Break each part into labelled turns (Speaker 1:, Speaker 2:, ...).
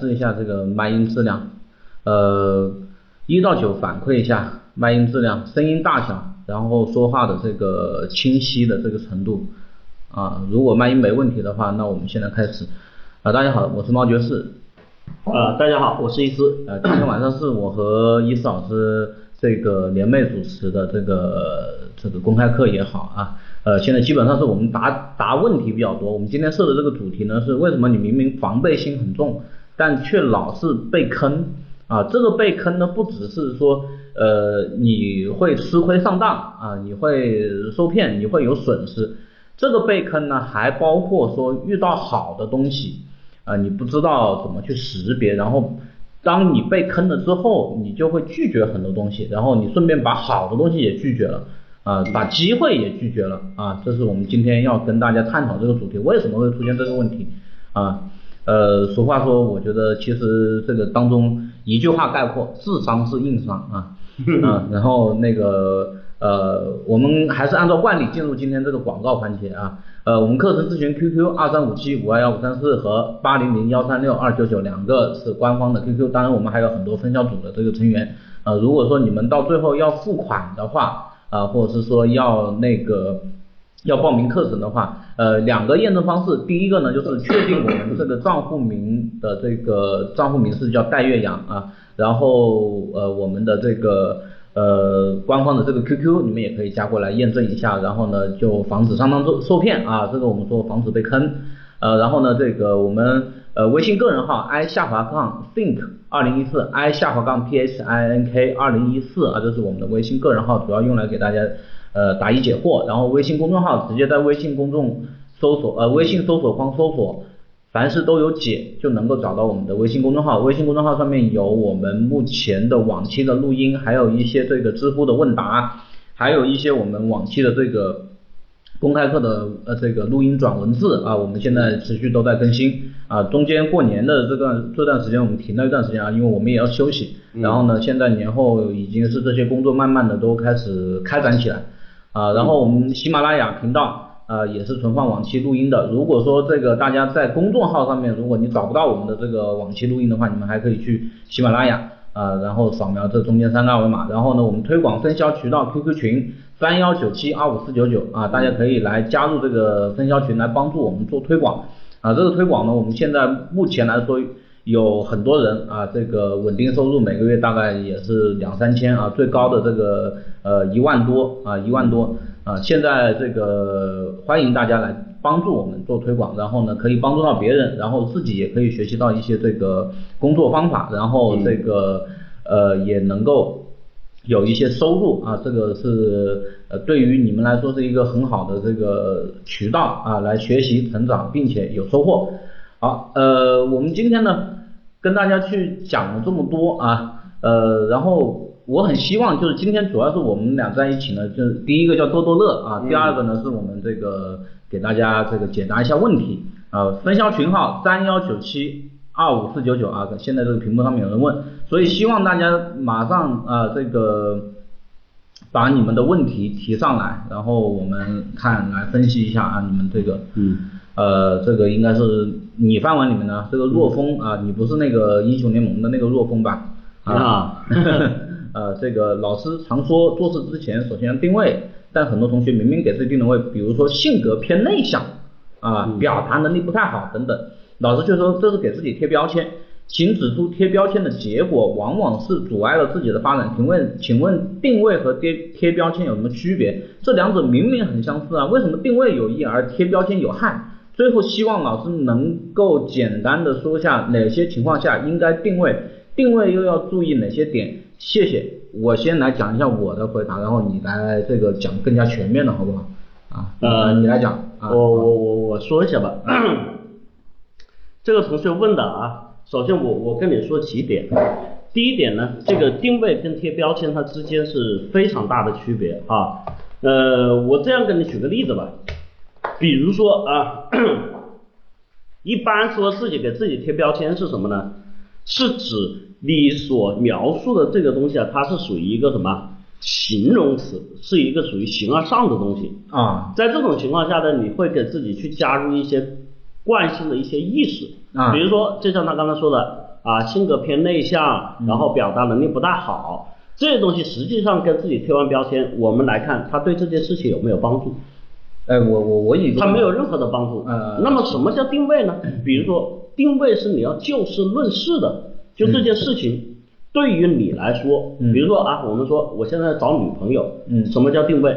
Speaker 1: 试一下这个麦音质量，呃，一到九反馈一下麦音质量、声音大小，然后说话的这个清晰的这个程度啊。如果麦音没问题的话，那我们现在开始。啊，大家好，我是猫爵士。
Speaker 2: 呃，大家好，我是伊思。
Speaker 1: 呃，今天晚上是我和伊思老师这个联袂主持的这个呃这个公开课也好啊，呃，现在基本上是我们答答问题比较多。我们今天设的这个主题呢是为什么你明明防备心很重，但却老是被坑啊？这个被坑呢，不只是说呃你会吃亏上当啊，你会受骗，你会有损失。这个被坑呢，还包括说遇到好的东西。啊、呃，你不知道怎么去识别，然后当你被坑了之后，你就会拒绝很多东西，然后你顺便把好的东西也拒绝了，啊、呃，把机会也拒绝了，啊，这是我们今天要跟大家探讨这个主题，为什么会出现这个问题，啊，呃，俗话说，我觉得其实这个当中一句话概括，智商是硬伤啊，啊，然后那个。呃，我们还是按照惯例进入今天这个广告环节啊。呃，我们课程咨询 QQ 二三五七五二幺五三四和八零零幺三六二九九两个是官方的 QQ，当然我们还有很多分校组的这个成员。呃，如果说你们到最后要付款的话，啊、呃，或者是说要那个要报名课程的话，呃，两个验证方式，第一个呢就是确定我们这个账户名的这个账户名是叫戴月阳啊，然后呃我们的这个。呃，官方的这个 QQ 你们也可以加过来验证一下，然后呢，就防止上当受受骗啊，这个我们说防止被坑。呃，然后呢，这个我们呃微信个人号 i 下滑杠 think 二零一四 i 下滑杠 p h i n k 二零一四啊，这是我们的微信个人号，主要用来给大家呃答疑解惑。然后微信公众号直接在微信公众搜索呃微信搜索框搜索。凡事都有解，就能够找到我们的微信公众号。微信公众号上面有我们目前的往期的录音，还有一些这个知乎的问答，还有一些我们往期的这个公开课的呃这个录音转文字啊，我们现在持续都在更新啊。中间过年的这段这段时间我们停了一段时间啊，因为我们也要休息。然后呢，现在年后已经是这些工作慢慢的都开始开展起来啊。然后我们喜马拉雅频道。呃，也是存放往期录音的。如果说这个大家在公众号上面，如果你找不到我们的这个往期录音的话，你们还可以去喜马拉雅啊、呃，然后扫描这中间三个二维码。然后呢，我们推广分销渠道 QQ 群三幺九七二五四九九啊，大家可以来加入这个分销群来帮助我们做推广啊。这个推广呢，我们现在目前来说有很多人啊，这个稳定收入每个月大概也是两三千啊，最高的这个呃一万多啊，一万多。啊，现在这个欢迎大家来帮助我们做推广，然后呢，可以帮助到别人，然后自己也可以学习到一些这个工作方法，然后这个、嗯、呃也能够有一些收入啊，这个是呃对于你们来说是一个很好的这个渠道啊，来学习成长，并且有收获。好，呃，我们今天呢跟大家去讲了这么多啊，呃，然后。我很希望就是今天主要是我们俩在一起呢，就是第一个叫多多乐啊，第二个呢是我们这个给大家这个解答一下问题啊，分销群号三幺九七二五四九九啊，现在这个屏幕上面有人问，所以希望大家马上啊这个把你们的问题提上来，然后我们看来分析一下啊你们这个
Speaker 2: 嗯。
Speaker 1: 呃，这个应该是你饭碗里面呢，这个若风啊，你不是那个英雄联盟的那个若风吧？
Speaker 2: 啊。
Speaker 1: 呃，这个老师常说做事之前首先要定位，但很多同学明明给自己定了位，比如说性格偏内向啊、
Speaker 2: 嗯
Speaker 1: 表达能力不太好等等，老师却说这是给自己贴标签。请指出贴标签的结果往往是阻碍了自己的发展。请问，请问定位和贴贴标签有什么区别？这两者明明很相似啊，为什么定位有益而贴标签有害？最后希望老师能够简单的说下哪些情况下应该定位，定位又要注意哪些点？谢谢，我先来讲一下我的回答，然后你来这个讲更加全面的好不好？啊，
Speaker 2: 呃
Speaker 1: 你来讲啊，
Speaker 2: 我我我我说一下吧， 这个同学问的啊，首先我我跟你说几点，第一点呢，这个定位跟贴标签它之间是非常大的区别啊，呃，我这样跟你举个例子吧，比如说啊，一般说自己给自己贴标签是什么呢？是指你所描述的这个东西啊，它是属于一个什么形容词，是一个属于形而上的东西。
Speaker 1: 啊
Speaker 2: 在这种情况下呢，你会给自己去加入一些惯性的一些意识
Speaker 1: 啊
Speaker 2: 比如说就像他刚才说的，啊，性格偏内向，然后表达能力不大好，这些东西实际上跟自己贴完标签，我们来看他对这件事情有没有帮助。
Speaker 1: 哎，我我我以
Speaker 2: 它没有任何的帮助。
Speaker 1: 呃
Speaker 2: 那么什么叫定位呢？比如说，定位是你要就事论事的，就这件事情对于你来说，
Speaker 1: 嗯
Speaker 2: 比如说啊，我们说我现在找女朋友，
Speaker 1: 嗯
Speaker 2: 什么叫定位？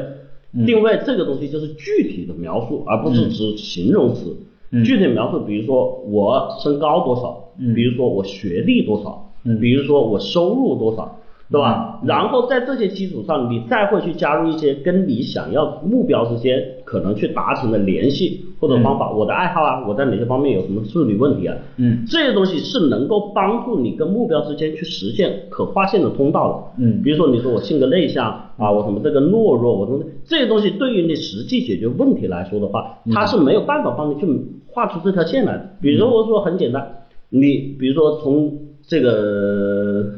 Speaker 1: 嗯
Speaker 2: 定位这个东西就是具体的描述，而不是指形容词。
Speaker 1: 嗯
Speaker 2: 具体描述，比如说我身高多少，
Speaker 1: 嗯
Speaker 2: 比如说我学历多少，
Speaker 1: 嗯
Speaker 2: 比如说我收入多少，对吧？然后在这些基础上，你再会去加入一些跟你想要目标之间可能去达成的联系或者方法，我的爱好啊，我在哪些方面有什么处理问题啊，
Speaker 1: 嗯
Speaker 2: 这些东西是能够帮助你跟目标之间去实现可划线的通道的。
Speaker 1: 嗯
Speaker 2: 比如说你说我性格内向啊，我什么这个懦弱，我什么这些东西，对于你实际解决问题来说的话，
Speaker 1: 嗯
Speaker 2: 它是没有办法帮你去画出这条线来的。比如我说很简单，你比如说从这个。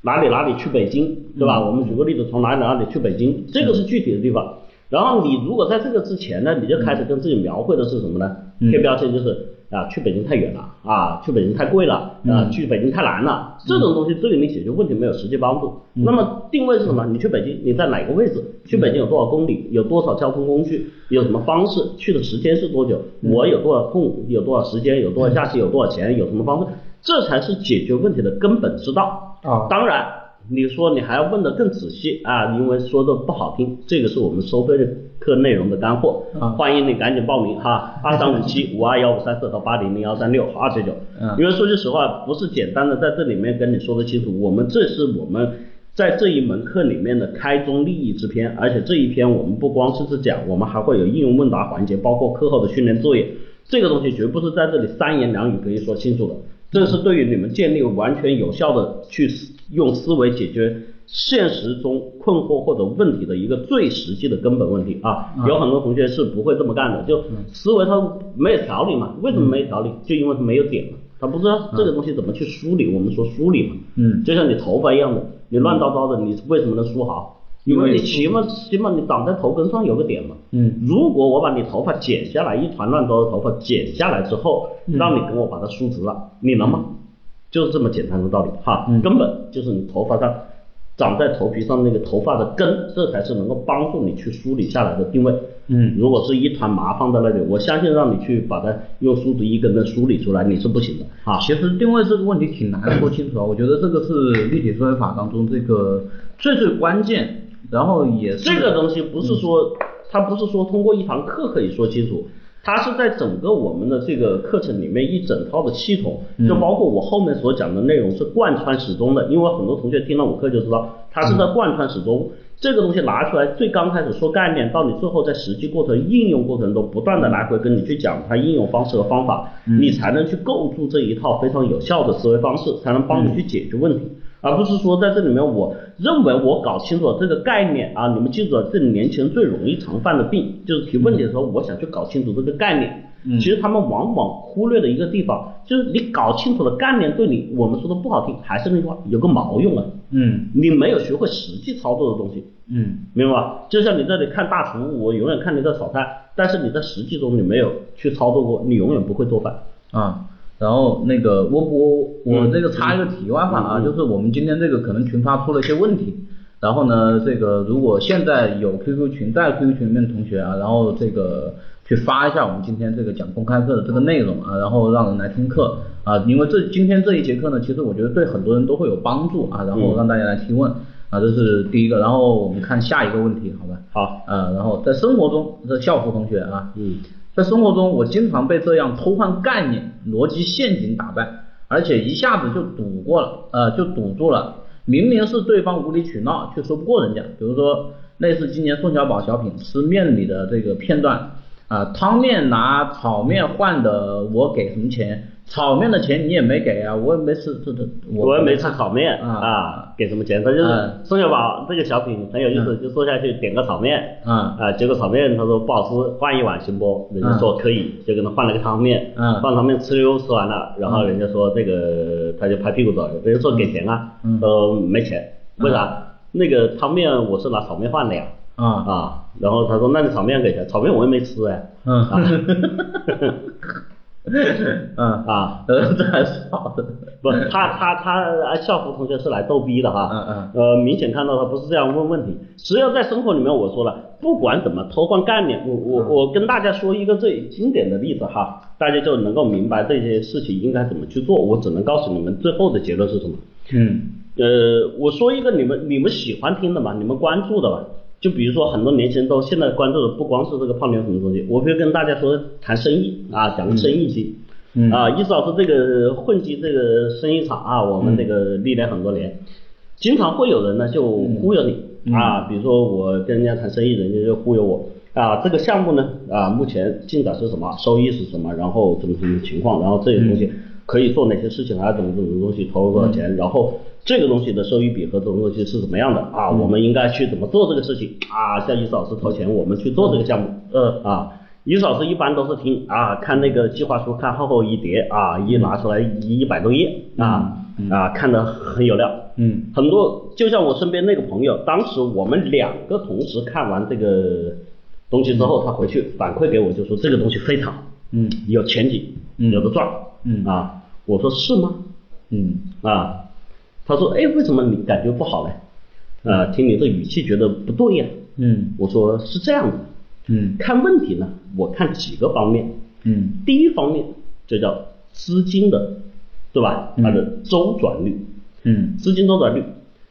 Speaker 2: 哪里哪里去北京，对
Speaker 1: 嗯
Speaker 2: 吧？我们举个例子，从哪里哪里去北京，这个是具体的地方。然后你如果在这个之前呢，你就开始跟自己描绘的是什么呢？
Speaker 1: 嗯
Speaker 2: 贴标签就是啊，去北京太远了，啊，去北京太贵了，啊，
Speaker 1: 嗯
Speaker 2: 去北京太难了，这种东西对于你解决问题没有实际帮助。那么定位是什么？你去北京，你在哪个位置？去北京有多少公里？有多少交通工具？有什么方式？去的时间是多久？我有多少空？有多少时间？有多少假期？有多少钱？有什么方式？这才是解决问题的根本之道。
Speaker 1: 啊
Speaker 2: 当然，你说你还要问得更仔细啊，因为说的不好听，这个是我们收费的课内容的干货，
Speaker 1: 啊
Speaker 2: 欢迎你赶紧报名哈，二三五七五二幺五三四和八零零幺三六二九九
Speaker 1: 嗯。
Speaker 2: 因为说句实话，不是简单的在这里面跟你说的清楚，我们这是我们。在这一门课里面的开宗立义之篇，而且这一篇我们不光是只讲，我们还会有应用问答环节，包括课后的训练作业，这个东西绝不是在这里三言两语可以说清楚的。这是对于你们建立完全有效的去思用思维解决现实中困惑或者问题的一个最实际的根本问题啊
Speaker 1: 嗯！
Speaker 2: 有很多同学是不会这么干的，就思维它没有条理嘛？为什么没有条理？就因为它没有点嘛，他不知道这个东西怎么去梳理。我们说梳理嘛，
Speaker 1: 嗯
Speaker 2: 就像你头发一样的，你乱糟糟的，你为什么能梳好？因为你起码起码你长在头根上有个点嘛。
Speaker 1: 嗯
Speaker 2: 如果我把你头发剪下来，一团乱糟的头发剪下来之后，让你给我把它梳直了，你能吗？就是这么简单的道理哈，
Speaker 1: 嗯
Speaker 2: 根本就是你头发上长在头皮上那个头发的根，这才是能够帮助你去梳理下来的定位。
Speaker 1: 嗯
Speaker 2: 如果是一团麻放在那里，我相信让你去把它用梳子一根根梳理出来，你是不行的啊。
Speaker 1: 其实定位这个问题挺难说清楚啊，我觉得这个是立体思维法当中这个最最关键，然后也是
Speaker 2: 嗯这个东西不是说，它不是说通过一堂课可以说清楚，它是在整个我们的这个课程里面一整套的系统，就包括我后面所讲的内容是贯穿始终的，因为很多同学听了我课就知道，它是在贯穿始终。这个东西拿出来，最刚开始说概念，到你最后在实际过程、应用过程中，不断的来回跟你去讲它应用方式和方法，你才能去构筑这一套非常有效的思维方式，才能帮你去解决问题。而不是说在这里面，我认为我搞清楚了这个概念啊，你们记住了，这里年轻人最容易常犯的病就是提问题的时候，我想去搞清楚这个概念。
Speaker 1: 嗯
Speaker 2: 其实他们往往忽略的一个地方，就是你搞清楚了概念，对你我们说的不好听，还是那句话，有个毛用啊！
Speaker 1: 嗯
Speaker 2: 你没有学会实际操作的东西，
Speaker 1: 嗯
Speaker 2: 明白吧？就像你这里看大厨，我永远看你在炒菜，但是你在实际中你没有去操作过，你永远不会做饭。
Speaker 1: 啊，然后那个我我我
Speaker 2: 嗯
Speaker 1: 这个插一个题外话啊，
Speaker 2: 嗯嗯
Speaker 1: 就是我们今天这个可能群发出了一些问题，然后呢，这个如果现在有 QQ 群在 QQ 群里面的同学啊，然后这个去发一下我们今天这个讲公开课的这个内容啊，然后让人来听课啊，因为这今天这一节课呢，其实我觉得对很多人都会有帮助啊，然后
Speaker 2: 嗯
Speaker 1: 让大家来提问。啊，这是第一个，然后我们看下一个问题，好吧？
Speaker 2: 好，
Speaker 1: 啊，然后在生活中，这校服同学啊，
Speaker 2: 嗯，
Speaker 1: 在生活中，我经常被这样偷换概念、逻辑陷阱打败，而且一下子就堵过了，呃，就堵住了。明明是对方无理取闹，却说不过人家。比如说，类似今年宋小宝小品《吃面》里的这个片段，啊、汤面拿炒面换的，我给什么钱？炒面的钱你也没给啊，我也没吃，这这
Speaker 2: 我也没吃炒面
Speaker 1: 啊
Speaker 2: 啊，给什么钱？他就是
Speaker 1: 嗯
Speaker 2: 宋小宝这个小品很有意思，就坐下去点个炒面
Speaker 1: 啊
Speaker 2: 啊，结果炒面他说不好吃，换一碗行不？人家说可以，就给他换了个汤面，
Speaker 1: 嗯
Speaker 2: 换汤面吃溜吃完了，然后人家说这个他就拍屁股走，人家说给钱啊，
Speaker 1: 嗯
Speaker 2: 呃没钱，为啥？那个汤面我是拿炒面换的呀，
Speaker 1: 啊
Speaker 2: 啊，然后他说那你炒面给钱，炒面我也没吃哎，
Speaker 1: 嗯
Speaker 2: 啊，
Speaker 1: 嗯
Speaker 2: 啊，
Speaker 1: 呃， 这还是好的。
Speaker 2: 不，他他他校服同学是来逗逼的哈，
Speaker 1: 嗯
Speaker 2: 呃，明显看到他不是这样问问题。只要在生活里面，我说了，不管怎么偷换概念，我我我跟大家说一个最经典的例子哈，大家就能够明白这些事情应该怎么去做。我只能告诉你们最后的结论是什么。
Speaker 1: 嗯
Speaker 2: 呃，我说一个你们你们喜欢听的吧，你们关注的吧。就比如说很多年轻人都现在关注的不光是这个泡妞什么东西，我比如跟大家说谈生意啊，讲个生意经。
Speaker 1: 嗯
Speaker 2: 啊，意思老师这个混迹这个生意场啊，我们这个历练很多年，经常会有人呢就忽悠你、
Speaker 1: 嗯嗯
Speaker 2: 啊，比如说我跟人家谈生意，人家就忽悠我啊，这个项目呢啊，目前进展是什么，收益是什么，然后怎么什么情况，然后这些东
Speaker 1: 嗯
Speaker 2: 西可以做哪些事情啊，怎么怎么东西投入多少钱，然后这个东西的收益比和这种东西是怎么样的啊，
Speaker 1: 嗯
Speaker 2: 我们应该去怎么做这个事情啊，像意思老师投钱，我们去做这个项目，
Speaker 1: 呃
Speaker 2: 啊，于老师一般都是听啊，看那个计划书，看厚厚一叠啊，一拿出来一一百多页啊、
Speaker 1: 嗯嗯嗯
Speaker 2: 啊，看得很有料。
Speaker 1: 嗯
Speaker 2: 很多就像我身边那个朋友，当时我们两个同时看完这个东西之后，他回去反馈给我，就说这个东西非常好
Speaker 1: 嗯
Speaker 2: 有前景，
Speaker 1: 嗯
Speaker 2: 有的赚。
Speaker 1: 嗯
Speaker 2: 啊，我说是吗？
Speaker 1: 嗯
Speaker 2: 啊，他说哎，为什么你感觉不好嘞？啊，听你这语气觉得不对呀、
Speaker 1: 嗯
Speaker 2: 我说是这样的，
Speaker 1: 嗯
Speaker 2: 看问题呢，我看几个方面。
Speaker 1: 嗯
Speaker 2: 第一方面，这叫资金的，对吧？
Speaker 1: 嗯
Speaker 2: 它的周转率，
Speaker 1: 嗯
Speaker 2: 资金周转率。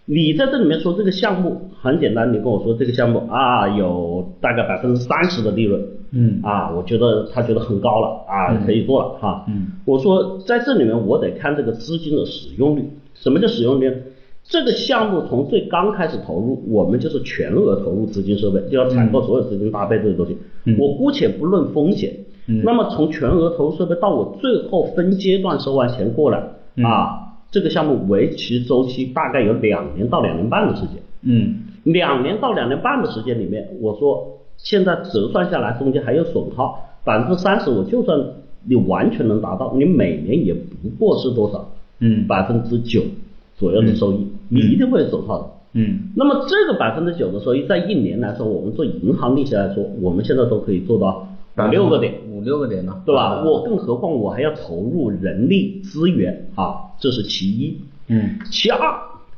Speaker 2: 你在这里面说这个项目很简单，你跟我说这个项目啊有大概百分之三十的利润
Speaker 1: 嗯
Speaker 2: 啊，我觉得他觉得很高了啊，
Speaker 1: 嗯
Speaker 2: 可以做了哈、
Speaker 1: 嗯
Speaker 2: 我说在这里面我得看这个资金的使用率，什么叫使用率呢？这个项目从最刚开始投入，我们就是全额投入资金设备，就要采购所有资金搭配这些东西。
Speaker 1: 嗯
Speaker 2: 我姑且不论风险，
Speaker 1: 嗯
Speaker 2: 那么从全额投入设备到我最后分阶段收完钱过来、
Speaker 1: 嗯
Speaker 2: 啊，这个项目为期周期大概有两年到两年半的时间。
Speaker 1: 嗯
Speaker 2: 两年到两年半的时间里面，我说现在折算下来中间还有损耗百分之三十，我就算你完全能达到，你每年也不过是多少
Speaker 1: 嗯
Speaker 2: 百分之九左右的收益，你一定会有损耗的。
Speaker 1: 嗯
Speaker 2: 那么这个百分之九的收益，在一年来说，我们做银行利息来说，我们现在都可以做到五六个点，
Speaker 1: 五六个点呢，
Speaker 2: 对吧？我更何况我还要投入人力资源啊，这是其一。
Speaker 1: 嗯
Speaker 2: 其二，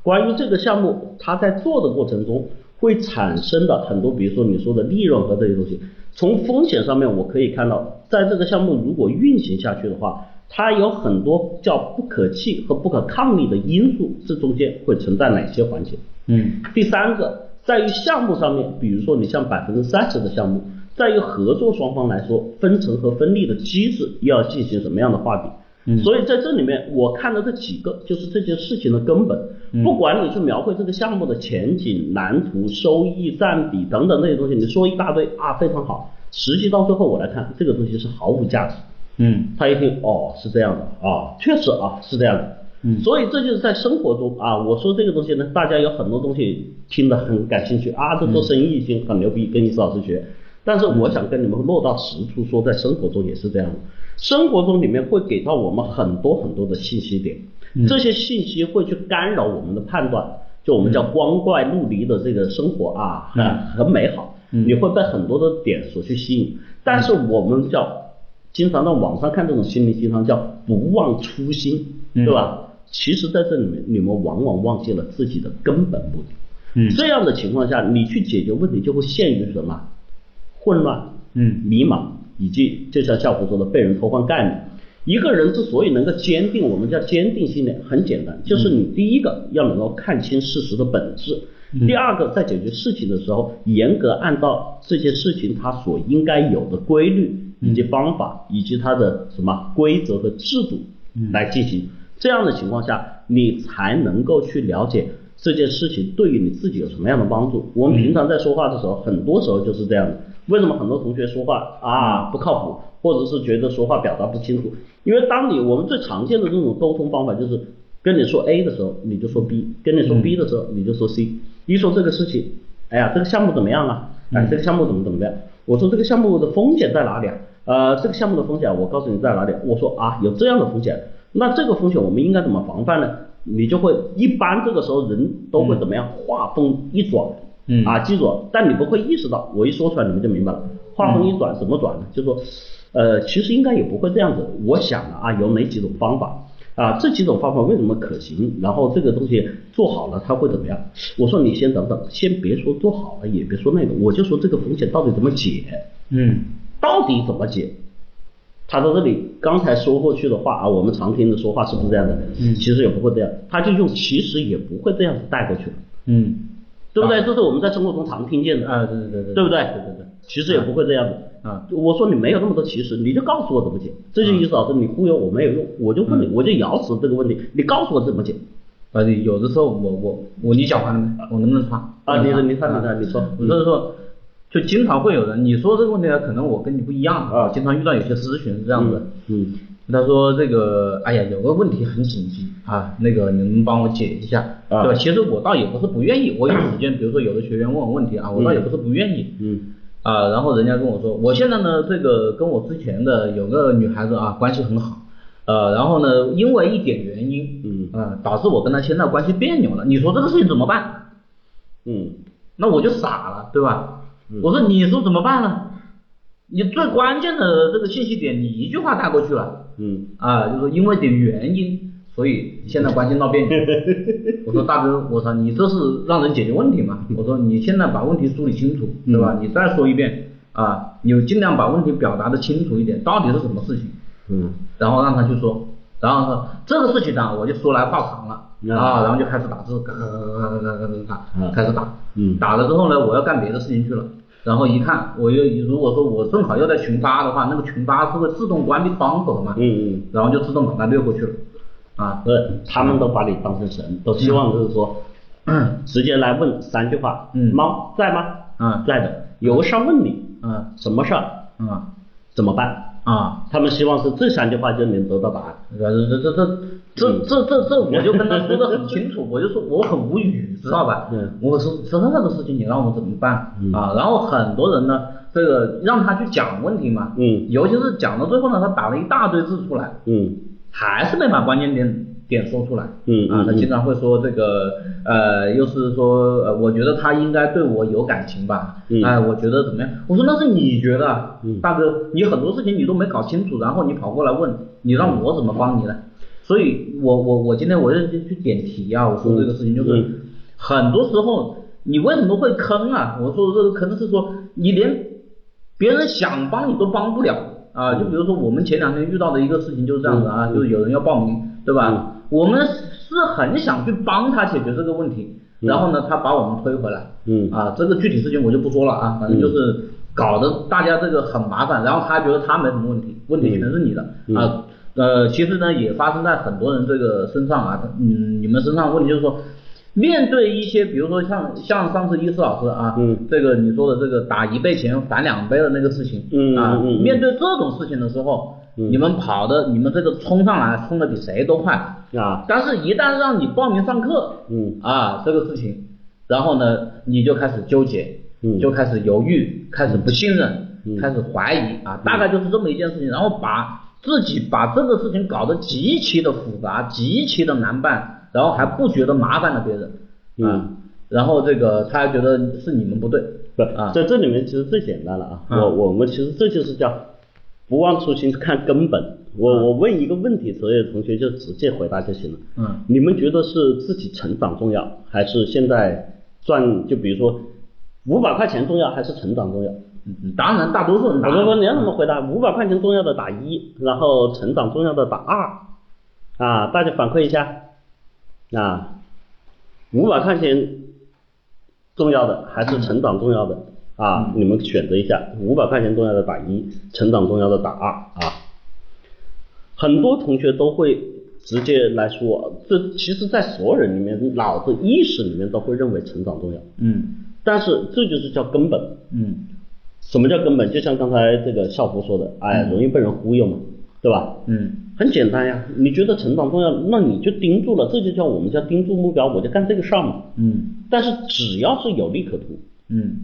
Speaker 2: 关于这个项目，它在做的过程中会产生的很多，比如说你说的利润和这些东西。从风险上面，我可以看到，在这个项目如果运行下去的话，它有很多叫不可弃和不可抗力的因素，这中间会存在哪些环节？
Speaker 1: 嗯
Speaker 2: 第三个，在于项目上面，比如说你像百分之三十的项目，在于合作双方来说，分成和分利的机制要进行什么样的画饼？
Speaker 1: 嗯
Speaker 2: 所以在这里面，我看的这几个就是这件事情的根本。
Speaker 1: 嗯
Speaker 2: 不管你去描绘这个项目的前景、蓝图、收益、占比等等那些东西，你说一大堆啊，非常好。实际到最后我来看，这个东西是毫无价值。
Speaker 1: 嗯
Speaker 2: 他一听，哦，是这样的啊，确实啊，是这样的。
Speaker 1: 嗯
Speaker 2: 所以这就是在生活中啊，我说这个东西呢，大家有很多东西听得很感兴趣啊，这
Speaker 1: 嗯
Speaker 2: 做生意已经很牛逼，跟易思老师学。但是我想跟你们落到实处说，在生活中也是这样的，生活中里面会给到我们很多很多的信息点，
Speaker 1: 嗯
Speaker 2: 这些信息会去干扰我们的判断，就我们叫光怪陆离的这个生活啊，
Speaker 1: 嗯
Speaker 2: 很很美好，
Speaker 1: 嗯
Speaker 2: 你会被很多的点所去吸引。但是我们叫经常在网上看这种心理鸡汤，叫不忘初心，
Speaker 1: 嗯
Speaker 2: 对吧？其实在这里面，你们往往忘记了自己的根本目的。
Speaker 1: 嗯
Speaker 2: 这样的情况下，你去解决问题就会陷于什么？混乱、
Speaker 1: 嗯
Speaker 2: 迷茫，以及就像校服说的，被人偷换概念。一个人之所以能够坚定，我们叫坚定信念，很简
Speaker 1: 嗯
Speaker 2: 单，就是你第一个要能够看清事实的本质，
Speaker 1: 嗯
Speaker 2: 第二个在解决事情的时候，严格按照这些事情它所应该有的规律
Speaker 1: 嗯
Speaker 2: 以及方法，以及它的什么规则和制度
Speaker 1: 嗯
Speaker 2: 来进行。这样的情况下，你才能够去了解这件事情对于你自己有什么样的帮助。我们
Speaker 1: 嗯
Speaker 2: 平常在说话的时候，很多时候就是这样的。为什么很多同学说话啊不靠谱，或者是觉得说话表达不清楚？因为当你我们最常见的这种沟通方法就是跟你说 A 的时候，你就说 B；跟你说 B 的时候，你就说 C。一说这个事情，哎呀，这个项目怎么样啊？哎，这个项目怎么怎么样？我说这个项目的风险在哪里啊？呃，这个项目的风险我告诉你在哪里。我说啊，有这样的风险，那这个风险我们应该怎么防范呢？你就会一般这个时候人都会怎么样？话锋一转，
Speaker 1: 嗯
Speaker 2: 啊，记住，但你不会意识到，我一说出来你们就明白了。话锋一转怎么转呢？就说，呃，其实应该也不会这样子。我想啊，有哪几种方法啊？这几种方法为什么可行？然后这个东西做好了，它会怎么样？我说你先等等，先别说做好了，也别说那个，我就说这个风险到底怎么解，
Speaker 1: 嗯
Speaker 2: 到底怎么解？他到这里刚才说过去的话啊，我们常听的说话是不是这样的？
Speaker 1: 嗯
Speaker 2: 其实也不会这样，他就用其实也不会这样子带过去了，
Speaker 1: 嗯，
Speaker 2: 对不对？
Speaker 1: 啊
Speaker 2: 这是我们在生活中常听见的。
Speaker 1: 啊，对对对对，
Speaker 2: 对不对？
Speaker 1: 对对对，
Speaker 2: 其实也不会这样子
Speaker 1: 啊
Speaker 2: 我说你没有那么多歧视，你就告诉我怎么解，这就意思老师你忽悠我没有用，我就问你，我就咬死这个问题，你告诉我怎么解
Speaker 1: 啊，对有的时候我我我你讲完了没？我能不能插？
Speaker 2: 啊？你你看
Speaker 1: 啊
Speaker 2: 你看你说，
Speaker 1: 我就是说，就经常会有人，你说这个问题呢，可能我跟你不一样
Speaker 2: 啊
Speaker 1: 经常遇到有些咨询是这样的，
Speaker 2: 嗯，
Speaker 1: 他说这个，哎呀，有个问题很紧急啊，那个你们帮我解一下，
Speaker 2: 啊
Speaker 1: 对吧？其实我倒也不是不愿意，我有时间，比如说有的学员问我问题啊，我倒也不是不愿意，
Speaker 2: 嗯
Speaker 1: 啊，然后人家跟我说，我现在呢，这个跟我之前的有个女孩子啊，关系很好，呃，然后呢，因为一点原因，
Speaker 2: 嗯
Speaker 1: 啊，导致我跟她现在关系别扭了，你说这个事情怎么办？
Speaker 2: 嗯
Speaker 1: 那我就傻了，对吧？
Speaker 2: 嗯
Speaker 1: 我说你说怎么办呢？你最关键的这个信息点，你一句话带过去了
Speaker 2: 嗯
Speaker 1: 啊，就是因为点原因，所以现在关系闹别 扭。我说大哥，我操，你这是让人解决问题吗？我说你现在把问题梳理清楚，对吧？
Speaker 2: 嗯
Speaker 1: 你再说一遍啊，你尽量把问题表达的清楚一点，到底是什么事情？
Speaker 2: 嗯
Speaker 1: 然后让他去说，然后说这个事情呢，我就说来话长了
Speaker 2: 嗯
Speaker 1: 啊，然后就开始打字，嘎嘎嘎嘎嘎嘎嘎嘎，
Speaker 2: 嗯
Speaker 1: 开始打，
Speaker 2: 嗯
Speaker 1: 打了之后呢，我要干别的事情去了，然后一看，我又如果说我正好要在群发的话，那个群发是会自动关闭窗口的嘛，
Speaker 2: 嗯嗯，
Speaker 1: 然后就自动把它略过去了，啊，
Speaker 2: 不是，他们都把你当成神，都希望就是说，直接来问三句话，
Speaker 1: 嗯
Speaker 2: 猫在吗？
Speaker 1: 嗯
Speaker 2: 在的，有个事儿问你，
Speaker 1: 嗯
Speaker 2: 什么事儿？
Speaker 1: 嗯
Speaker 2: 怎么办？
Speaker 1: 啊，
Speaker 2: 他们希望是这三句话就能得到答案。
Speaker 1: 这这这这。这这这这，我就跟他说的很清楚，我就说我很无语，知道吧？
Speaker 2: 嗯
Speaker 1: 我说知道这个事情，你让我怎么办
Speaker 2: 嗯
Speaker 1: 啊？然后很多人呢，这个让他去讲问题嘛，
Speaker 2: 嗯
Speaker 1: 尤其是讲到最后呢，他打了一大堆字出来，
Speaker 2: 嗯
Speaker 1: 还是没把关键点点说出来。
Speaker 2: 嗯
Speaker 1: 啊
Speaker 2: 嗯，
Speaker 1: 他
Speaker 2: 嗯
Speaker 1: 经常会说这个，呃，又是说，呃，我觉得他应该对我有感情吧，
Speaker 2: 嗯
Speaker 1: 哎，我觉得怎么样？我说那是你觉得啊，
Speaker 2: 嗯
Speaker 1: 大哥，你很多事情你都没搞清楚，然后你跑过来问，你让我怎么帮你呢？所以我我我今天我就去去点题啊，我说这个事情就是，
Speaker 2: 嗯
Speaker 1: 很多时候你为什么会坑啊？我说这个坑是说你连别人想帮你都帮不了啊。就比如说我们前两天遇到的一个事情就是这样子啊，
Speaker 2: 嗯
Speaker 1: 就是有人要报名，对吧？
Speaker 2: 嗯
Speaker 1: 我们是很想去帮他解决这个问题，
Speaker 2: 嗯
Speaker 1: 然后呢，他把我们推回来，
Speaker 2: 嗯
Speaker 1: 啊，这个具体事情我就不说了啊，反正就是搞得大家这个很麻烦，然后他觉得他没什么问题，问题全是你的、
Speaker 2: 嗯
Speaker 1: 啊。呃，其实呢，也发生在很多人这个身上啊，嗯，你们身上问题就是说，面对一些，比如说像像上次伊思老师啊，
Speaker 2: 嗯
Speaker 1: 这个你说的这个打一倍钱返两倍的那个事情，
Speaker 2: 嗯
Speaker 1: 啊，
Speaker 2: 嗯嗯
Speaker 1: 面对这种事情的时候，
Speaker 2: 嗯
Speaker 1: 你们跑的，你们这个冲上来冲的比谁都快，
Speaker 2: 啊
Speaker 1: 但是，一旦让你报名上课，
Speaker 2: 嗯
Speaker 1: 啊，这个事情，然后呢，你就开始纠结，
Speaker 2: 嗯
Speaker 1: 就开始犹豫，开始不信任，
Speaker 2: 嗯
Speaker 1: 开始怀疑啊，大概就是这么一件事情，然后把自己把这个事情搞得极其的复杂，极其的难办，然后还不觉得麻烦了别人，啊，
Speaker 2: 嗯
Speaker 1: 然后这个他还觉得是你们不对，
Speaker 2: 不
Speaker 1: 啊，
Speaker 2: 在这里面其实最简单了啊，
Speaker 1: 嗯
Speaker 2: 我我们其实这就是叫不忘初心看根本。我我问一个问题，所有同学就直接回答就行了。
Speaker 1: 嗯
Speaker 2: 你们觉得是自己成长重要，还是现在赚就比如说五百块钱重要，还是成长重要？
Speaker 1: 嗯当然大多数人
Speaker 2: 我
Speaker 1: 答
Speaker 2: 说
Speaker 1: 案
Speaker 2: 说你要啊怎么回答？五百块钱重要的打一，然后成长重要的打二，啊，大家反馈一下，啊，五百块钱重要的还是成长重要的啊？你们选择一下，五百块钱重要的打一，成长重要的打二啊。很多同学都会直接来说，这其实，在所有人里面，脑子意识里面都会认为成长重要，
Speaker 1: 嗯
Speaker 2: 但是这就是叫根本。
Speaker 1: 嗯
Speaker 2: 什么叫根本？就像刚才这个校服说的，哎，容易被人忽悠嘛，对吧？
Speaker 1: 嗯
Speaker 2: 很简单呀，你觉得成长重要，那你就盯住了，这就叫我们叫盯住目标，我就干这个事儿嘛。
Speaker 1: 嗯
Speaker 2: 但是只要是有利可图，
Speaker 1: 嗯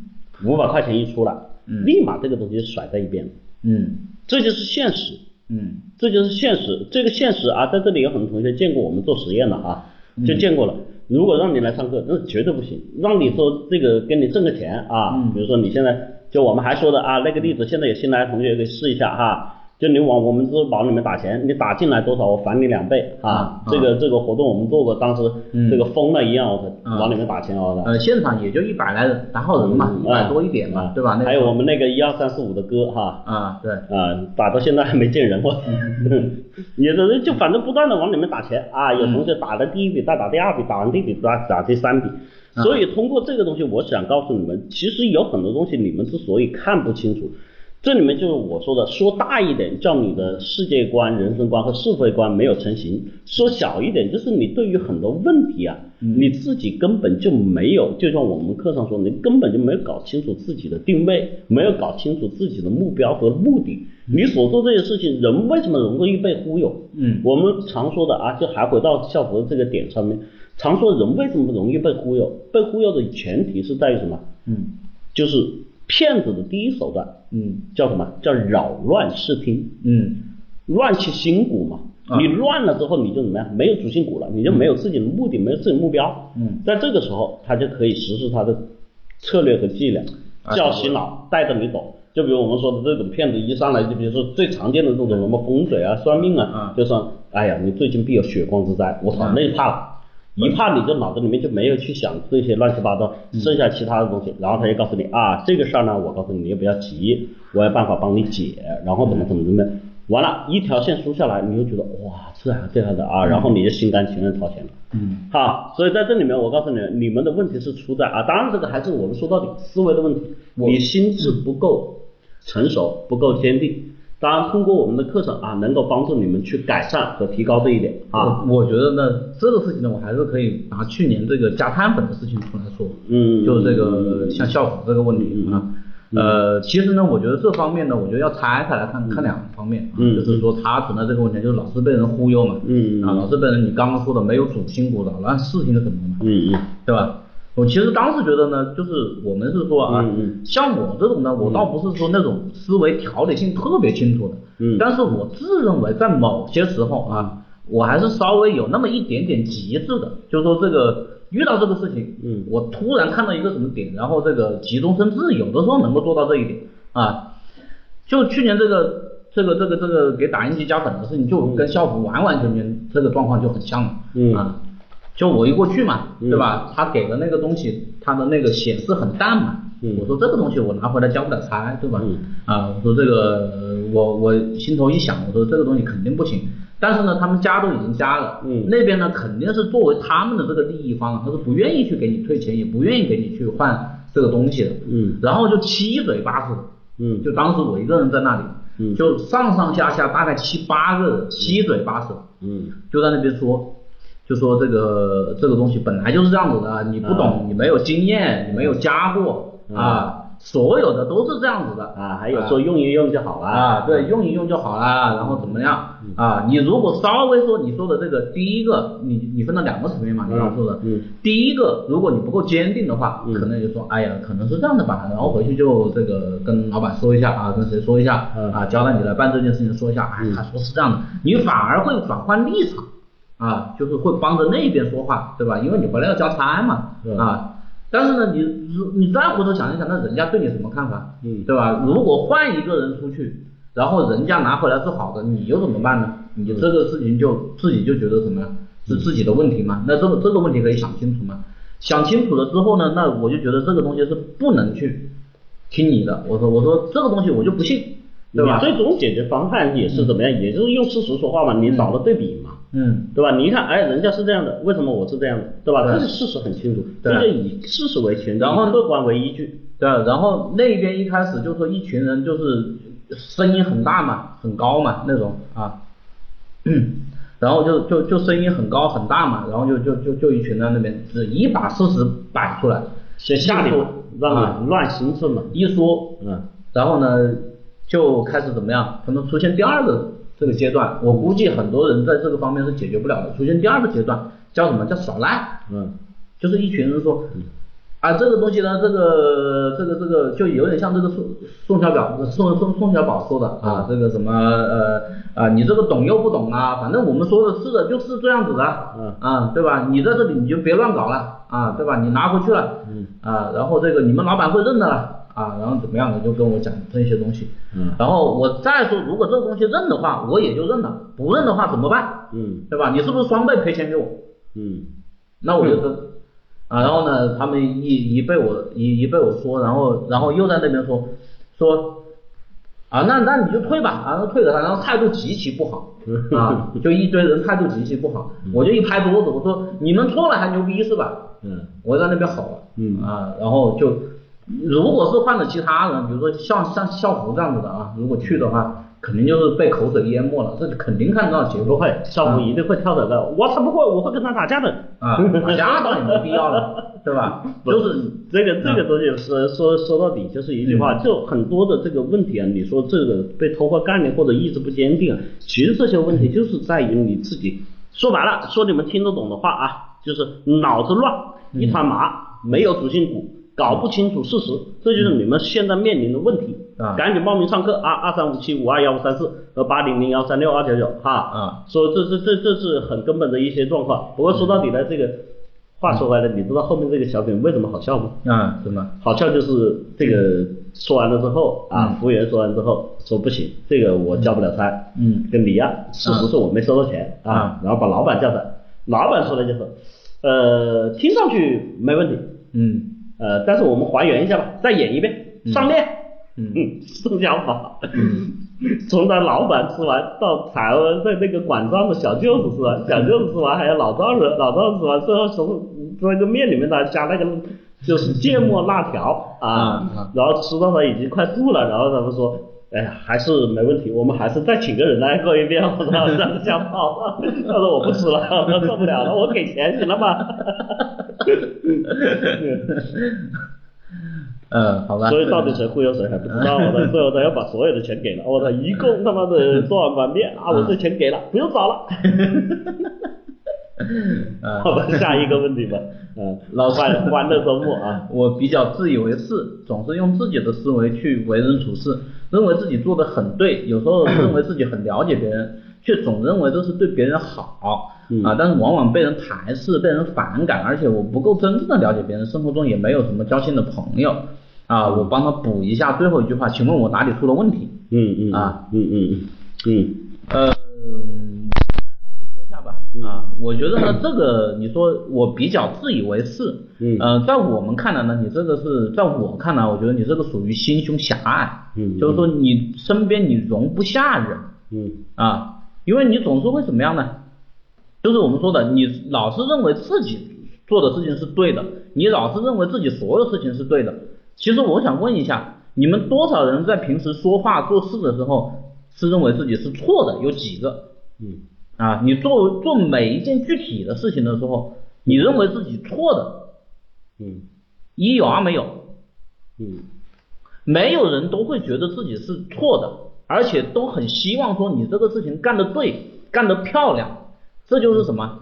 Speaker 2: 五百块钱一出来，
Speaker 1: 嗯
Speaker 2: 立马这个东西就甩在一边了，
Speaker 1: 嗯
Speaker 2: 这就是现实，
Speaker 1: 嗯
Speaker 2: 这就是现实。这个现实啊，在这里有很多同学见过我们做实验的啊，
Speaker 1: 嗯
Speaker 2: 就见过了。如果让你来上课，那绝对不行。让你说这个给你挣个钱啊，
Speaker 1: 嗯
Speaker 2: 比如说你现在就我们还说的啊，那个例子，现在有新来的同学可以试一下哈、就你往我们支付宝里面打钱，你打进来多少，我返你两倍啊
Speaker 1: 啊！
Speaker 2: 这个这个活动我们做过，当时
Speaker 1: 嗯
Speaker 2: 这个疯了一样，我
Speaker 1: 嗯
Speaker 2: 往里面打钱啊！
Speaker 1: 呃，现场也就一百来人，然后人嘛，一百多一点嘛，对吧？那
Speaker 2: 嗯还有我们那个一二三四五的歌哈，
Speaker 1: 啊，对，
Speaker 2: 啊，打到现在还没见 人过， 也就是就反正不断的往里面打钱啊，有同学打了第一笔，再打第二笔，打完第一笔再打第三笔。
Speaker 1: 啊
Speaker 2: 所以通过这个东西，我想告诉你们，其实有很多东西你们之所以看不清楚，这里面就是我说的，说大一点叫你的世界观、人生观和是非观没有成型；说小一点就是你对于很多问题啊，
Speaker 1: 嗯
Speaker 2: 你自己根本就没有，就像我们课上说，你根本就没有搞清楚自己的定位，没有搞清楚自己的目标和目的。你所做这些事情，人为什么容易被忽悠？
Speaker 1: 嗯
Speaker 2: 我们常说的啊，就还回到校服这个点上面，常说人为什么容易被忽悠？被忽悠的前提是在于什么？
Speaker 1: 嗯
Speaker 2: 就是骗子的第一手段
Speaker 1: 嗯
Speaker 2: 叫什么？叫扰乱视听。
Speaker 1: 嗯
Speaker 2: 乱其筋骨嘛。
Speaker 1: 啊
Speaker 2: 你乱了之后，你就怎么样？没有主心骨了，你就没有自己的目的，没有自己的目标。
Speaker 1: 嗯，
Speaker 2: 在这个时候，他就可以实施他的策略和伎俩
Speaker 1: 啊，
Speaker 2: 叫洗脑，带着你走。就比如我们说的这种骗子，一上来就比如说最常见的这种什么风水啊、算命啊，
Speaker 1: 啊
Speaker 2: 就说，哎呀，你最近必有血光之灾，我操，
Speaker 1: 啊
Speaker 2: 那怕了。一怕你就脑子里面就没有去想这些乱七八糟，
Speaker 1: 嗯
Speaker 2: 剩下其他的东西，然后他就告诉你啊，这个事儿呢，我告诉你，你也不要急，我有办法帮你解，然后怎
Speaker 1: 嗯
Speaker 2: 么怎么怎么样，完了，一条线输下来，你就觉得哇，这样这样的啊，然后你就心甘情愿掏钱了。
Speaker 1: 嗯
Speaker 2: 好，所以在这里面，我告诉你，你们的问题是出在啊，当然这个还是我们说到底思维的问题，
Speaker 1: 我
Speaker 2: 你心智不够成熟，不够坚定。当然，通过我们的课程啊，能够帮助你们去改善和提高这一点啊。
Speaker 1: 我我觉得呢，这个事情呢，我还是可以拿去年这个加碳粉的事情出来说，
Speaker 2: 嗯
Speaker 1: 就这个像校服这个问题啊。呃，其实呢，我觉得这方面呢，我觉得要拆开来看看两方面啊，
Speaker 2: 嗯
Speaker 1: 就是说它存在这个问题，就是老是被人忽悠嘛，
Speaker 2: 嗯嗯
Speaker 1: 啊，老是被人你刚刚说的啊没有主心骨扰乱视听什么的嘛，
Speaker 2: 嗯嗯
Speaker 1: 对吧？我其实当时觉得呢，就是我们是说啊，
Speaker 2: 嗯
Speaker 1: 像我这种呢，我倒不是说那种思维条理性特别清楚的，
Speaker 2: 嗯
Speaker 1: 但是我自认为在某些时候啊，我还是稍微有那么一点点极致的，就是说这个遇到这个事情，
Speaker 2: 嗯
Speaker 1: 我突然看到一个什么点，然后这个急中生智，有的时候能够做到这一点啊。就去年这个这个这个这个给打印机加粉的事情，就跟校服完完全全这个状况就很像了，
Speaker 2: 嗯
Speaker 1: 啊。就我一过去嘛，
Speaker 2: 嗯
Speaker 1: 对吧？他给的那个东西，它的那个显示很淡嘛。
Speaker 2: 嗯
Speaker 1: 我说这个东西我拿回来交不了差，对吧？
Speaker 2: 嗯
Speaker 1: 啊，我说这个呃我我心头一想，我说这个东西肯定不行。但是呢，他们加都已经加了，
Speaker 2: 嗯
Speaker 1: 那边呢肯定是作为他们的这个利益方，他是不愿意去给你退钱，也不愿意给你去换这个东西的，
Speaker 2: 嗯
Speaker 1: 然后就七嘴八舌，
Speaker 2: 嗯
Speaker 1: 就当时我一个人在那里，
Speaker 2: 嗯
Speaker 1: 就上上下下大概七八个人，七嘴八舌，
Speaker 2: 嗯
Speaker 1: 就在那边说，就说这个这个东西本来就是这样子的，你不懂，你没有经验，你没有加过
Speaker 2: 嗯
Speaker 1: 啊，所有的都是这样子的
Speaker 2: 啊，还有说用一用就好了
Speaker 1: 啊，对，用一用就好啦，然后怎么样啊？你如果稍微说你说的这个第一个，你你分了两个层面嘛，你刚刚说的，
Speaker 2: 嗯嗯
Speaker 1: 第一个如果你不够坚定的话，
Speaker 2: 嗯
Speaker 1: 可能就说，哎呀，可能是这样的吧，然后回去就这个跟老板说一下啊，跟谁说一下、
Speaker 2: 嗯
Speaker 1: 啊，交代你来办这件事情说一下，哎
Speaker 2: 嗯，
Speaker 1: 他说是这样的，你反而会转换立场啊，就是会帮着那边说话，对吧？因为你回来要交差嘛，
Speaker 2: 嗯
Speaker 1: 啊。但是呢，你如你再回头想一想，那人家对你什么看法？
Speaker 2: 嗯
Speaker 1: 对吧？如果换一个人出去，然后人家拿回来是好的，你又怎么办呢？你这个事情就自己就觉得什么呀
Speaker 2: 嗯
Speaker 1: 是自己的问题吗？那这个这个问题可以想清楚吗？想清楚了之后呢，那我就觉得这个东西是不能去听你的。我说我说这个东西我就不信，对吧
Speaker 2: 你？最终解决方案也是怎么样，也就是用事实说话嘛，你找了对比嘛。
Speaker 1: 嗯
Speaker 2: 对吧？你一看，哎，人家是这样的，为什么我是这样的？对吧？
Speaker 1: 对
Speaker 2: 这是事实很清楚，
Speaker 1: 对
Speaker 2: 这就以事实为前提，
Speaker 1: 然后
Speaker 2: 以客观为依据。
Speaker 1: 对，然后那边一开始就说一群人就是声音很大嘛，很高嘛那种啊，嗯然后就就就声音很高很大嘛，然后就就就就一群人在那边只一把事实摆出来，
Speaker 2: 先吓你嘛，让
Speaker 1: 啊
Speaker 2: 你乱心思嘛。
Speaker 1: 一说，
Speaker 2: 嗯
Speaker 1: 然后呢就开始怎么样？可能出现第二个这个阶段，我估计很多人在这个方面是解决不了的。出现第二个阶段叫什么叫耍赖？
Speaker 2: 嗯
Speaker 1: 就是一群人说，啊，这个东西呢，这个这个这个就有点像这个宋宋小宝宋宋宋小宝说的啊，这个什么呃啊，你这个懂又不懂啊，反正我们说的是的，就是这样子的，
Speaker 2: 嗯
Speaker 1: 啊，对吧？你在这里你就别乱搞了啊，对吧？你拿回去了，
Speaker 2: 嗯
Speaker 1: 啊，然后这个你们老板会认的了啊，然后怎么样的就跟我讲这些东西，
Speaker 2: 嗯
Speaker 1: 然后我再说，如果这个东西认的话，我也就认了，不认的话怎么办？
Speaker 2: 嗯
Speaker 1: 对吧？你是不是双倍赔钱给我？
Speaker 2: 嗯
Speaker 1: 那我就说，啊，然后呢，他们一一被我一一被我说，然后然后又在那边说说，啊，那那你就退吧，啊，那退给他，然后态度极其不好， 啊，就一堆人态度极其不好，我就一拍桌子，我说你们错了还牛逼是吧？
Speaker 2: 嗯
Speaker 1: 我在那边吼了，
Speaker 2: 嗯
Speaker 1: 啊，然后就如果是换了其他人，比如说像像校服这样子的啊，如果去的话，肯定就是被口水淹没了，这肯定看得到结
Speaker 2: 不
Speaker 1: 果
Speaker 2: 会，少
Speaker 1: 啊
Speaker 2: 哎虎一定会跳转的。我才不会，我会跟他打架的。
Speaker 1: 啊，打架倒也没必要 了，对吧？就是
Speaker 2: 这个这个东西说说说到底就是一句话，
Speaker 1: 嗯
Speaker 2: 就很多的这个问题啊，你说这个被偷换概念或者意志不坚定啊，其实这些问题就是在于你自己。说白了，说你们听得懂的话啊，就是脑子乱，一团麻，
Speaker 1: 嗯
Speaker 2: 没有主心骨，搞不清楚事实，这就是你们现在面临的问题。
Speaker 1: 啊
Speaker 2: 赶紧报名上课啊，二三五七五二幺五三四呃八零零幺三六二九九哈
Speaker 1: 啊，
Speaker 2: 说这这这这是很根本的一些状况。不过说到底呢，这个话说回来，你知道后面这个小品为什么好笑吗？
Speaker 1: 啊，什么？
Speaker 2: 好笑就是这个说完了之后啊，服务员说完之后说不行，这个我交不了差，
Speaker 1: 嗯
Speaker 2: 跟你一样，事实是我没收到钱啊
Speaker 1: 啊，
Speaker 2: 然后把老板叫上，老板说了就是，呃，听上去没问题，
Speaker 1: 嗯
Speaker 2: 呃，但是我们还原一下吧，再演一遍，上链，
Speaker 1: 嗯
Speaker 2: 嗯， 宋小宝，从他老板吃完到台湾的那个管账的小舅子吃完，小舅子吃完还有老丈人，老丈人吃完最后从那个面里面呢加那个就是芥末辣条啊
Speaker 1: 嗯嗯，
Speaker 2: 然后吃到他已经快吐了，然后他们说。哎呀，还是没问题，我们还是再请个人来喝一遍。我操，这样吓跑了。他说我不吃了，我受不了了，我给钱行了 吧？
Speaker 1: 呃，好吧。
Speaker 2: 所以到底谁忽悠谁还不知道。我 操，最后他要把所有的钱给了。我操，一共他妈的多少碗面啊？我这钱给了，不用找了。
Speaker 1: 呃
Speaker 2: 好吧，下一个问题吧。嗯，
Speaker 1: 老师
Speaker 2: 欢欢乐周末啊。
Speaker 1: 我比较自以为是，总是用自己的思维去为人处事，认为自己做的很对，有时候认为自己很了解别 人，却总认为这是对别人好
Speaker 2: 嗯
Speaker 1: 啊，但是往往被人排斥、被人反感，而且我不够真正的了解别人，生活中也没有什么交心的朋友啊，我帮他补一下最后一句话，请问我哪里出了问题？
Speaker 2: 嗯嗯
Speaker 1: 啊，
Speaker 2: 嗯嗯嗯
Speaker 1: 呃，嗯我来稍微说一下吧。啊，我觉得呢，这个你说我比较自以为是。
Speaker 2: 嗯
Speaker 1: 呃，在我们看来呢，你这个是在我看来，我觉得你这个属于心胸狭隘。
Speaker 2: 嗯
Speaker 1: 就是说你身边你容不下人
Speaker 2: 嗯
Speaker 1: 啊，因为你总是会怎么样呢？就是我们说的，你老是认为自己做的事情是对的，你老是认为自己所有事情是对的。其实我想问一下，你们多少人在平时说话做事的时候是认为自己是错的？有几个？
Speaker 2: 嗯
Speaker 1: 啊，你做做每一件具体的事情的时候，你认为自己错的，
Speaker 2: 嗯
Speaker 1: 一有二没有，
Speaker 2: 嗯
Speaker 1: 没有人都会觉得自己是错的，而且都很希望说你这个事情干得对，干得漂亮，这就是什么？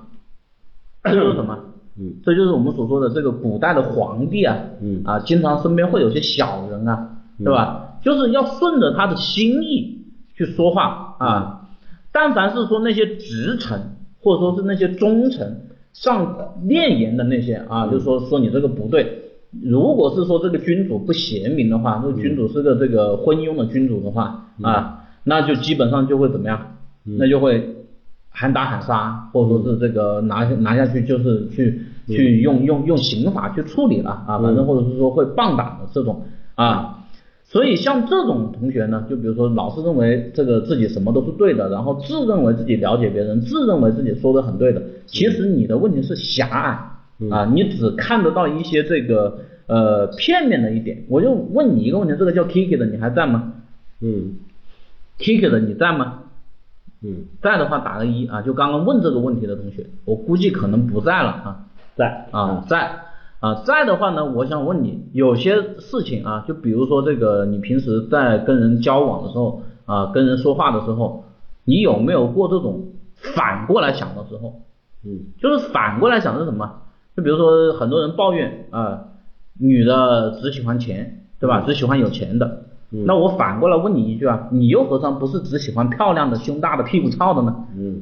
Speaker 1: 这就是什么？
Speaker 2: 嗯
Speaker 1: 这就是我们所说的这个古代的皇帝啊，
Speaker 2: 嗯
Speaker 1: 啊，经常身边会有些小人啊，对吧？就是要顺着他的心意去说话啊。但凡是说那些直臣，或者说是那些忠臣上谏言的那些啊，就说说你这个不对。如果是说这个君主不贤明的话，这个君主是个这个昏庸的君主的话啊，那就基本上就会怎么样？那就会喊打喊杀，或者说是这个拿拿下去就是去去用用用刑法去处理了啊，反正或者是说会棒打的这种啊。所以像这种同学呢，就比如说老是认为这个自己什么都是对的，然后自认为自己了解别人，自认为自己说的很对的，其实你的问题是狭隘啊，你只看得到一些这个呃片面的一点。我就问你一个问题，这个叫 Kiki 的你还在吗
Speaker 2: 嗯
Speaker 1: ？Kiki 的你在吗？
Speaker 2: 嗯，
Speaker 1: 在的话打个一啊，就刚刚问这个问题的同学，我估计可能不在了啊
Speaker 2: 在
Speaker 1: 啊在啊在的话呢，我想问你，有些事情啊，就比如说这个你平时在跟人交往的时候啊，跟人说话的时候，你有没有过这种反过来想的时候？
Speaker 2: 嗯
Speaker 1: 就是反过来想是什么？就比如说很多人抱怨啊、女的只喜欢钱，对吧？只喜欢有钱的。
Speaker 2: 嗯
Speaker 1: 那我反过来问你一句啊，你又何尝不是只喜欢漂亮的、胸大的、屁股翘的呢？
Speaker 2: 嗯
Speaker 1: 嗯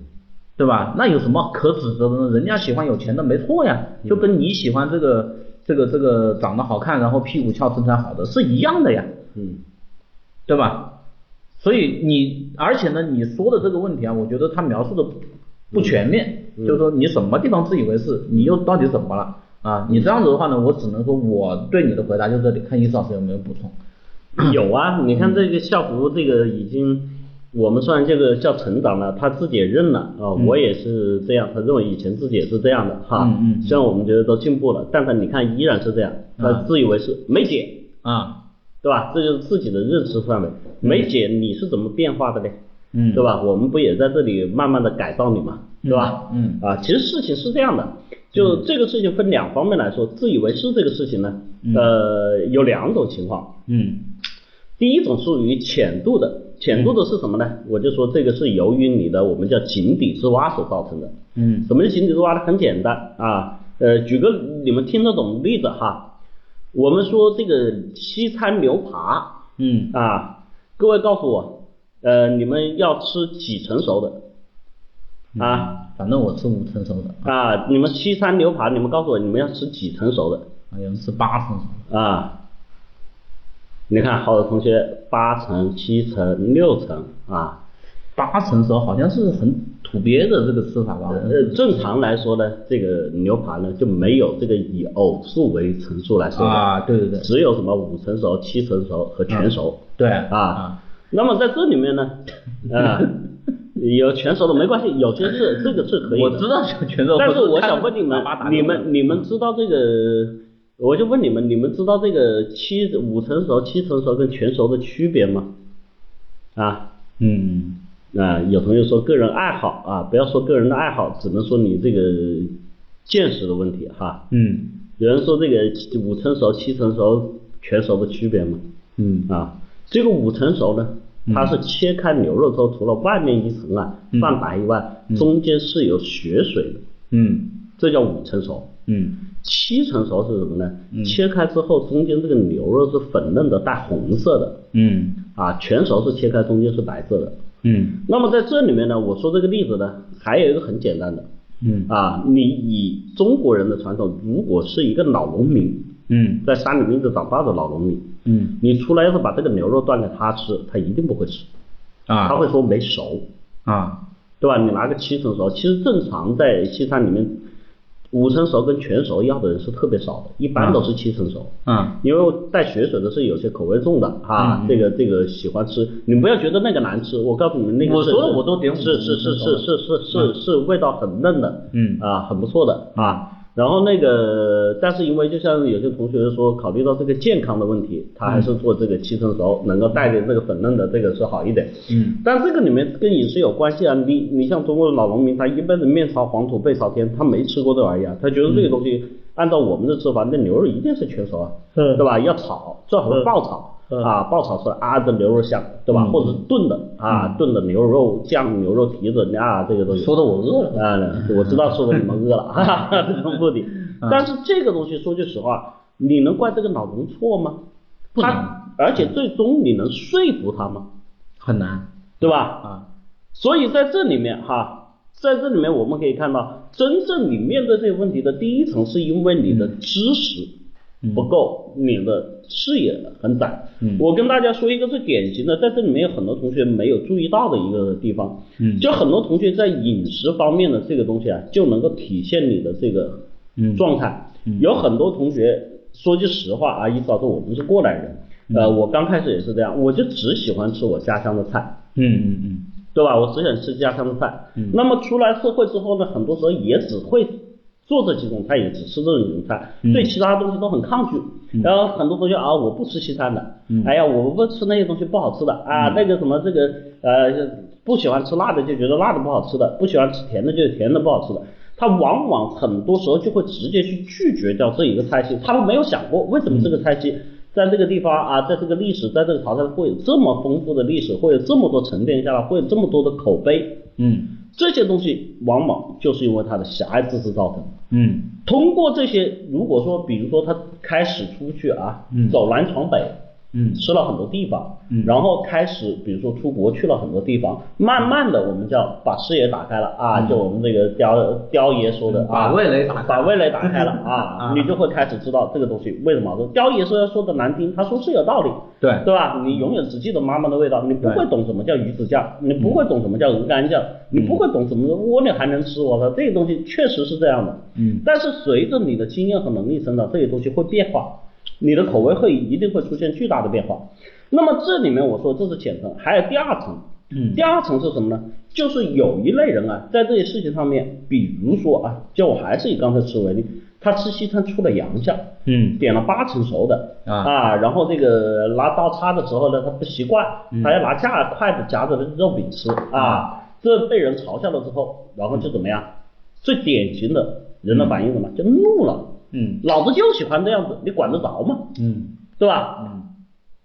Speaker 1: 对吧？那有什么可指责的呢？人家喜欢有钱的没错呀，就跟你喜欢这个这这个这个长得好看，然后屁股翘身材好的是一样的呀，
Speaker 2: 嗯，
Speaker 1: 对吧？所以你而且呢，你说的这个问题啊，我觉得他描述的不全面，
Speaker 2: 嗯
Speaker 1: 就是说你什么地方自以为是，你又到底怎么了啊？你这样子的话呢，我只能说我对你的回答就这里，看易老师有没有补充。
Speaker 2: 有啊，你看这个校服，这个已经我们算这个叫成长了，他自己也认了啊、
Speaker 1: 嗯
Speaker 2: 我也是这样，他认为以前自己也是这样的哈。
Speaker 1: 嗯嗯嗯
Speaker 2: 虽然我们觉得都进步了，但是你看依然是这样，他
Speaker 1: 嗯
Speaker 2: 自以为是、没解，
Speaker 1: 啊，
Speaker 2: 对吧？这就是自己的认知范围。梅姐，你是怎么变化的呢？
Speaker 1: 嗯，
Speaker 2: 对？吧？我们不也在这里慢慢的改造你嘛，对吧？
Speaker 1: 嗯
Speaker 2: 啊，其实事情是这样的，就这个事情分两方面来说，自以为是这个事情呢，
Speaker 1: 嗯
Speaker 2: 呃，有两种情况。
Speaker 1: 嗯
Speaker 2: 第一种属于浅度的，浅度的是什么呢？我就说这个是由于你的我们叫井底之蛙所造成的。
Speaker 1: 嗯
Speaker 2: 什么是井底之蛙呢？很简单啊，呃，举个你们听得懂的例子哈，我们说这个西餐牛扒
Speaker 1: 嗯
Speaker 2: 啊，各位告诉我，呃，你们要吃几成熟的啊？
Speaker 1: 啊，反正我是无成熟的，
Speaker 2: 啊，你们西餐牛扒，你们告诉我，你们要吃几成熟的
Speaker 1: 啊有人是八成熟的，
Speaker 2: 啊？你看，好多同学八成、七成、六成啊，
Speaker 1: 八成熟好像是很土鳖的这个吃法吧？好像
Speaker 2: 呃
Speaker 1: 是，
Speaker 2: 正常来说呢，这个牛排呢就没有这个以偶数为乘数来说的，
Speaker 1: 啊，对对对，
Speaker 2: 只有什么五成熟、七成熟和全熟、
Speaker 1: 对
Speaker 2: 啊。那么在这里面 呢，啊、有全熟的没关系，有些是这个是可以的。
Speaker 1: 我知道全全肉，
Speaker 2: 但是我想问你
Speaker 1: 打
Speaker 2: 们
Speaker 1: 八打，
Speaker 2: 你
Speaker 1: 六的
Speaker 2: 们你们知道这个？我就问你们，你们知道这个七五成熟、七成熟跟全熟的区别吗？啊？
Speaker 1: 嗯
Speaker 2: 啊、有同学说个人爱好啊，不要说个人的爱好，只能说你这个见识的问题哈。
Speaker 1: 嗯
Speaker 2: 有人说这个五成熟、七成熟、全熟的区别嘛，
Speaker 1: 嗯
Speaker 2: 啊，这个五成熟呢，它是切开牛肉之后，除了外面一层啊
Speaker 1: 嗯
Speaker 2: 泛白以外，
Speaker 1: 嗯
Speaker 2: 中间是有血水的，
Speaker 1: 嗯
Speaker 2: 这叫五成熟。
Speaker 1: 嗯
Speaker 2: 七成熟是什么呢？
Speaker 1: 嗯
Speaker 2: 切开之后，中间这个牛肉是粉嫩的，带红色的，
Speaker 1: 嗯
Speaker 2: 啊，全熟是切开中间是白色的。
Speaker 1: 嗯
Speaker 2: 那么在这里面呢，我说这个例子呢，还有一个很简单的
Speaker 1: 嗯
Speaker 2: 啊，你以中国人的传统，如果是一个老农民，
Speaker 1: 嗯
Speaker 2: 在山里面一直长大的老农民，
Speaker 1: 嗯
Speaker 2: 你出来要是把这个牛肉端给他吃，他一定不会吃，他
Speaker 1: 啊
Speaker 2: 会说没熟，
Speaker 1: 啊
Speaker 2: 对吧？你拿个七成熟，其实正常在西餐里面，五成熟跟全熟要的人是特别少的，一般都是七成熟。
Speaker 1: 啊
Speaker 2: 因为带血水的是有些口味重的啊，
Speaker 1: 嗯嗯
Speaker 2: 这个这个喜欢吃，你们不要觉得那个难吃，我告诉你们那个
Speaker 1: 我
Speaker 2: 是
Speaker 1: 说了我都点五
Speaker 2: 是是是
Speaker 1: 五分
Speaker 2: 是
Speaker 1: 熟
Speaker 2: 是是是是味道很嫩的，
Speaker 1: 嗯
Speaker 2: 啊很不错的啊。然后那个，但是因为就像有些同学说，考虑到这个健康的问题，他还
Speaker 1: 嗯
Speaker 2: 是做这个七成熟，能够带点这个粉嫩的这个是好一点。
Speaker 1: 嗯
Speaker 2: 但这个里面跟饮食有关系啊，你你像中国的老农民，他一辈子面朝黄土背朝天，他没吃过这玩意儿，啊他觉得这个东西按照我们的吃法，那牛肉一定是全熟啊，
Speaker 1: 嗯
Speaker 2: 对吧？要炒，最好是
Speaker 1: 嗯
Speaker 2: 爆炒、
Speaker 1: 嗯
Speaker 2: 啊，爆炒出来啊，这牛肉香，对吧？
Speaker 1: 嗯
Speaker 2: 或者是炖的啊，炖的牛肉酱、牛肉蹄子啊，这个东西。
Speaker 1: 说的嗯我饿了
Speaker 2: 啊，我知道说的你们饿了，哈哈，这种目的。
Speaker 1: 嗯
Speaker 2: 但是这个东西说句实话，你能怪这个老农错吗？
Speaker 1: 不能
Speaker 2: 他，而且最终你能说服他吗？
Speaker 1: 很难
Speaker 2: 对吧？
Speaker 1: 啊
Speaker 2: 所以在这里面哈，在这里面我们可以看到，真正你面对这个问题的第一层，是因为你的知识
Speaker 1: 嗯
Speaker 2: 不够，你的视野很窄。
Speaker 1: 嗯
Speaker 2: 我跟大家说一个最典型的，在这里面有很多同学没有注意到的一个地方，
Speaker 1: 嗯
Speaker 2: 就很多同学在饮食方面的这个东西啊，就能够体现你的这个
Speaker 1: 嗯
Speaker 2: 状态。
Speaker 1: 嗯
Speaker 2: 有很多同学说句实话啊，一早说我们是过来人，呃，我刚开始也是这样，我就只喜欢吃我家乡的菜。
Speaker 1: 嗯嗯嗯
Speaker 2: 对吧？我只想吃家乡的饭。
Speaker 1: 嗯
Speaker 2: 那么出来社会之后呢，很多时候也只会做这几种菜，也只吃这几种菜，
Speaker 1: 嗯
Speaker 2: 对其他东西都很抗拒。然后很多同学啊，我不吃西餐的，
Speaker 1: 嗯
Speaker 2: 哎呀，我不吃那些东西不好吃的啊，那个什么这个呃，不喜欢吃辣的就觉得辣的不好吃的，不喜欢吃甜的就觉得甜的不好吃的。他往往很多时候就会直接去拒绝掉这一个菜系，他们没有想过为什么这个菜系在这个地方啊，在这个历史，在这个朝代会有这么丰富的历史，会有这么多沉淀下来，会有这么多的口碑，
Speaker 1: 嗯
Speaker 2: 这些东西往往就是因为他的狭隘知识造成的。
Speaker 1: 嗯
Speaker 2: 通过这些，如果说，比如说他开始出去啊，
Speaker 1: 嗯
Speaker 2: 走南闯北，
Speaker 1: 嗯
Speaker 2: 吃了很多地方，
Speaker 1: 嗯
Speaker 2: 然后开始比如说出国去了很多地方，慢慢的我们叫把视野打开了啊，就我们这个刁刁爷说的
Speaker 1: 嗯
Speaker 2: 啊，
Speaker 1: 把味蕾打开
Speaker 2: 把味蕾打 开了
Speaker 1: 啊
Speaker 2: 啊，你就会开始知道这个东西为什么好吃。刁爷虽然说的难听，他说是有道理，
Speaker 1: 对
Speaker 2: 对吧？你永远只记得妈妈的味道，你不会懂什么叫鱼子酱，你不
Speaker 1: 嗯
Speaker 2: 会懂什么叫鹅肝酱，你不会懂什么蜗牛还能吃，我操，这个东西确实是这样的。
Speaker 1: 嗯
Speaker 2: 但是随着你的经验和能力增长，这些东西会变化，你的口味会一定会出现巨大的变化。那么这里面我说这是浅层，还有第二层，
Speaker 1: 嗯
Speaker 2: 第二层是什么呢？就是有一类人啊，在这些事情上面，比如说啊，就我还是以刚才吃为例，他吃西餐出了洋相，
Speaker 1: 嗯
Speaker 2: 点了八成熟的
Speaker 1: 啊
Speaker 2: 然后这个拿刀叉的时候呢，他不习惯，
Speaker 1: 嗯
Speaker 2: 他要拿架筷子夹着那个肉饼吃啊，这被人嘲笑了之后，然后就怎么样？
Speaker 1: 嗯
Speaker 2: 最典型的人的反应怎么？就怒了，
Speaker 1: 嗯
Speaker 2: 老子就喜欢这样子，你管得着吗？
Speaker 1: 嗯
Speaker 2: 对吧？
Speaker 1: 嗯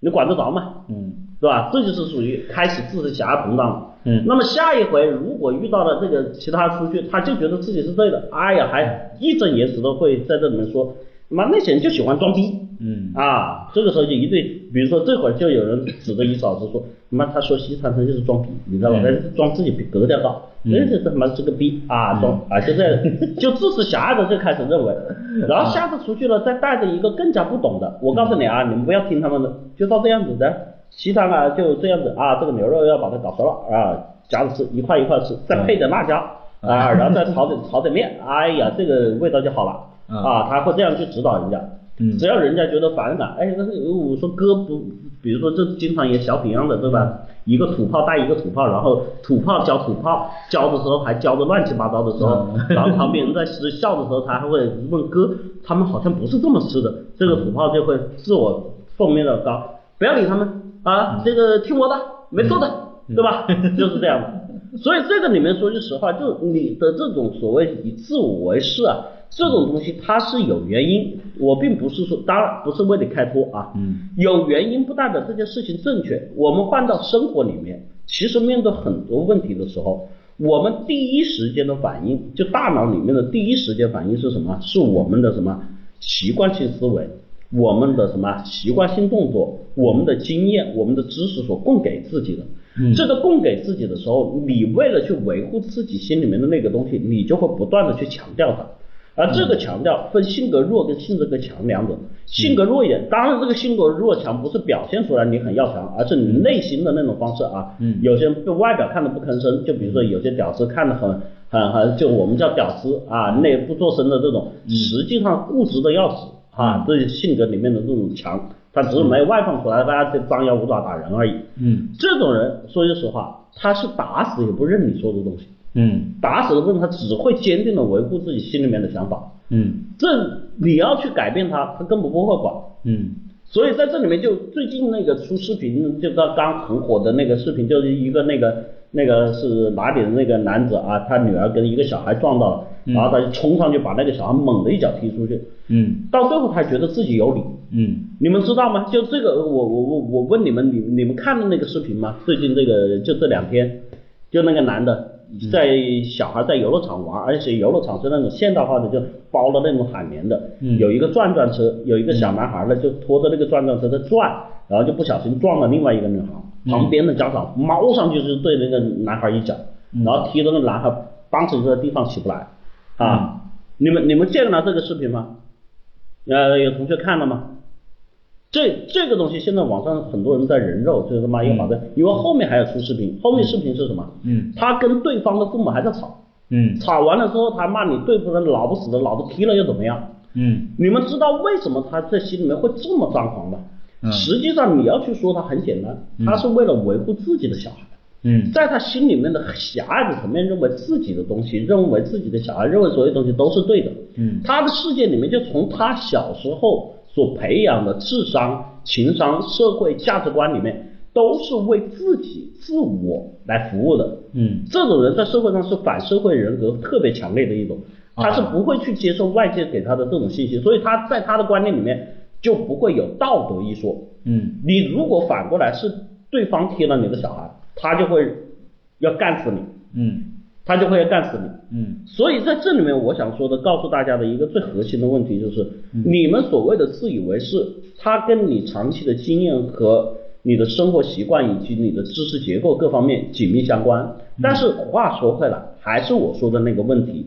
Speaker 2: 你管得着吗？
Speaker 1: 嗯
Speaker 2: 对吧？这就是属于开始自己狭隘膨胀了。
Speaker 1: 嗯
Speaker 2: 那么下一回如果遇到了这个其他出去，他就觉得自己是对的，哎呀，还义正言辞的会在这里面说，妈那些人就喜欢装逼。
Speaker 1: 嗯
Speaker 2: 啊，这个时候就一对，比如说这会儿就有人指着一嫂子说，妈，他说西餐他就是装逼，你知道吧？他
Speaker 1: 嗯
Speaker 2: 就装自己比格调高，
Speaker 1: 嗯
Speaker 2: 那这他妈是个逼啊，装啊，就这样，就自视狭隘的就开始认为，
Speaker 1: 嗯
Speaker 2: 然后下次出去了再带着一个更加不懂的，我告诉你啊，
Speaker 1: 嗯
Speaker 2: 你们不要听他们的，就照这样子的，西餐啊就这样子啊，这个牛肉要把它搞熟了啊，夹着吃，一块一块吃，再配点辣椒
Speaker 1: 嗯
Speaker 2: 啊，然后再炒点炒点面，哎呀，这个味道就好了
Speaker 1: 嗯
Speaker 2: 啊，他会这样去指导人家。
Speaker 1: 嗯
Speaker 2: 只要人家觉得反感，哎，那是我说哥不，比如说这经常也小品样的，对吧？一个土炮带一个土炮，然后土炮教土炮，教的时候还教的乱七八糟的时候，
Speaker 1: 嗯
Speaker 2: 然后旁边人在吃笑的时候，他还会问哥，他们好像不是这么吃的，这个土炮就会自我奉命的高，不要理他们啊，这个听我的，没错的，对吧？ 就是这样的。所以这个里面说句实话，就你的这种所谓以自我为是啊，这种东西它是有原因，我并不是说，当然不是为你开脱啊，
Speaker 1: 嗯，
Speaker 2: 有原因不代表这件事情正确。我们换到生活里面，其实面对很多问题的时候，我们第一时间的反应，就大脑里面的第一时间反应是什么？是我们的什么习惯性思维，我们的什么习惯性动作，我们的经验，我们的知识所供给自己的。
Speaker 1: 嗯
Speaker 2: 这个供给自己的时候，你为了去维护自己心里面的那个东西，你就会不断的去强调它。而这个强调分性格弱跟性格强两种，性格弱一点，当然这个性格弱强不是表现出来你很要强，而是你内心的那种方式啊。
Speaker 1: 嗯
Speaker 2: 有些人被外表看的不吭声，就比如说有些屌丝看的很很很，就我们叫屌丝啊，内不做声的这种，实际上固执的要死啊，这是性格里面的这种强，他只是没外放出来，大家就张牙舞爪打人而已。
Speaker 1: 嗯
Speaker 2: 这种人说句实话，他是打死也不认你说的东西，
Speaker 1: 嗯
Speaker 2: 打死都不认，他只会坚定的维护自己心里面的想法。
Speaker 1: 嗯
Speaker 2: 这你要去改变他，他根本不会管。
Speaker 1: 嗯
Speaker 2: 所以在这里面就最近那个出视频，就刚刚很火的那个视频，就是一个那个那个是哪里的那个男子啊，他女儿跟一个小孩撞到了，
Speaker 1: 嗯
Speaker 2: 然后他就冲上去把那个小孩猛的一脚踢出去，
Speaker 1: 嗯
Speaker 2: 到最后他觉得自己有理。
Speaker 1: 嗯
Speaker 2: 你们知道吗？就这个，我我我我问你们，你你们看的那个视频吗？最近这个就这两天，就那个男的
Speaker 1: 嗯
Speaker 2: 在小孩在游乐场玩，而且游乐场是那种现代化的，就包了那种海绵的，
Speaker 1: 嗯
Speaker 2: 有一个转转车，有一个小男孩呢就拖着那个转转车在转，然后就不小心撞了另外一个女孩，
Speaker 1: 嗯
Speaker 2: 旁边的家长猫上去就对那个男孩一脚，
Speaker 1: 嗯
Speaker 2: 然后踢到那个男孩，当时就在地上起不来，啊，
Speaker 1: 嗯
Speaker 2: 你们你们见到这个视频吗？呃，有同学看了吗？这这个东西现在网上很多人在人肉，就是他妈一个
Speaker 1: 嗯
Speaker 2: 好的，因为后面还有出视频，后面视频是什么？
Speaker 1: 嗯
Speaker 2: 他跟对方的父母还在吵，
Speaker 1: 嗯
Speaker 2: 吵完了之后他骂你对不能老子死了，老子踢了又怎么样？
Speaker 1: 嗯
Speaker 2: 你们知道为什么他在心里面会这么张狂吗？
Speaker 1: 嗯
Speaker 2: 实际上你要去说他很简单，
Speaker 1: 嗯
Speaker 2: 他是为了维护自己的小孩。
Speaker 1: 嗯
Speaker 2: 在他心里面的狭隘的层面，认为自己的东西，认为自己的小孩，认为所有东西都是对的。
Speaker 1: 嗯
Speaker 2: 他的世界里面就从他小时候所培养的智商、情商、社会价值观里面，都是为自己、自我来服务的。
Speaker 1: 嗯
Speaker 2: 这种人在社会上是反社会人格特别强烈的一种，
Speaker 1: 啊
Speaker 2: 他是不会去接受外界给他的这种信息，所以他在他的观念里面就不会有道德一说。
Speaker 1: 嗯
Speaker 2: 你如果反过来是对方踢了你的小孩，他就会要干死你。
Speaker 1: 嗯
Speaker 2: 他就会干死你。
Speaker 1: 嗯
Speaker 2: 所以在这里面，我想说的，告诉大家的一个最核心的问题就是，你们所谓的自以为是，它跟你长期的经验和你的生活习惯以及你的知识结构各方面紧密相关。但是话说回来，还是我说的那个问题，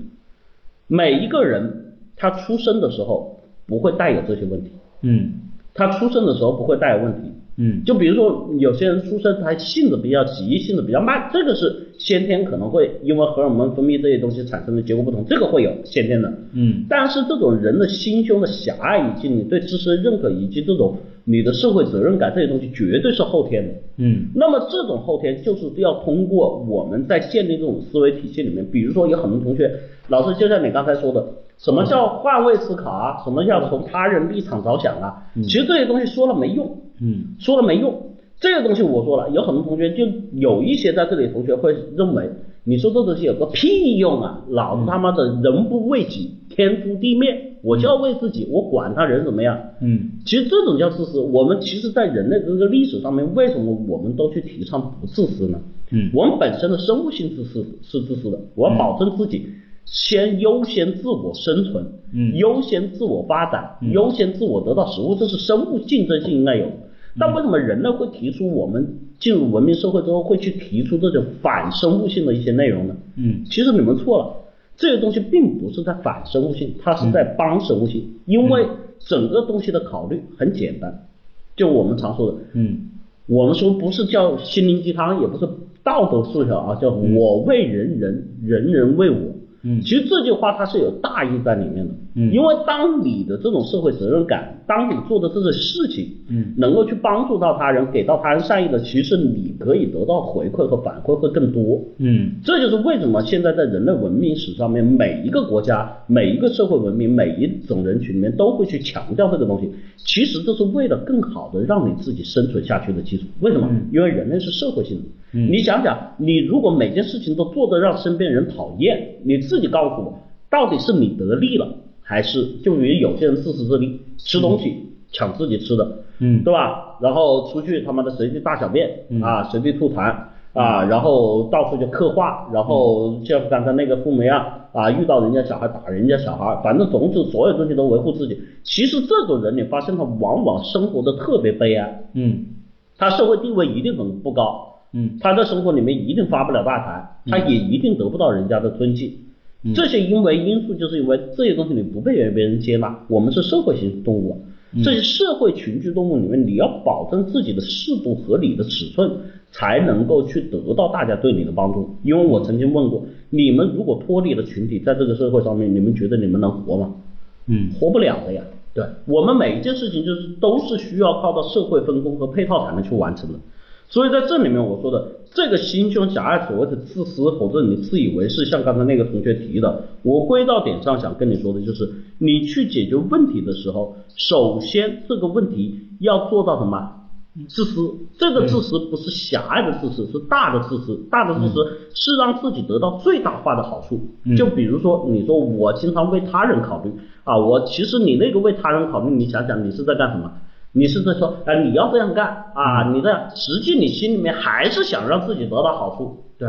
Speaker 2: 每一个人他出生的时候不会带有这些问题，
Speaker 1: 嗯
Speaker 2: 他出生的时候不会带有问题。
Speaker 1: 嗯
Speaker 2: 就比如说，有些人出生他性子比较急，性子比较慢，这个是先天可能会因为荷尔蒙分泌这些东西产生的结果不同，这个会有先天的。
Speaker 1: 嗯
Speaker 2: 但是这种人的心胸的狭隘，以及你对知识的认可，以及这种你的社会责任感这些东西，绝对是后天的。
Speaker 1: 嗯
Speaker 2: 那么这种后天就是要通过我们在建立这种思维体系里面，比如说有很多同学，老师就像你刚才说的，什么叫换位思考啊，什么叫从他人立场着想啊，其实这些东西说了没用。
Speaker 1: 嗯
Speaker 2: 说了没用。这个东西我说了，有很多同学就有一些在这里同学会认为，你说这东西有个屁用啊！老子他妈的人不为己，天诛地灭，我就要为自己，我管他人怎么样。
Speaker 1: 嗯
Speaker 2: 其实这种叫自私。我们其实，在人类这个历史上面，为什么我们都去提倡不自私呢？
Speaker 1: 嗯
Speaker 2: 我们本身的生物性自私是自私的，我要保证自己先优先自我生存，
Speaker 1: 嗯
Speaker 2: 优先自我发展，
Speaker 1: 嗯
Speaker 2: 优先自我得到食物，这是生物竞争性应该有的。但为什么人类会提出我们进入文明社会之后会去提出这种反生物性的一些内容呢？
Speaker 1: 嗯
Speaker 2: 其实你们错了，这些东西并不是在反生物
Speaker 1: 嗯
Speaker 2: 性，它是在帮生物性，因为整个东西的考虑很简单，就我们常说的，
Speaker 1: 嗯
Speaker 2: 我们说不是叫心灵鸡汤，也不是道德诉求啊，叫我为人人，人人为我。
Speaker 1: 嗯
Speaker 2: 其实这句话它是有大义在里面的，
Speaker 1: 嗯
Speaker 2: 因为当你的这种社会责任感，当你做的这些事情，
Speaker 1: 嗯
Speaker 2: 能够去帮助到他人，给到他人善意的，其实你可以得到回馈和反馈会更多。
Speaker 1: 嗯
Speaker 2: 这就是为什么现在在人类文明史上面，每一个国家、每一个社会文明、每一种人群里面都会去强调这个东西。其实这是为了更好的让你自己生存下去的基础。为什么？
Speaker 1: 嗯
Speaker 2: 因为人类是社会性的。
Speaker 1: 嗯
Speaker 2: 你想想，你如果每件事情都做得让身边人讨厌，你自己告诉我，到底是你得利了，还是就于有些人自私自利，吃东西、抢自己吃的，
Speaker 1: 嗯
Speaker 2: 对吧？然后出去他妈的随地大小便、
Speaker 1: 嗯
Speaker 2: 啊，随地吐痰啊，然后到处就刻画，然后像刚才那个父母一样啊，遇到人家小孩打人家小孩，反正总之所有东西都维护自己。其实这种人，你发现他往往生活的特别悲哀，
Speaker 1: 嗯
Speaker 2: 他社会地位一定很不高，
Speaker 1: 嗯
Speaker 2: 他在生活里面一定发不了大财，他也一定得不到人家的尊敬。
Speaker 1: 嗯
Speaker 2: 这些因为因素，就是因为这些东西你不被别人接纳。我们是社会性动物啊，
Speaker 1: 嗯
Speaker 2: 这些社会群居动物里面，你要保证自己的适度合理的尺寸，才能够去得到大家对你的帮助。因为我曾经问
Speaker 1: 嗯
Speaker 2: 过，你们如果脱离了群体，在这个社会上面，你们觉得你们能活吗？
Speaker 1: 嗯
Speaker 2: 活不了的呀。
Speaker 1: 对
Speaker 2: 我们每一件事情就是都是需要靠到社会分工和配套才能去完成的。所以在这里面我说的这个心胸狭隘，所谓的自私或者你自以为是，像刚才那个同学提的，我归到点上想跟你说的就是，你去解决问题的时候，首先这个问题要做到什么？自私，这个自私不是狭隘的自私，是大的自私。大的自私是让自己得到最大化的好处。
Speaker 1: 嗯
Speaker 2: 就比如说，你说我经常为他人考虑啊，我其实你那个为他人考虑，你想想你是在干什么？你是在说，哎、你要这样干啊，你这样，实际你心里面还是想让自己得到好处，
Speaker 1: 对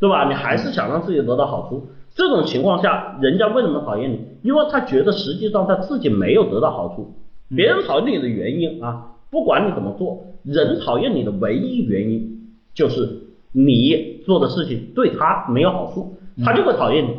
Speaker 2: 对吧？你还是想让自己得到好处。这种情况下，人家为什么讨厌你？因为他觉得实际上他自己没有得到好处。别人讨厌你的原因啊，不管你怎么做，人讨厌你的唯一原因就是你做的事情对他没有好处，他就会讨厌你。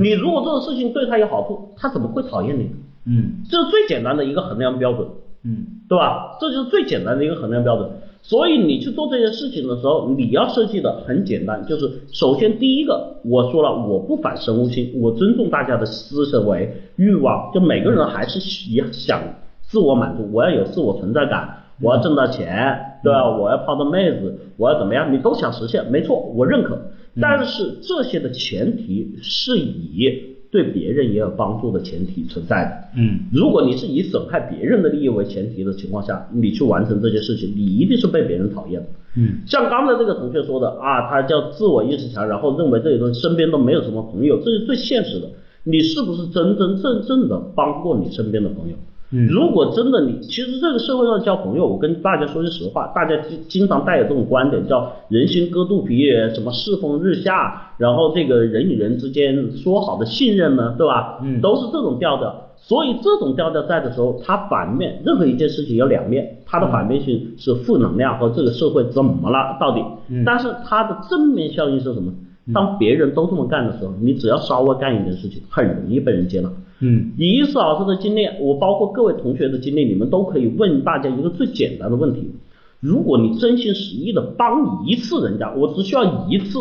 Speaker 2: 你如果做的事情对他有好处，他怎么会讨厌你呢？
Speaker 1: 嗯
Speaker 2: 这是最简单的一个衡量标准。
Speaker 1: 嗯
Speaker 2: 对吧？这就是最简单的一个衡量标准。所以你去做这些事情的时候，你要设计的很简单，就是首先第一个，我说了，我不反生物性，我尊重大家的思维欲望，就每个人还是想想自我满足，我要有自我存在感，我要挣到钱，对吧？我要泡到妹子，我要怎么样？你都想实现，没错，我认可。但是这些的前提是以对别人也有帮助的前提存在的。
Speaker 1: 嗯
Speaker 2: 如果你是以损害别人的利益为前提的情况下，你去完成这些事情，你一定是被别人讨厌的。
Speaker 1: 嗯
Speaker 2: 像刚才这个同学说的啊，他叫自我意识强，然后认为这些东西身边都没有什么朋友，这是最现实的。你是不是真真正正的帮过你身边的朋友？
Speaker 1: 嗯
Speaker 2: 如果真的你，其实这个社会上交朋友，我跟大家说句实话，大家经经常带有这种观点，叫人心隔肚皮，什么世风日下，然后这个人与人之间说好的信任呢，对吧？
Speaker 1: 嗯
Speaker 2: 都是这种调调。所以这种调调在的时候，它反面任何一件事情有两面，它的反面性是负能量和这个社会怎么了到底。
Speaker 1: 嗯
Speaker 2: 但是它的正面效应是什么？当别人都这么干的时候，你只要稍微干一点事情，很容易被人接纳。
Speaker 1: 嗯
Speaker 2: 以一次老师的经历，我包括各位同学的经历，你们都可以问大家一个最简单的问题：如果你真心实意的帮一次人家，我只需要一次，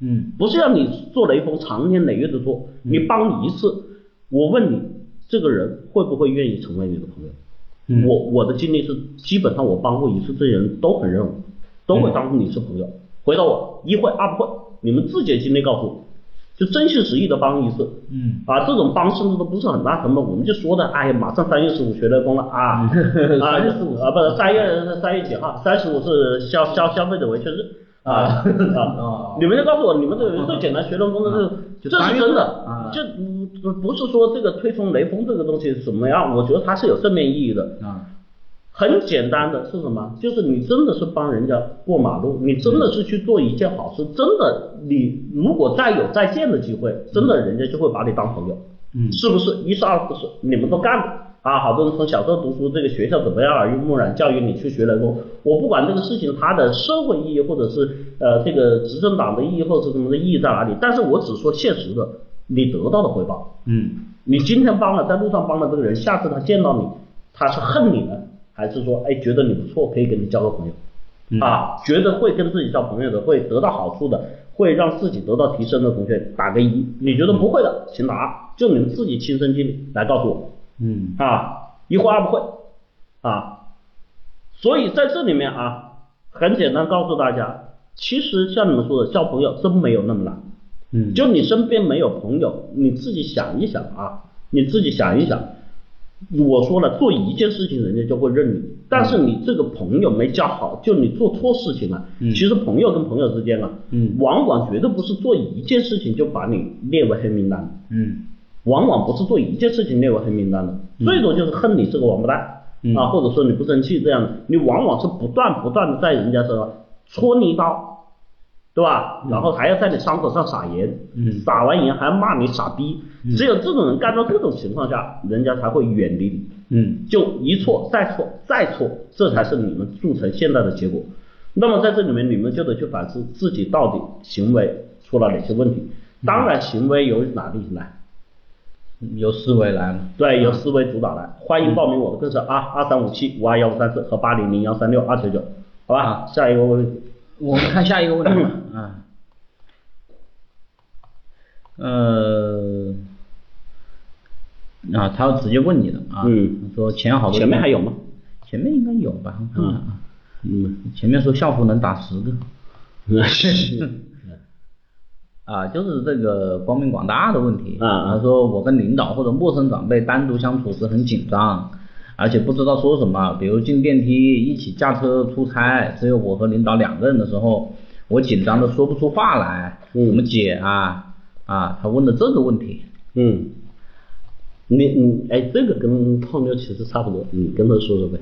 Speaker 1: 嗯
Speaker 2: 不是让你做雷锋，长年累月的做，你帮一次，我问你，这个人会不会愿意成为你的朋友？
Speaker 1: 嗯
Speaker 2: 我我的经历是，基本上我帮过一次，这些人都很认我，都会当你是朋友。回答我，一会二不会，你们自己的经历告诉我，就真心实意的帮一次。
Speaker 1: 嗯
Speaker 2: 啊，这种帮甚至都不是很大成本，我们就说的，哎呀，马上三月十五学雷锋了 啊，啊
Speaker 1: 三月十五
Speaker 2: 啊，不是三月三月几号？三十五是消消消费者维权日啊
Speaker 1: 哦啊
Speaker 2: 啊！你们就告诉我，你们这个最简单学雷锋的
Speaker 1: 就
Speaker 2: 这个，这
Speaker 1: 三
Speaker 2: 是
Speaker 1: 月
Speaker 2: 真
Speaker 1: 啊
Speaker 2: 的，这不不是说这个推崇雷锋这个东西怎么样，我觉得它是有正面意义的。
Speaker 1: 啊
Speaker 2: 很简单的是什么？就是你真的是帮人家过马路，你真的是去做一件好事，真的你如果再有再见的机会，真的人家就会把你当朋友，
Speaker 1: 嗯
Speaker 2: 是不是？一是二不是，你们都干了啊！好多人从小时候读书，这个学校怎么样啊耳濡目染教育你去学雷锋，我不管这个事情它的社会意义或者是呃这个执政党的意义或者是什么的意义在哪里，但是我只说现实的，你得到的回报，
Speaker 1: 嗯
Speaker 2: 你今天帮了，在路上帮了这个人，下次他见到你，他是恨你呢，还是说哎觉得你不错，可以跟你交个朋友？
Speaker 1: 嗯
Speaker 2: 啊，觉得会跟自己交朋友的，会得到好处的，会让自己得到提升的同学打个一，你觉得不会的，请打二，就你们自己亲身经历来告诉我。
Speaker 1: 嗯
Speaker 2: 啊，一会二不会啊。所以在这里面啊，很简单告诉大家，其实像你们说的，交朋友真没有那么难。
Speaker 1: 嗯
Speaker 2: 就你身边没有朋友，你自己想一想啊，你自己想一想。我说了，做一件事情人家就会认你，但是你这个朋友没交好，就你做错事情了。
Speaker 1: 嗯
Speaker 2: 其实朋友跟朋友之间啊，
Speaker 1: 嗯
Speaker 2: 往往绝对不是做一件事情就把你列为黑名单的。
Speaker 1: 嗯
Speaker 2: 往往不是做一件事情列为黑名单的，最多就是恨你是个王八蛋、
Speaker 1: 嗯
Speaker 2: 啊，或者说你不争气这样的，你往往是不断不断的在人家身上戳你一刀，对吧？然后还要在你伤口上撒盐，
Speaker 1: 嗯
Speaker 2: 撒完盐还要骂你傻逼，
Speaker 1: 嗯
Speaker 2: 只有这种人干到这种情况下，人家才会远离你。
Speaker 1: 嗯
Speaker 2: 就一错再错再错，这才是你们铸成现在的结果。那么在这里面，你们就得去反思自己到底行为出了哪些问题。
Speaker 1: 嗯
Speaker 2: 当然，行为由哪里来？
Speaker 1: 由思维来嘛。
Speaker 2: 对，由思维主导来。欢迎报名我的课程啊，二三五七五二幺五三四和八零零幺三六二九九，好吧？下一个问题，
Speaker 1: 我们看下一个问题吧。啊，呃，啊，他直接问你了啊。
Speaker 2: 嗯。
Speaker 1: 说前好多。
Speaker 2: 前面还有？吗？
Speaker 1: 前面应该有吧？我看看啊。
Speaker 2: 嗯，
Speaker 1: 前面说校服能打十个。啊，就是这个光明广大的问题。
Speaker 2: 啊啊
Speaker 1: 他说我跟领导或者陌生长辈单独相处时很紧张，而且不知道说什么。比如进电梯一起驾车出差，只有我和领导两个人的时候，我紧张的说不出话来，
Speaker 2: 嗯
Speaker 1: 怎么解啊？啊，他问了这个问题。
Speaker 2: 嗯，你你哎，这个跟胖妞其实差不多，你跟他说说呗。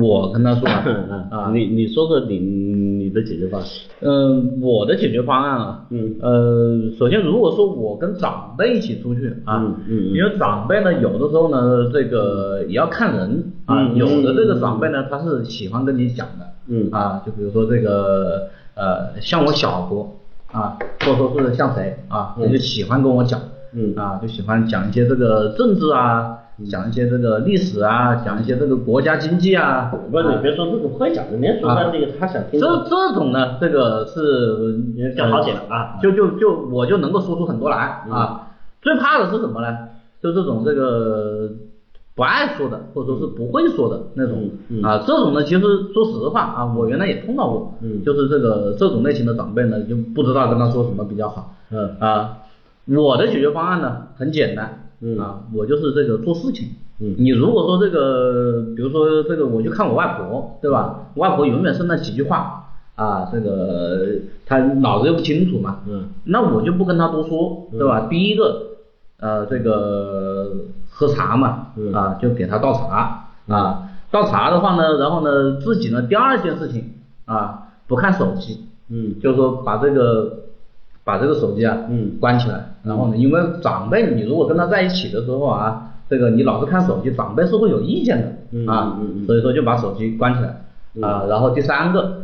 Speaker 1: 我跟他说啊，
Speaker 2: 你你说说你你的解决方案。
Speaker 1: 嗯，我的解决方案啊，
Speaker 2: 嗯
Speaker 1: 呃，首先如果说我跟长辈一起出去啊，
Speaker 2: 嗯嗯嗯
Speaker 1: 因为长辈呢，有的时候呢，这个也要看人啊，
Speaker 2: 嗯
Speaker 1: 有的这个长辈呢，他是喜欢跟你讲的，
Speaker 2: 嗯
Speaker 1: 啊，就比如说这个呃，像我小姑啊，或者说是像谁啊，
Speaker 2: 嗯
Speaker 1: 他就喜欢跟我讲，
Speaker 2: 嗯
Speaker 1: 啊，就喜欢讲一些这个政治啊，讲一些这个历史啊，讲一些这个国家经济啊，
Speaker 2: 不是，你别说这个会讲的，连说
Speaker 1: 啊
Speaker 2: 那个他想听
Speaker 1: 这
Speaker 2: 的。
Speaker 1: 这种呢，这个是
Speaker 2: 比较好解了啊
Speaker 1: 就就就我就能够说出很多来
Speaker 2: 嗯
Speaker 1: 啊。最怕的是什么呢？就这种这个不爱说的，或者说是不会说的那种
Speaker 2: 嗯嗯
Speaker 1: 啊。这种呢，其实说实话啊，我原来也碰到过
Speaker 2: 嗯，
Speaker 1: 就是这个这种类型的长辈呢，就不知道跟他说什么比较好。
Speaker 2: 嗯
Speaker 1: 啊，我的解决方案呢很简单，
Speaker 2: 嗯
Speaker 1: 啊，我就是这个做事情。
Speaker 2: 嗯
Speaker 1: 你如果说这个，比如说这个，我去看我外婆，对吧？
Speaker 2: 嗯
Speaker 1: 我外婆永远是那几句话啊，这个她脑子又不清楚嘛，
Speaker 2: 嗯
Speaker 1: 那我就不跟她多说，对吧？第一个，呃，这个喝茶嘛
Speaker 3: 嗯，
Speaker 1: 啊，就给他倒茶啊，倒茶的话呢，然后呢，自己呢，第二件事情啊，不看手机，
Speaker 3: 嗯
Speaker 1: 就是说把这个把这个手机啊，
Speaker 3: 嗯
Speaker 1: 关起来，然后呢，因为长辈你如果跟他在一起的时候啊，这个你老是看手机，长辈是会有意见
Speaker 3: 嗯
Speaker 1: 的啊
Speaker 3: 嗯嗯嗯，
Speaker 1: 所以说就把手机关起来啊，然后第三个
Speaker 3: 嗯。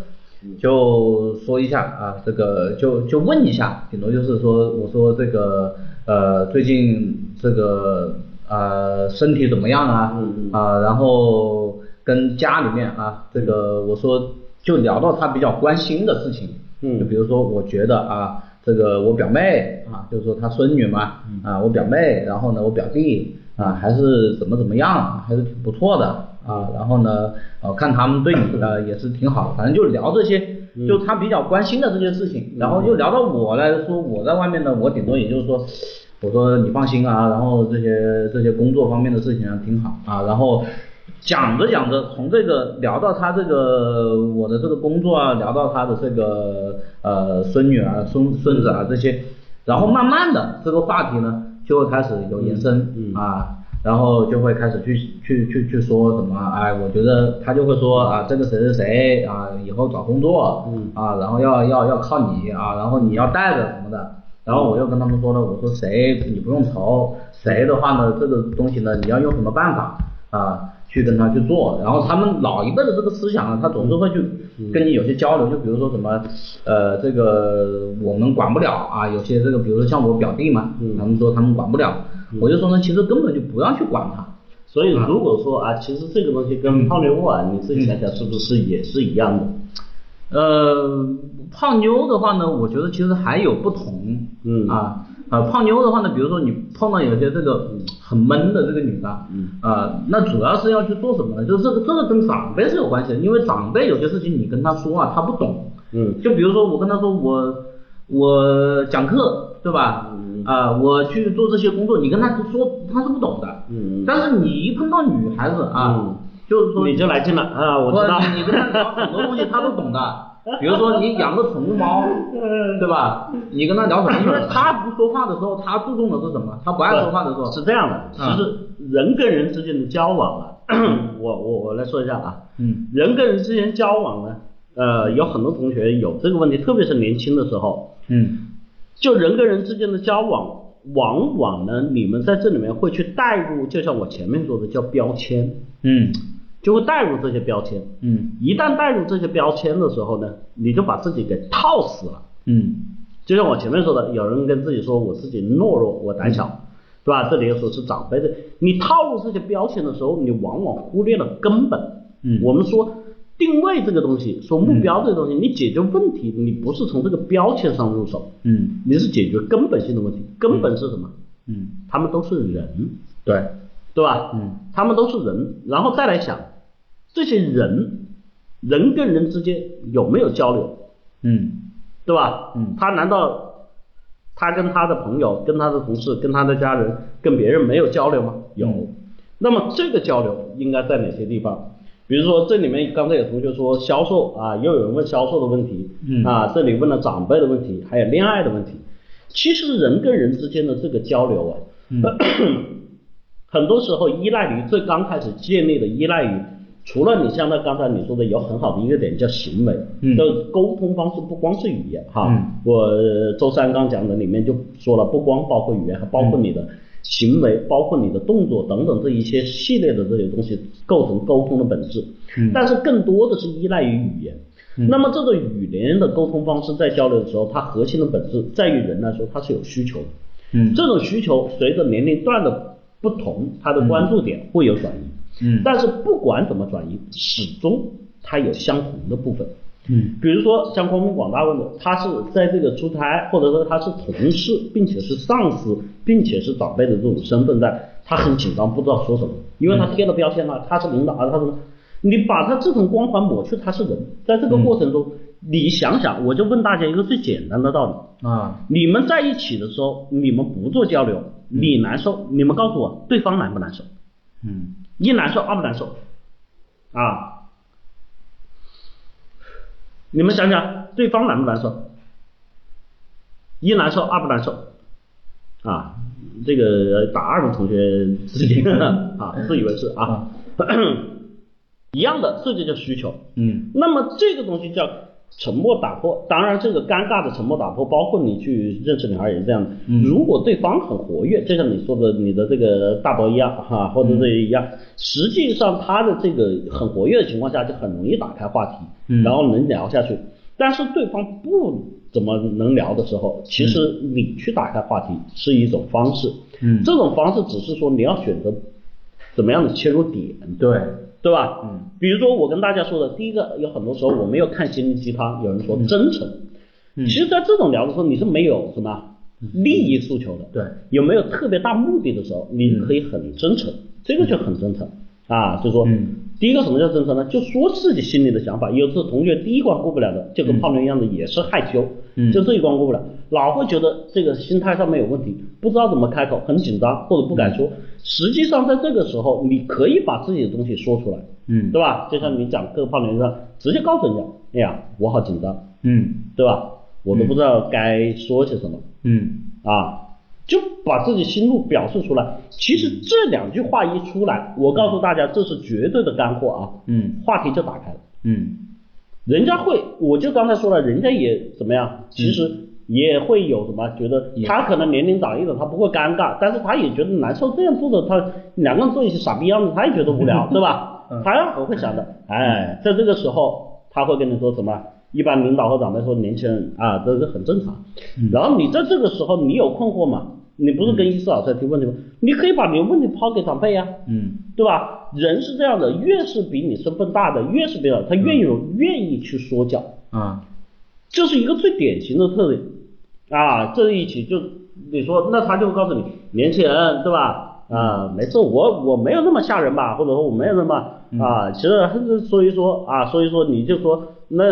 Speaker 1: 就说一下啊，这个就就问一下，顶多就是说，我说这个呃，最近这个呃身体怎么样啊？
Speaker 3: 嗯嗯
Speaker 1: 啊，然后跟家里面啊，这个我说就聊到他比较关心的事情，
Speaker 3: 嗯
Speaker 1: 就比如说我觉得啊，这个我表妹啊，就是说她孙女嘛，啊，我表妹，然后呢，我表弟啊，还是怎么怎么样，还是挺不错的啊，然后呢，呃，看他们对你的也是挺好的，反正就聊这些。就他比较关心的这些事情，然后又聊到我来说，我在外面呢，我顶多也就是说，我说你放心啊，然后这些这些工作方面的事情啊挺好啊，然后讲着讲着，从这个聊到他这个我的这个工作啊，聊到他的这个呃孙女儿、孙孙子啊这些，然后慢慢的这个话题呢就会开始有延伸、
Speaker 3: 嗯嗯
Speaker 1: 啊。然后就会开始去去去去说什么，哎，我觉得他就会说啊，这个谁谁谁啊，以后找工作，
Speaker 3: 嗯
Speaker 1: 啊，然后要要要靠你啊，然后你要带着什么的，然后我又跟他们说了，我说谁你不用愁，谁的话呢，这个东西呢，你要用什么办法啊去跟他去做，然后他们老一辈的这个思想呢，他总是会去跟你有些交流，就比如说什么，呃，这个我们管不了啊，有些这个，比如说像我表弟嘛，
Speaker 3: 嗯
Speaker 1: 他们说他们管不了，我就说呢，其实根本就不要去管他，
Speaker 2: 所以
Speaker 1: 嗯
Speaker 2: 如果说啊，其实这个东西跟泡妞啊，你自己想想是不是也是一样的？
Speaker 1: 呃，泡妞的话呢，我觉得其实还有不同，
Speaker 3: 嗯
Speaker 1: 啊，呃，泡妞的话呢，比如说你碰到有些这个很闷的这个女的，
Speaker 3: 嗯，
Speaker 1: 啊，那主要是要去做什么呢？就是这个这个跟长辈是有关系的，因为长辈有些事情你跟他说啊，他不懂，
Speaker 3: 嗯
Speaker 1: 就比如说我跟他说我我讲课对吧？
Speaker 3: 嗯
Speaker 1: 啊、我去做这些工作，你跟他说他是不懂的，
Speaker 3: 嗯嗯
Speaker 1: 但是你一碰到女孩子啊，
Speaker 3: 嗯
Speaker 1: 就是说
Speaker 2: 你就来劲了啊！我知道
Speaker 1: 不，你跟 他聊很多东西他都懂的。比如说你养个宠物 猫，对吧？你跟他聊什么？因为他不说话的时候，他注重的是什么？他不爱说话的时候，
Speaker 2: 是这样的，
Speaker 1: 嗯
Speaker 2: 其实人跟人之间的交往啊， 我我我来说一下啊，
Speaker 1: 嗯
Speaker 2: 人跟人之间交往呢，呃，有很多同学有这个问题，特别是年轻的时候，
Speaker 1: 嗯
Speaker 2: 就人跟人之间的交往，往往呢，你们在这里面会去带入，就像我前面说的叫标签，
Speaker 1: 嗯
Speaker 2: 就会带入这些标签。
Speaker 1: 嗯
Speaker 2: 一旦带入这些标签的时候呢，你就把自己给套死了。
Speaker 1: 嗯
Speaker 2: 就像我前面说的，有人跟自己说我自己懦弱，我胆小，对吧？这里又说是长辈的，你套路这些标签的时候，你往往忽略了根本。
Speaker 1: 嗯
Speaker 2: 我们说定位这个东西，说目标这个东西，你解决问题，你不是从这个标签上入手，
Speaker 1: 嗯
Speaker 2: 你是解决根本性的问题。根本是什么？
Speaker 1: 嗯，
Speaker 2: 他们都是人，
Speaker 1: 对，
Speaker 2: 对吧？
Speaker 1: 嗯，
Speaker 2: 他们都是人，然后再来想这些人，人跟人之间有没有交流？
Speaker 1: 嗯
Speaker 2: 对吧？
Speaker 1: 嗯
Speaker 2: 他难道他跟他的朋友、跟他的同事、跟他的家人、跟别人没有交流吗？有。
Speaker 1: 嗯
Speaker 2: 那么这个交流应该在哪些地方？比如说这里面刚才有同学说销售啊，又有人问销售的问题，
Speaker 1: 嗯
Speaker 2: 啊，这里问了长辈的问题，还有恋爱的问题。其实人跟人之间的这个交流啊，
Speaker 1: 嗯
Speaker 2: 很多时候依赖于最刚开始建立的依赖于，除了你像那刚才你说的有很好的一个点叫行为，
Speaker 1: 嗯
Speaker 2: 就沟通方式不光是语言哈，
Speaker 1: 嗯
Speaker 2: 我周三刚讲的里面就说了，不光包括语言，还包
Speaker 1: 嗯
Speaker 2: 括你的行为，包括你的动作等等这一些系列的这些东西构成沟通的本质。
Speaker 1: 嗯
Speaker 2: 但是更多的是依赖于语言。
Speaker 1: 嗯
Speaker 2: 那么这个语言的沟通方式在交流的时候，它核心的本质在于人来说它是有需求的。
Speaker 1: 嗯
Speaker 2: 这种需求随着年龄段的不同，它的关注点会有转移。
Speaker 1: 嗯
Speaker 2: 但是不管怎么转移，始终它有相同的部分。
Speaker 1: 嗯
Speaker 2: 比如说像光明广大问的，他是在这个出差，或者说他是同事，并且是上司，并且是长辈的这种身份在，他很紧张，不知道说什么，因为他贴了标签了，他是领导啊，他是，你把他这种光环抹去，他是人，在这个过程中，你想想，我就问大家一个最简单的道理，
Speaker 1: 啊
Speaker 2: 你们在一起的时候，你们不做交流，你难受，你们告诉我，对方难不难受？
Speaker 1: 嗯
Speaker 2: 一难受，二不难受，啊，你们想想，对方难不难受？一难受，二不难受，啊，这个打二的同学自己 啊，自以为是啊。 一样的，这就叫需求。
Speaker 1: 嗯
Speaker 2: 那么这个东西叫沉默打破，当然这个尴尬的沉默打破，包括你去认识女孩也是这样的。
Speaker 1: 嗯
Speaker 2: 如果对方很活跃，就像你说的你的这个大伯一样哈、或者
Speaker 1: 嗯
Speaker 2: 这一样，实际上他的这个很活跃的情况下，就很容易打开话题，
Speaker 1: 嗯
Speaker 2: 然后能聊下去。但是对方不怎么能聊的时候，其实你去打开话题是一种方式。
Speaker 1: 嗯
Speaker 2: 这种方式只是说你要选择怎么样的切入点。
Speaker 1: 对，
Speaker 2: 对吧？
Speaker 1: 嗯，
Speaker 2: 比如说我跟大家说的，第一个有很多时候我们要看心灵鸡汤，有人说真诚，
Speaker 1: 嗯
Speaker 2: 其实，在这种聊的时候，你是没有什么利益诉求的，
Speaker 1: 对，嗯
Speaker 2: 有没有特别大目的的时候，你可以很真诚，这个就很真诚啊，就说，
Speaker 1: 嗯
Speaker 2: 第一个什么叫真诚呢？就说自己心里的想法，有的同学第一关过不了的，就跟
Speaker 1: 嗯
Speaker 2: 泡妞一样的，也是害羞，
Speaker 1: 嗯
Speaker 2: 就这一关过不了，老会觉得这个心态上面有问题，不知道怎么开口，很紧张或者不
Speaker 1: 嗯
Speaker 2: 敢说。实际上，在这个时候，你可以把自己的东西说出来，
Speaker 1: 嗯
Speaker 2: 对吧？就像你讲各个泡妞上，直接告诉人家，哎呀，我好紧张，
Speaker 1: 嗯
Speaker 2: 对吧？我都不知道该说些什么、
Speaker 1: 嗯
Speaker 2: 啊，就把自己心路表述出来。其实这两句话一出来，我告诉大家，这是绝对的干货啊，
Speaker 1: 嗯
Speaker 2: 话题就打开了。
Speaker 1: 嗯
Speaker 2: 人家会，我就刚才说了，人家也怎么样，其实也会有什么觉得
Speaker 1: 嗯也，
Speaker 2: 他可能年龄长一点，他不会尴尬，但是他也觉得难受，这样做的他两个人做一些傻逼样子，他也觉得无聊，对吧
Speaker 1: 嗯？
Speaker 2: 他很会想的，哎，在这个时候他会跟你说什么？一般领导和长辈说年轻人啊，这是很正常
Speaker 1: 嗯。
Speaker 2: 然后你在这个时候你有困惑嘛？你不是跟医师老师提问题吗？你可以把你的问题抛给长辈呀、
Speaker 1: 嗯
Speaker 2: 对吧？人是这样的，越是比你身份大的，越是比较他愿意、愿意去说教，
Speaker 1: 啊
Speaker 2: 这是一个最典型的特点啊。这一起就你说，那他就会告诉你，年轻人对吧？啊，没事，我我没有那么吓人吧，或者说我没有那么啊，其实还是所以说啊，所以说你就说，那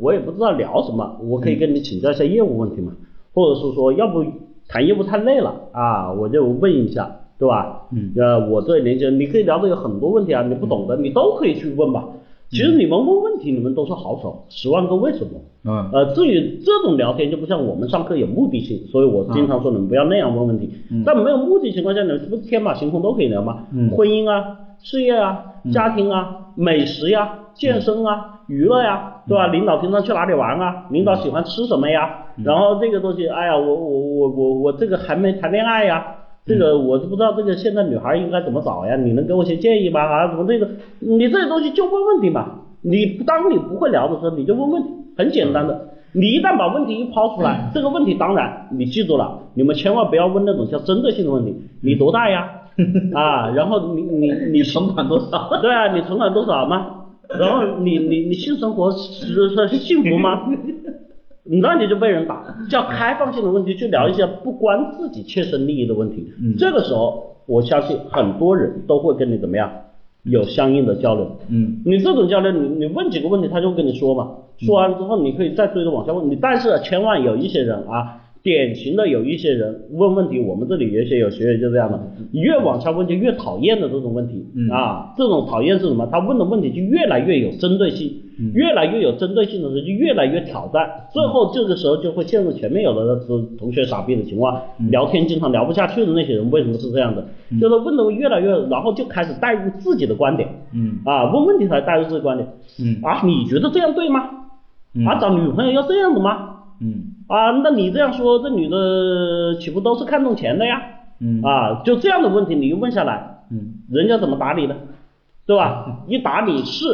Speaker 2: 我也不知道聊什么，我可以跟你请教一下业务问题嘛，或者是说，要不谈业务太累了啊，我就问一下，对吧？
Speaker 1: 嗯
Speaker 2: 呃，我对年轻人，你可以聊的有很多问题啊，你不懂的你都可以去问吧。其实你们问问题，你们都是好手，十万个为什么。
Speaker 1: 嗯
Speaker 2: 呃，至于这种聊天，就不像我们上课有目的性，所以我经常说你们不要那样问问题。
Speaker 1: 嗯
Speaker 2: 但没有目的情况下，你们不是天马行空都可以聊吗？
Speaker 1: 嗯
Speaker 2: 婚姻啊、事业啊、
Speaker 1: 嗯
Speaker 2: 家庭啊、美食呀、健身啊、娱乐呀、对吧？领导平常去哪里玩啊？领导喜欢吃什么呀？然后这个东西，哎呀，我我我我我这个还没谈恋爱呀。这个我都不知道，这个现在女孩应该怎么找呀？你能给我些建议吗？啊，怎么这个？你这些东西就问问题嘛。你当你不会聊的时候，你就问问题，很简单的。你一旦把问题一抛出
Speaker 1: 嗯
Speaker 2: 来，这个问题当然你记住了，你们千万不要问那种叫针对性的问题。你多大呀？啊，然后你你 你
Speaker 1: 嗯存款多少？
Speaker 2: 对啊，你存款多少吗？然后你你你性生活是是幸 福吗？那你就被人打，叫开放性的问题去聊一些不关自己切身利益的问题。
Speaker 1: 嗯
Speaker 2: 这个时候，我相信很多人都会跟你怎么样有相应的交流。
Speaker 1: 嗯
Speaker 2: 你这种交流，你你问几个问题，他就会跟你说嘛。说完之后，你可以再追着往下问。你但是千万有一些人啊，典型的有一些人问问题，我们这里有一些有学员就这样的，越往下问就越讨厌的这种问题、
Speaker 1: 嗯
Speaker 2: 啊。这种讨厌是什么？他问的问题就越来越有针对性，
Speaker 1: 嗯
Speaker 2: 越来越有针对性的时候就越来越挑战，最后这个时候就会陷入前面有的同学傻逼的情况，
Speaker 1: 嗯
Speaker 2: 聊天经常聊不下去的那些人为什么是这样的？
Speaker 1: 嗯
Speaker 2: 就是问的越来越，然后就开始带入自己的观点。
Speaker 1: 嗯
Speaker 2: 啊，问问题才带入这个观点
Speaker 1: 嗯
Speaker 2: 啊，你觉得这样对吗？
Speaker 1: 嗯
Speaker 2: 啊，找女朋友要这样子吗？
Speaker 1: 嗯
Speaker 2: 啊，那你这样说，这女的岂不都是看重钱的呀？
Speaker 1: 嗯
Speaker 2: 啊，就这样的问题你一问下来，
Speaker 1: 嗯
Speaker 2: 人家怎么答你呢？对吧？一答你是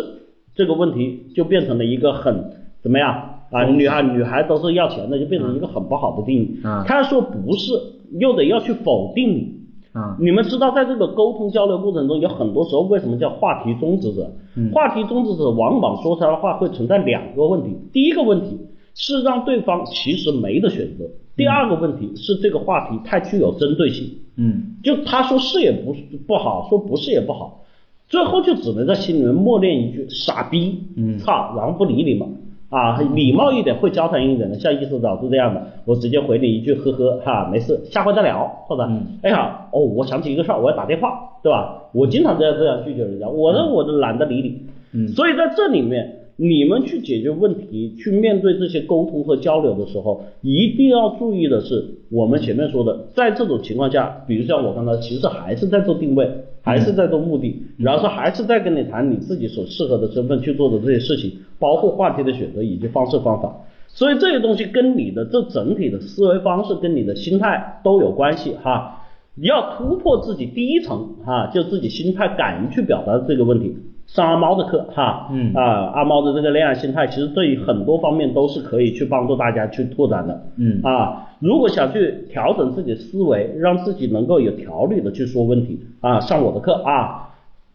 Speaker 2: 这个问题，就变成了一个很怎么样啊？女孩女孩都是要钱的，就变成一个很不好的定义。
Speaker 1: 嗯
Speaker 2: 他说不是，又得要去否定你。
Speaker 1: 啊
Speaker 2: 你们知道，在这个沟通交流过程中，有很多时候为什么叫话题终止者？
Speaker 1: 嗯
Speaker 2: 话题终止者往往说出来的话会存在两个问题：第一个问题是让对方其实没得选择；第二个问题是这个话题太具有针对性，
Speaker 1: 嗯
Speaker 2: 就他说是也不不好，说不是也不好，最后就只能在心里面默念一句“傻逼”，
Speaker 1: 嗯
Speaker 2: 操，然后不理你嘛。啊，礼貌一点，会交谈一点的，像意思早是这样的，我直接回你一句呵呵哈，没事，下回再聊，或者、
Speaker 1: 嗯
Speaker 2: 哎呀，哦，我想起一个事儿，我要打电话，对吧？我经常这样这样拒绝人家，我呢我都懒得理你。
Speaker 1: 嗯
Speaker 2: 所以在这里面，你们去解决问题、去面对这些沟通和交流的时候，一定要注意的是，我们前面说的，在这种情况下，比如像我刚才，其实还是在做定位，还是在做目的，然后还是在跟你谈你自己所适合的身份去做的这些事情，包括话题的选择以及方式方法。所以这些东西跟你的这整体的思维方式跟你的心态都有关系哈。你要突破自己第一层哈，就自己心态敢于去表达这个问题。上阿猫的课哈，
Speaker 1: 嗯
Speaker 2: 啊，阿猫的这个恋爱心态，其实对于很多方面都是可以去帮助大家去拓展的。
Speaker 1: 嗯
Speaker 2: 啊，如果想去调整自己的思维，让自己能够有条理的去说问题啊，上我的课啊，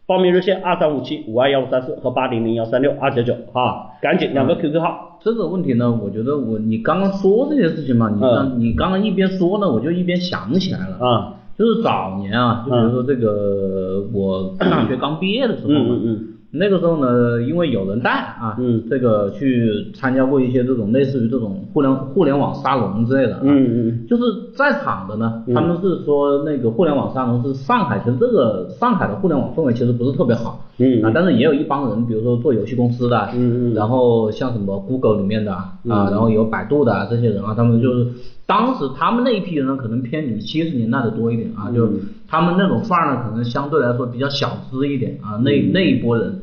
Speaker 2: 报名热线二三五七五二幺五三四和八零零幺三六二九九啊，赶紧两个 QQ 号。
Speaker 1: 这个问题呢，我觉得我你刚刚说这些事情嘛，你
Speaker 2: 嗯
Speaker 1: 刚、你刚刚一边说呢，我就一边想起来了。
Speaker 2: 啊，
Speaker 1: 就是早年啊，就比
Speaker 2: 嗯
Speaker 1: 如说这个、我大学刚毕业的时候嘛，
Speaker 2: 嗯嗯嗯
Speaker 1: 那个时候呢，因为有人带啊，
Speaker 2: 嗯
Speaker 1: 这个去参加过一些这种类似于这种互联互联网沙龙之类的、啊，
Speaker 2: 嗯嗯
Speaker 1: 就是在场的呢，
Speaker 2: 嗯
Speaker 1: 他们是说那个互联网沙龙是上海，其实这个上海的互联网氛围其实不是特别好，
Speaker 2: 嗯
Speaker 1: 啊，但是也有一帮人，比如说做游戏公司的，
Speaker 2: 嗯嗯
Speaker 1: 然后像什么 Google 里面的啊，
Speaker 2: 嗯
Speaker 1: 然后有百度的啊这些人啊，他们就是当时他们那一批人呢，可能偏离七十年代的多一点啊，
Speaker 2: 嗯
Speaker 1: 就他们那种范儿呢，可能相对来说比较小资一点啊，那那一波人，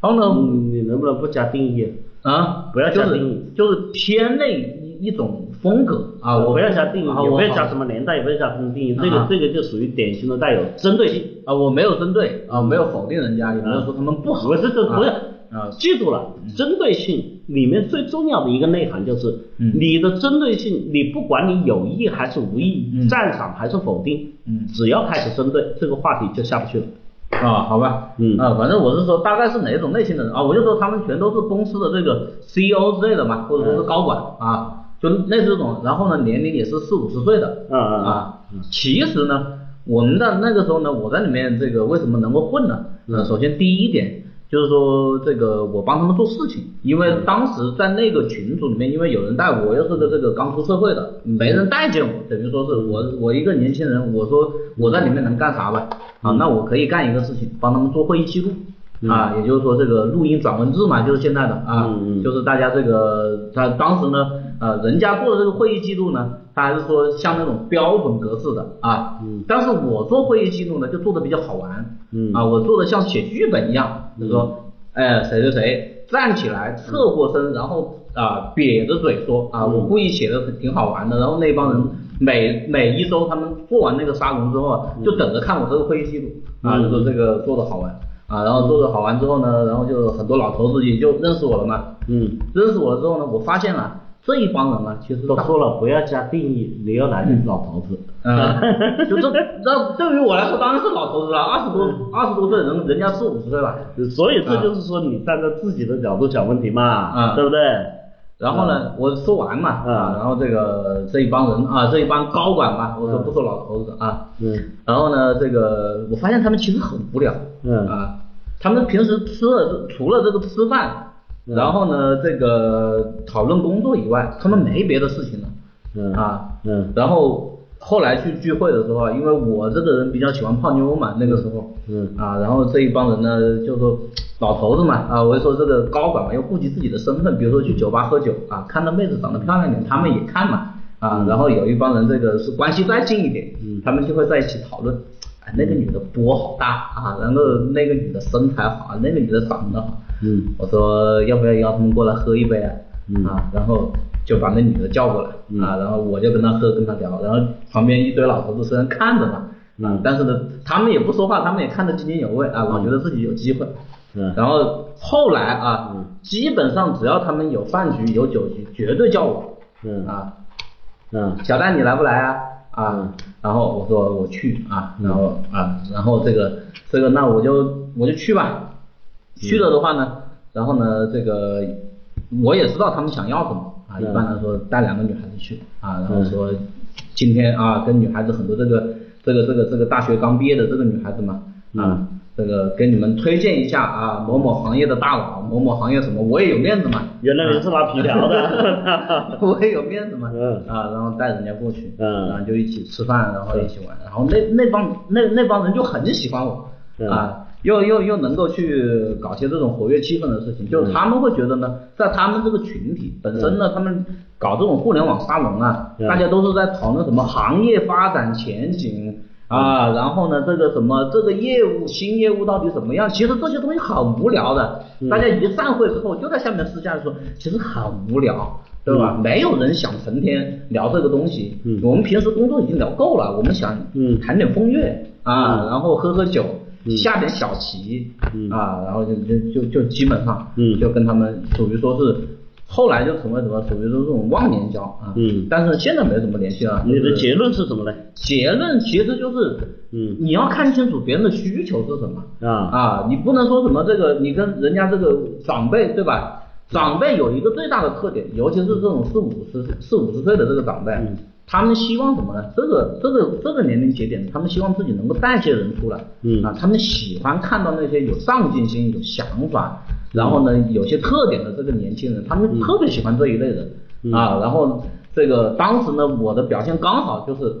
Speaker 1: 然后呢，
Speaker 2: 嗯，你能不能不加定义？
Speaker 1: 啊，
Speaker 2: 不要
Speaker 1: 就
Speaker 2: 加
Speaker 1: 是
Speaker 2: 定义
Speaker 1: 就是偏那一一种风格啊，我
Speaker 2: 不要加定义，
Speaker 1: 啊
Speaker 2: 也
Speaker 1: 我
Speaker 2: 不要
Speaker 1: 好
Speaker 2: 加什么年代，也不要加什么定义，这
Speaker 1: 啊
Speaker 2: 个这个就属于典型的带有针对性。
Speaker 1: 啊，我没有针对啊，没有否定人家，也没有说他们不好，
Speaker 2: 不是这
Speaker 1: 啊
Speaker 2: 不是
Speaker 1: 啊
Speaker 2: 记住了，针对性里面最重要的一个内涵就是，
Speaker 1: 嗯
Speaker 2: 你的针对性，你不管你有意还是无意，
Speaker 1: 嗯
Speaker 2: 赞赏还是否定，
Speaker 1: 嗯
Speaker 2: 只要开始针对这个话题就下不去了。
Speaker 1: 啊，好吧，
Speaker 2: 嗯
Speaker 1: 啊，反正我是说大概是哪种类型的人啊，我就说他们全都是公司的这个 CEO 之类的嘛，或者说是高管啊，就类似这种，然后呢年龄也是四五十岁的，
Speaker 2: 嗯嗯嗯
Speaker 1: 啊，其实呢，我们在那个时候呢，我在里面这个为什么能够混呢？呃
Speaker 2: 嗯
Speaker 1: 首先第一点。就是说，这个我帮他们做事情，因
Speaker 2: 嗯
Speaker 1: 为当时在那个群组里面，因为有人带我，又是个这个刚出社会的，
Speaker 2: 嗯
Speaker 1: 没人待见我，等于说是我我一个年轻人，我说我在里面能干啥吧？啊，
Speaker 2: 嗯
Speaker 1: 那我可以干一个事情，帮他们做会议记录。啊，也就是说这个录音转文字嘛，就是现在的啊，
Speaker 2: 嗯嗯
Speaker 1: 就是大家这个他当时呢，呃，人家做的这个会议记录呢，他还是说像那种标准格式的啊，
Speaker 2: 嗯
Speaker 1: 但是我做会议记录呢，就做的比较好玩，
Speaker 2: 嗯
Speaker 1: 啊，我做的像写剧本一样，就是说，哎，谁谁谁站起
Speaker 2: 嗯
Speaker 1: 来，侧过身，然后啊、瘪着嘴说啊，我故意写的挺好玩的，然后那帮人每每一周他们做完那个沙龙之后啊，就等着看我这个会议记录啊，就
Speaker 2: 嗯
Speaker 1: 是这个做的好玩啊，然后做的好玩之后呢，然后就很多老头子也就认识我了嘛，
Speaker 2: 嗯，
Speaker 1: 认识我了之后呢，我发现啊，这一帮人啊，其实
Speaker 2: 都
Speaker 1: 大
Speaker 2: 说了不要加定义，你要来点老头子。
Speaker 1: 嗯，就这啊那对于我来说当然是老头子了，二十
Speaker 2: 嗯
Speaker 1: 多二十多岁的人，人家四五十岁吧。
Speaker 2: 所以这就是说你站在自己的角度想问题嘛，
Speaker 1: 嗯
Speaker 2: 对不对？
Speaker 1: 然后呢，我说完嘛，
Speaker 2: 嗯
Speaker 1: 啊，然后这个这一帮人啊，这一帮高管吧，我说
Speaker 2: 嗯
Speaker 1: 不说老头子啊，
Speaker 2: 嗯
Speaker 1: 然后呢，这个我发现他们其实很无聊，
Speaker 2: 嗯
Speaker 1: 啊，他们平时吃了除了这个吃饭，
Speaker 2: 嗯
Speaker 1: 然后呢，这个讨论工作以外，他们没别的事情了，
Speaker 2: 嗯
Speaker 1: 啊，
Speaker 2: 嗯
Speaker 1: 然后后来去聚会的时候啊，因为我这个人比较喜欢泡妞嘛，那个时候，
Speaker 2: 嗯
Speaker 1: 啊，然后这一帮人呢，就说老头子嘛，啊，我就说这个高管嘛，要顾及自己的身份，比如说去酒吧喝酒啊，看到妹子长得漂亮一点，他们也看嘛，啊，然后有一帮人这个是关系再近一点，
Speaker 2: 嗯
Speaker 1: 他们就会在一起讨论。哎，那个女的波好大啊，然后那个女的身材好啊，那个女的长得好，
Speaker 2: 嗯
Speaker 1: 我说要不要邀他们过来喝一杯啊？
Speaker 2: 嗯
Speaker 1: 啊，然后就把那女的叫过来、
Speaker 2: 嗯
Speaker 1: 啊，然后我就跟她喝，跟她聊，然后旁边一堆老头子虽然看着嘛，啊
Speaker 2: 嗯，
Speaker 1: 但是呢，他们也不说话，他们也看得津津有味啊，老觉得自己有机会。
Speaker 2: 嗯
Speaker 1: 然后后来啊，
Speaker 2: 嗯
Speaker 1: 基本上只要他们有饭局有酒局，绝对叫我。
Speaker 2: 嗯
Speaker 1: 啊，
Speaker 2: 嗯
Speaker 1: 小戴你来不来啊？啊
Speaker 2: 嗯，
Speaker 1: 然后我说我去啊，然后啊，然后这个这个那我就我就去吧，
Speaker 2: 嗯
Speaker 1: 去了的话呢，然后呢这个我也知道他们想要什么啊，
Speaker 2: 嗯
Speaker 1: 一般来说带两个女孩子去啊，然后说今天啊跟女孩子很多这个这个这个这个大学刚毕业的这个女孩子嘛啊
Speaker 2: 嗯。
Speaker 1: 这个给你们推荐一下啊，某某行业的大佬，某某行业什么，我也有面子嘛。
Speaker 2: 原来你是拉皮条 的。
Speaker 1: 我也有面子嘛，
Speaker 2: 嗯
Speaker 1: 啊，然后带人家过去，
Speaker 2: 嗯
Speaker 1: 然后就一起吃饭，然后一起玩，然后那那帮那那帮人就很喜欢我，
Speaker 2: 嗯
Speaker 1: 啊，又又又能够去搞些这种活跃气氛的事情，
Speaker 2: 嗯
Speaker 1: 就是他们会觉得呢，在他们这个群体本身呢，他们搞这种互联网沙龙啊，
Speaker 2: 嗯
Speaker 1: 大家都是在讨论什么行业发展前景。啊，然后呢，这个什么，这个业务新业务到底怎么样？其实这些东西很无聊的，
Speaker 2: 嗯
Speaker 1: 大家一散会之后，就在下面私下说，其实很无聊，对吧？没有人想成天聊这个东西，
Speaker 2: 嗯
Speaker 1: 我们平时工作已经聊够了，我们想
Speaker 2: 嗯
Speaker 1: 谈点风月啊，
Speaker 2: 嗯
Speaker 1: 然后喝喝酒，
Speaker 2: 嗯
Speaker 1: 下点小棋、
Speaker 2: 嗯
Speaker 1: 啊，然后就就就就基本上，
Speaker 2: 嗯
Speaker 1: 就跟他们属于说是。后来就成为什么，属于说这种忘年交啊，
Speaker 2: 嗯
Speaker 1: 但是现在没什么联系了。
Speaker 2: 你
Speaker 1: 就
Speaker 2: 的
Speaker 1: 是
Speaker 2: 结论是什么呢？
Speaker 1: 结论其实就是，
Speaker 2: 嗯
Speaker 1: 你要看清楚别人的需求是什么
Speaker 2: 啊
Speaker 1: 啊，你不能说什么这个你跟人家这个长辈对吧？长辈有一个最大的特点，尤其是这种四五十四五十岁的这个长辈，
Speaker 2: 嗯
Speaker 1: 他们希望什么呢？这个这个这个年龄节点，他们希望自己能够带些人出来，
Speaker 2: 嗯
Speaker 1: 啊，他们喜欢看到那些有上进心、有想法，
Speaker 2: 嗯
Speaker 1: 然后呢有些特点的这个年轻人，他们特别喜欢这一类人、
Speaker 2: 嗯
Speaker 1: 啊。然后这个当时呢，我的表现刚好就是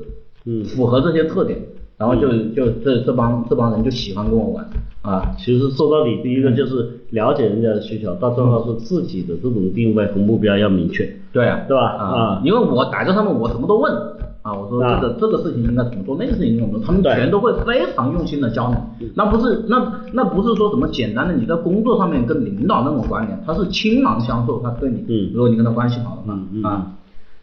Speaker 2: 嗯
Speaker 1: 符合这些特点，然后就就这这帮这帮人就喜欢跟我玩啊，
Speaker 2: 其实说到底，第一个就是了解人家的需求，到最后是自己的这种定位和目标要明确。
Speaker 1: 对啊，
Speaker 2: 对吧
Speaker 1: 啊
Speaker 2: 啊，
Speaker 1: 因为我逮着他们，我什么都问啊，我说
Speaker 2: 啊
Speaker 1: 这个这个事情应该怎么做，那个事情应该怎么做，他们
Speaker 2: 对嗯
Speaker 1: 全都会非常用心的教你。那不是那那不是说什么简单的你在工作上面跟领导那种关联，他是倾囊相授，他对你，
Speaker 2: 嗯
Speaker 1: 如果你跟他关系好的话
Speaker 2: 嗯嗯
Speaker 1: 啊，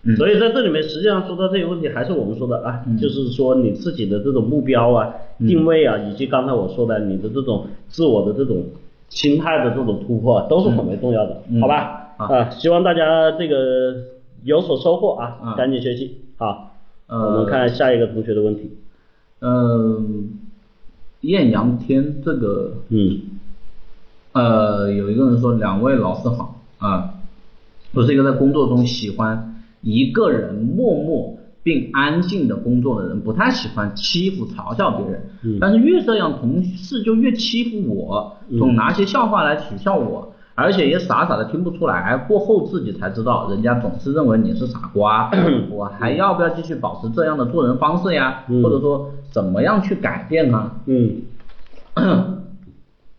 Speaker 1: 嗯
Speaker 2: 所以在这里面，实际上说到这个问题，还是我们说的啊
Speaker 1: 嗯，
Speaker 2: 就是说你自己的这种目标啊、
Speaker 1: 嗯
Speaker 2: 定位啊，以及刚才我说的你的这种自我的这种心态的这种突破啊，都是很为重要的
Speaker 1: 嗯，
Speaker 2: 好吧？
Speaker 1: 啊
Speaker 2: 啊，希望大家这个有所收获啊
Speaker 1: 啊，
Speaker 2: 赶紧学习好，
Speaker 1: 呃
Speaker 2: 我们看下一个同学的问题，
Speaker 1: 嗯，艳阳天这个
Speaker 2: 嗯
Speaker 1: 呃，有一个人说两位老师好啊，我是一个在工作中喜欢一个人默默并安静的工作的人，不太喜欢欺负嘲笑别人，
Speaker 2: 嗯
Speaker 1: 但是越这样同事就越欺负我，
Speaker 2: 嗯
Speaker 1: 总拿些笑话来取笑我。而且也傻傻的听不出来，过后自己才知道，人家总是认为你是傻 瓜。我还要不要继续保持这样的做人方式呀？
Speaker 2: 嗯
Speaker 1: 或者说怎么样去改变啊呢？
Speaker 2: 嗯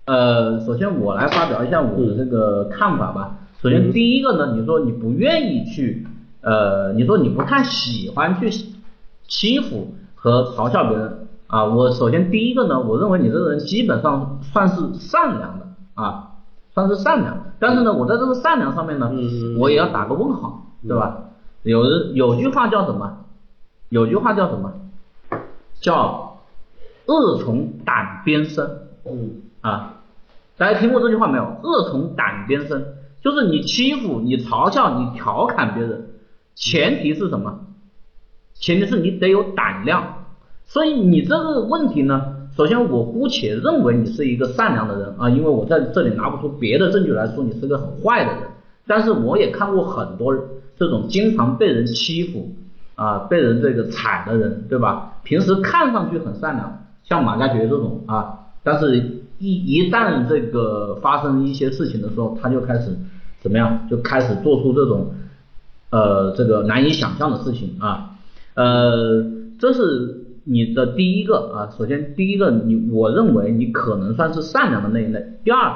Speaker 1: 呃，首先我来发表一下我的这个看法吧。首先第一个呢，你说你不愿意去，呃，你说你不太喜欢去欺负和嘲笑别人啊。我首先第一个呢，我认为你这个人基本上算是善良的啊，算是善良。但是呢，我在这个善良上面呢，
Speaker 2: 嗯
Speaker 1: 我也要打个问号，对吧？有人有句话叫什么？有句话叫什么？叫恶从胆边生。
Speaker 2: 嗯
Speaker 1: 啊，大家听过这句话没有？恶从胆边生，就是你欺负、你嘲笑、你调侃别人，前提是什么？前提是你得有胆量。所以你这个问题呢，首先我姑且认为你是一个善良的人啊，因为我在这里拿不出别的证据来说你是个很坏的人。但是我也看过很多这种经常被人欺负啊、被人这个踩的人，对吧？平时看上去很善良，像马加爵这种啊，但是一一旦这个发生一些事情的时候，他就开始怎么样？就开始做出这种呃，这个难以想象的事情啊，呃，这是你的第一个啊。首先，第一个你，我认为你可能算是善良的那一类。第二，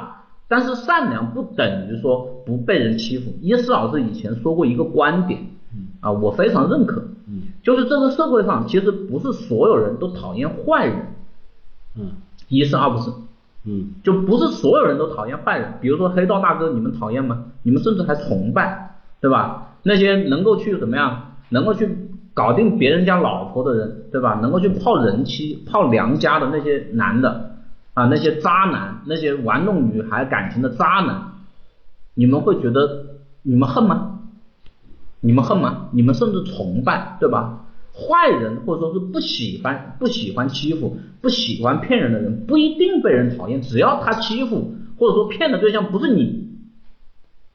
Speaker 1: 但是善良不等于说不被人欺负。耶斯老师以前说过一个观点，啊，我非常认可，
Speaker 2: 嗯
Speaker 1: 就是这个社会上其实不是所有人都讨厌坏人，
Speaker 2: 嗯
Speaker 1: 一是二不是，
Speaker 2: 嗯
Speaker 1: 就不是所有人都讨厌坏人，比如说黑道大哥，你们讨厌吗？你们甚至还崇拜，对吧？那些能够去怎么样，能够去搞定别人家老婆的人，对吧？能够去泡人妻、泡娘家的那些男的，啊，那些渣男，那些玩弄女孩感情的渣男，你们会觉得你们恨吗？你们恨吗？你们甚至崇拜，对吧？坏人或者说是不喜欢、不喜欢欺负、不喜欢骗人的人，不一定被人讨厌，只要他欺负或者说骗的对象不是你，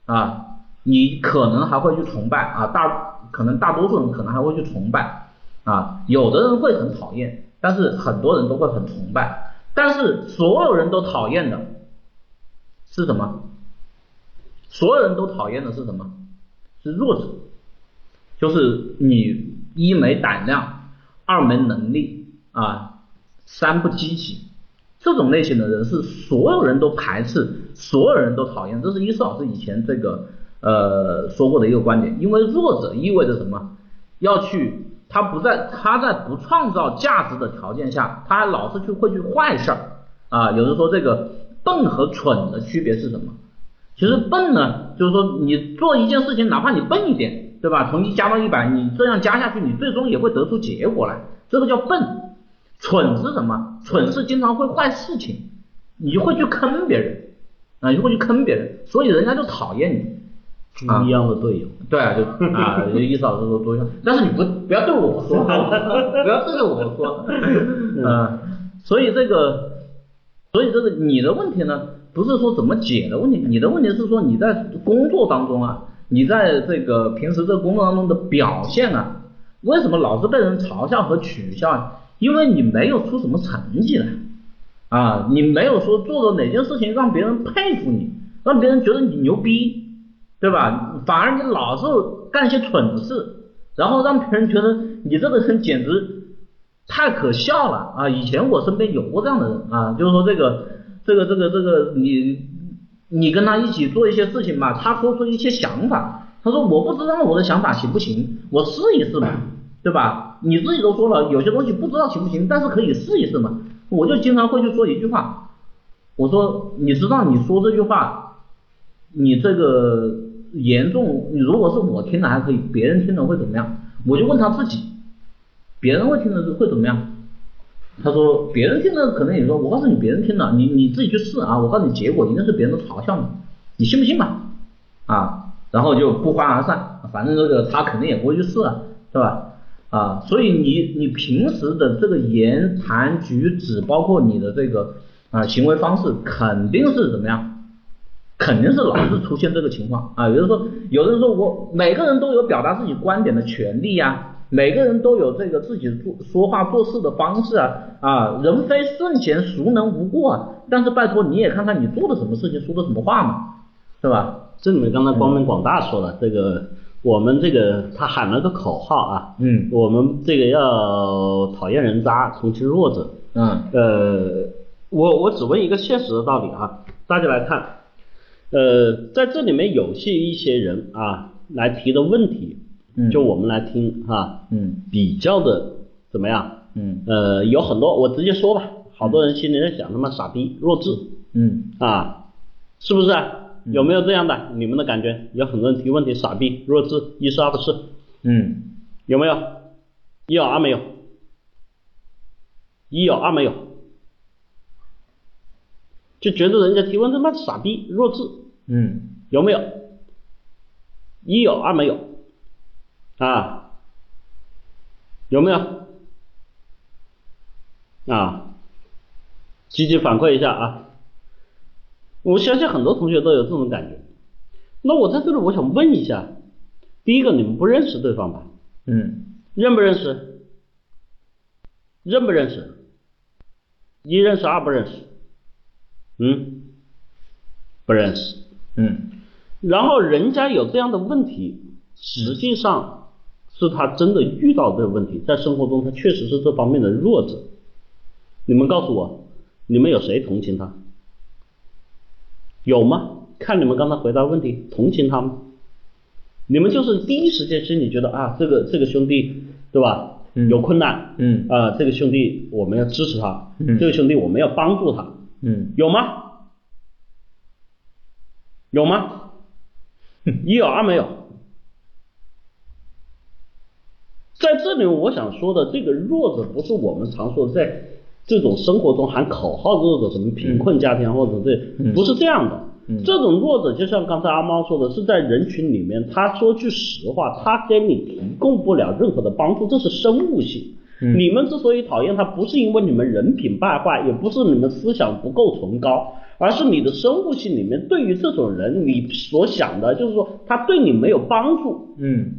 Speaker 1: 啊，你可能还会去崇拜啊，大可能大多数人可能还会去崇拜啊，有的人会很讨厌，但是很多人都会很崇拜，但是所有人都讨厌的是什么？所有人都讨厌的是什么？是弱者，就是你一没胆量，二没能力啊，三不积极，这种类型的人是所有人都排斥，所有人都讨厌，这是伊斯老师以前这个呃说过的一个观点。因为弱者意味着什么？要去他不在他在不创造价值的条件下，他老是去会去坏事儿啊。有人说这个笨和蠢的区别是什么？其实笨呢，就是说你做一件事情，哪怕你笨一点，对吧？从一加到一百，你这样加下去，你最终也会得出结果来，这个叫笨。蠢是什么？蠢是经常会坏事情，你会去坑别人，啊，你会去坑别人，所以人家就讨厌你。啊
Speaker 2: 猪一样的队友。
Speaker 1: 对啊，就啊，就意思老师说多一样，但是你不不要对我说，不要对着我说，嗯、所以这个，所以这个你的问题呢，不是说怎么解的问题，你的问题是说你在工作当中啊，你在这个平时这个工作当中的表现啊，为什么老是被人嘲笑和取笑啊？因为你没有出什么成绩来。啊，你没有说做的哪件事情让别人佩服你，让别人觉得你牛逼，对吧？反而你老是干一些蠢事，然后让别人觉得你这个人简直太可笑了啊！以前我身边有过这样的人啊，就是说这个这个这个这个你你跟他一起做一些事情吧，他说出一些想法，他说我不知道我的想法行不行，我试一试嘛，对吧？你自己都说了，有些东西不知道行不行，但是可以试一试嘛。我就经常会去说一句话，我说你知道你说这句话，你这个严重，你如果是我听了还可以，别人听了会怎么样？我就问他自己，别人会听了会怎么样？他说别人听了可能也说，我告诉你别人听了，你你自己去试啊，我告诉你结果一定是别人都嘲笑你，你信不信吧？啊，然后就不欢而散，反正这个他肯定也不会去试啊，对吧？啊，所以你你平时的这个言谈举止，包括你的这个啊行为方式，肯定是怎么样？肯定是老是出现这个情况啊。有人说，有人说我每个人都有表达自己观点的权利呀、每个人都有这个自己做说话做事的方式啊啊，人非圣贤，孰能无过啊？但是拜托你也看看你做的什么事情，说的什么话嘛，是吧？
Speaker 2: 这里面刚才光明广大说
Speaker 1: 嗯
Speaker 2: 了，这个我们这个他喊了个口号啊，
Speaker 1: 嗯
Speaker 2: 我们这个要讨厌人渣，同情弱者。
Speaker 1: 嗯
Speaker 2: 呃，我我只问一个现实的道理啊，大家来看，呃，在这里面有些一些人啊来提的问题
Speaker 1: 嗯，
Speaker 2: 就我们来听啊，
Speaker 1: 嗯
Speaker 2: 比较的怎么样？
Speaker 1: 嗯
Speaker 2: 呃，有很多，我直接说吧，好多人心里在想他妈傻逼弱智
Speaker 1: 嗯
Speaker 2: 啊，是不是啊、
Speaker 1: 嗯
Speaker 2: 有没有这样的？你们的感觉？有很多人提问题，傻逼、弱智，一是二不是，
Speaker 1: 嗯，
Speaker 2: 有没有？一有二啊没有？一有啊二没有？就觉得人家提问他妈傻逼、弱智，
Speaker 1: 嗯
Speaker 2: 有没有？一有二没有？啊？有没有？啊？积极反馈一下啊！我相信很多同学都有这种感觉。那我在这里我想问一下，第一个你们不认识对方吧？
Speaker 1: 嗯
Speaker 2: 认不认识？认不认识？一认识，二不认识。嗯，不认识。
Speaker 1: 嗯
Speaker 2: 然后人家有这样的问题，实际上是他真的遇到这个问题，在生活中他确实是这方面的弱者。你们告诉我，你们有谁同情他？有吗？看你们刚才回答问题，同情他吗？你们就是第一时间心里觉得啊，这个这个兄弟对吧？
Speaker 1: 嗯
Speaker 2: 有困难，
Speaker 1: 嗯
Speaker 2: 啊、这个兄弟我们要支持他，
Speaker 1: 嗯
Speaker 2: 这个兄弟我们要帮助他，
Speaker 1: 嗯
Speaker 2: 有吗？有吗？一有二没有。在这里，我想说的这个弱者，不是我们常说在这种生活中喊口号弱者，什么贫困家庭或者这，
Speaker 1: 嗯
Speaker 2: 不是这样的
Speaker 1: 嗯。
Speaker 2: 这种弱者，就像刚才阿猫说的，是在人群里面，他说句实话，他给你提供不了任何的帮助，这是生物性。
Speaker 1: 嗯
Speaker 2: 你们之所以讨厌他，不是因为你们人品败坏，也不是你们思想不够崇高，而是你的生物性里面对于这种人，你所想的就是说他对你没有帮助，
Speaker 1: 嗯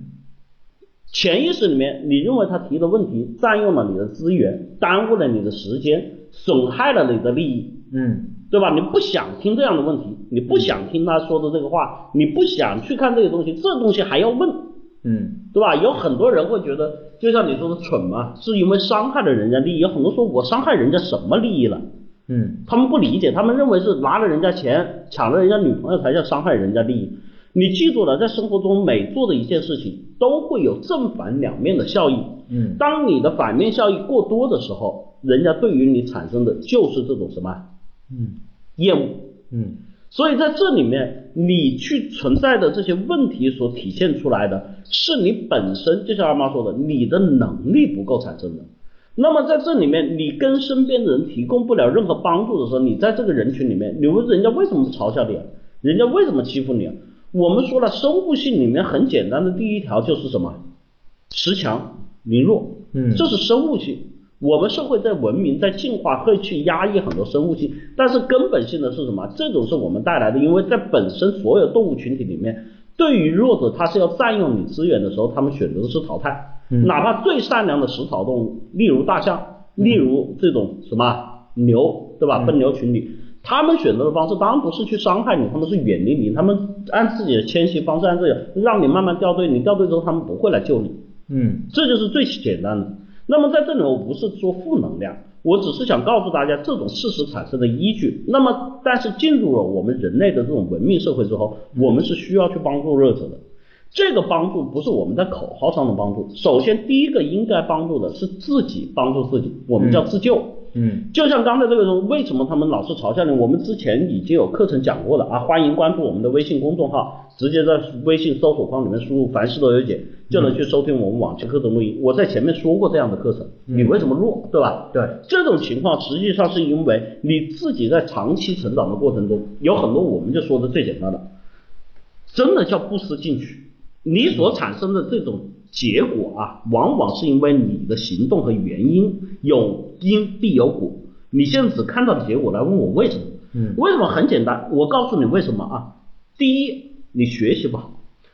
Speaker 2: 潜意识里面你认为他提的问题占用了你的资源，耽误了你的时间，损害了你的利益。
Speaker 1: 嗯
Speaker 2: 对吧？你不想听这样的问题，你不想听他说的这个话，你不想去看这个东西，这东西还要问，
Speaker 1: 嗯
Speaker 2: 对吧？有很多人会觉得，就像你说的蠢嘛，是因为伤害了人家利益。有很多说我伤害人家什么利益了？
Speaker 1: 嗯
Speaker 2: 他们不理解，他们认为是拿了人家钱，抢了人家女朋友才叫伤害人家利益。你记住了，在生活中每做的一件事情都会有正反两面的效益。
Speaker 1: 嗯
Speaker 2: 当你的反面效益过多的时候，人家对于你产生的就是这种什么
Speaker 1: 嗯
Speaker 2: 厌恶。
Speaker 1: 嗯
Speaker 2: 所以在这里面，你去存在的这些问题所体现出来的，是你本身，就像二妈说的，你的能力不够产生的。那么在这里面，你跟身边的人提供不了任何帮助的时候，你在这个人群里面，你问人家为什么嘲笑你啊？人家为什么欺负你啊？我们说了，生物性里面很简单的第一条就是什么？恃强凌弱，
Speaker 1: 嗯
Speaker 2: 这是生物性。我们社会在文明在进化会去压抑很多生物性，但是根本性的是什么？这种是我们带来的，因为在本身所有动物群体里面，对于弱者他是要占用你资源的时候，他们选择的是淘汰。
Speaker 1: 嗯
Speaker 2: 哪怕最善良的食草动物，例如大象，例如这种什么牛，对吧？
Speaker 1: 嗯
Speaker 2: 笨牛群体，他们选择的方式当然不是去伤害你，他们是远离你，他们按自己的迁徙方式，按自己的让你慢慢掉队，你掉队之后他们不会来救你。
Speaker 1: 嗯
Speaker 2: 这就是最简单的。那么在这里，我不是说负能量，我只是想告诉大家这种事实产生的依据。那么，但是进入了我们人类的这种文明社会之后，我们是需要去帮助弱者的。这个帮助不是我们在口号上的帮助，首先第一个应该帮助的是自己帮助自己，我们叫自救。
Speaker 1: 嗯
Speaker 2: 就像刚才这个中，为什么他们老是嘲笑你？我们之前已经有课程讲过了啊，欢迎关注我们的微信公众号，直接在微信搜索框里面输入“凡事都有解”，就能去收听我们往期课程录音。我在前面说过这样的课程，
Speaker 1: 嗯
Speaker 2: 你为什么弱，对吧？
Speaker 1: 对
Speaker 2: 这种情况实际上是因为你自己在长期成长的过程中，有很多我们就说的最简单的，真的叫不思进取。你所产生的这种结果啊，往往是因为你的行动和原因有因必有果。你现在只看到结果来问我为什么？
Speaker 1: 嗯
Speaker 2: 为什么很简单，我告诉你为什么啊。第一，你学习不好；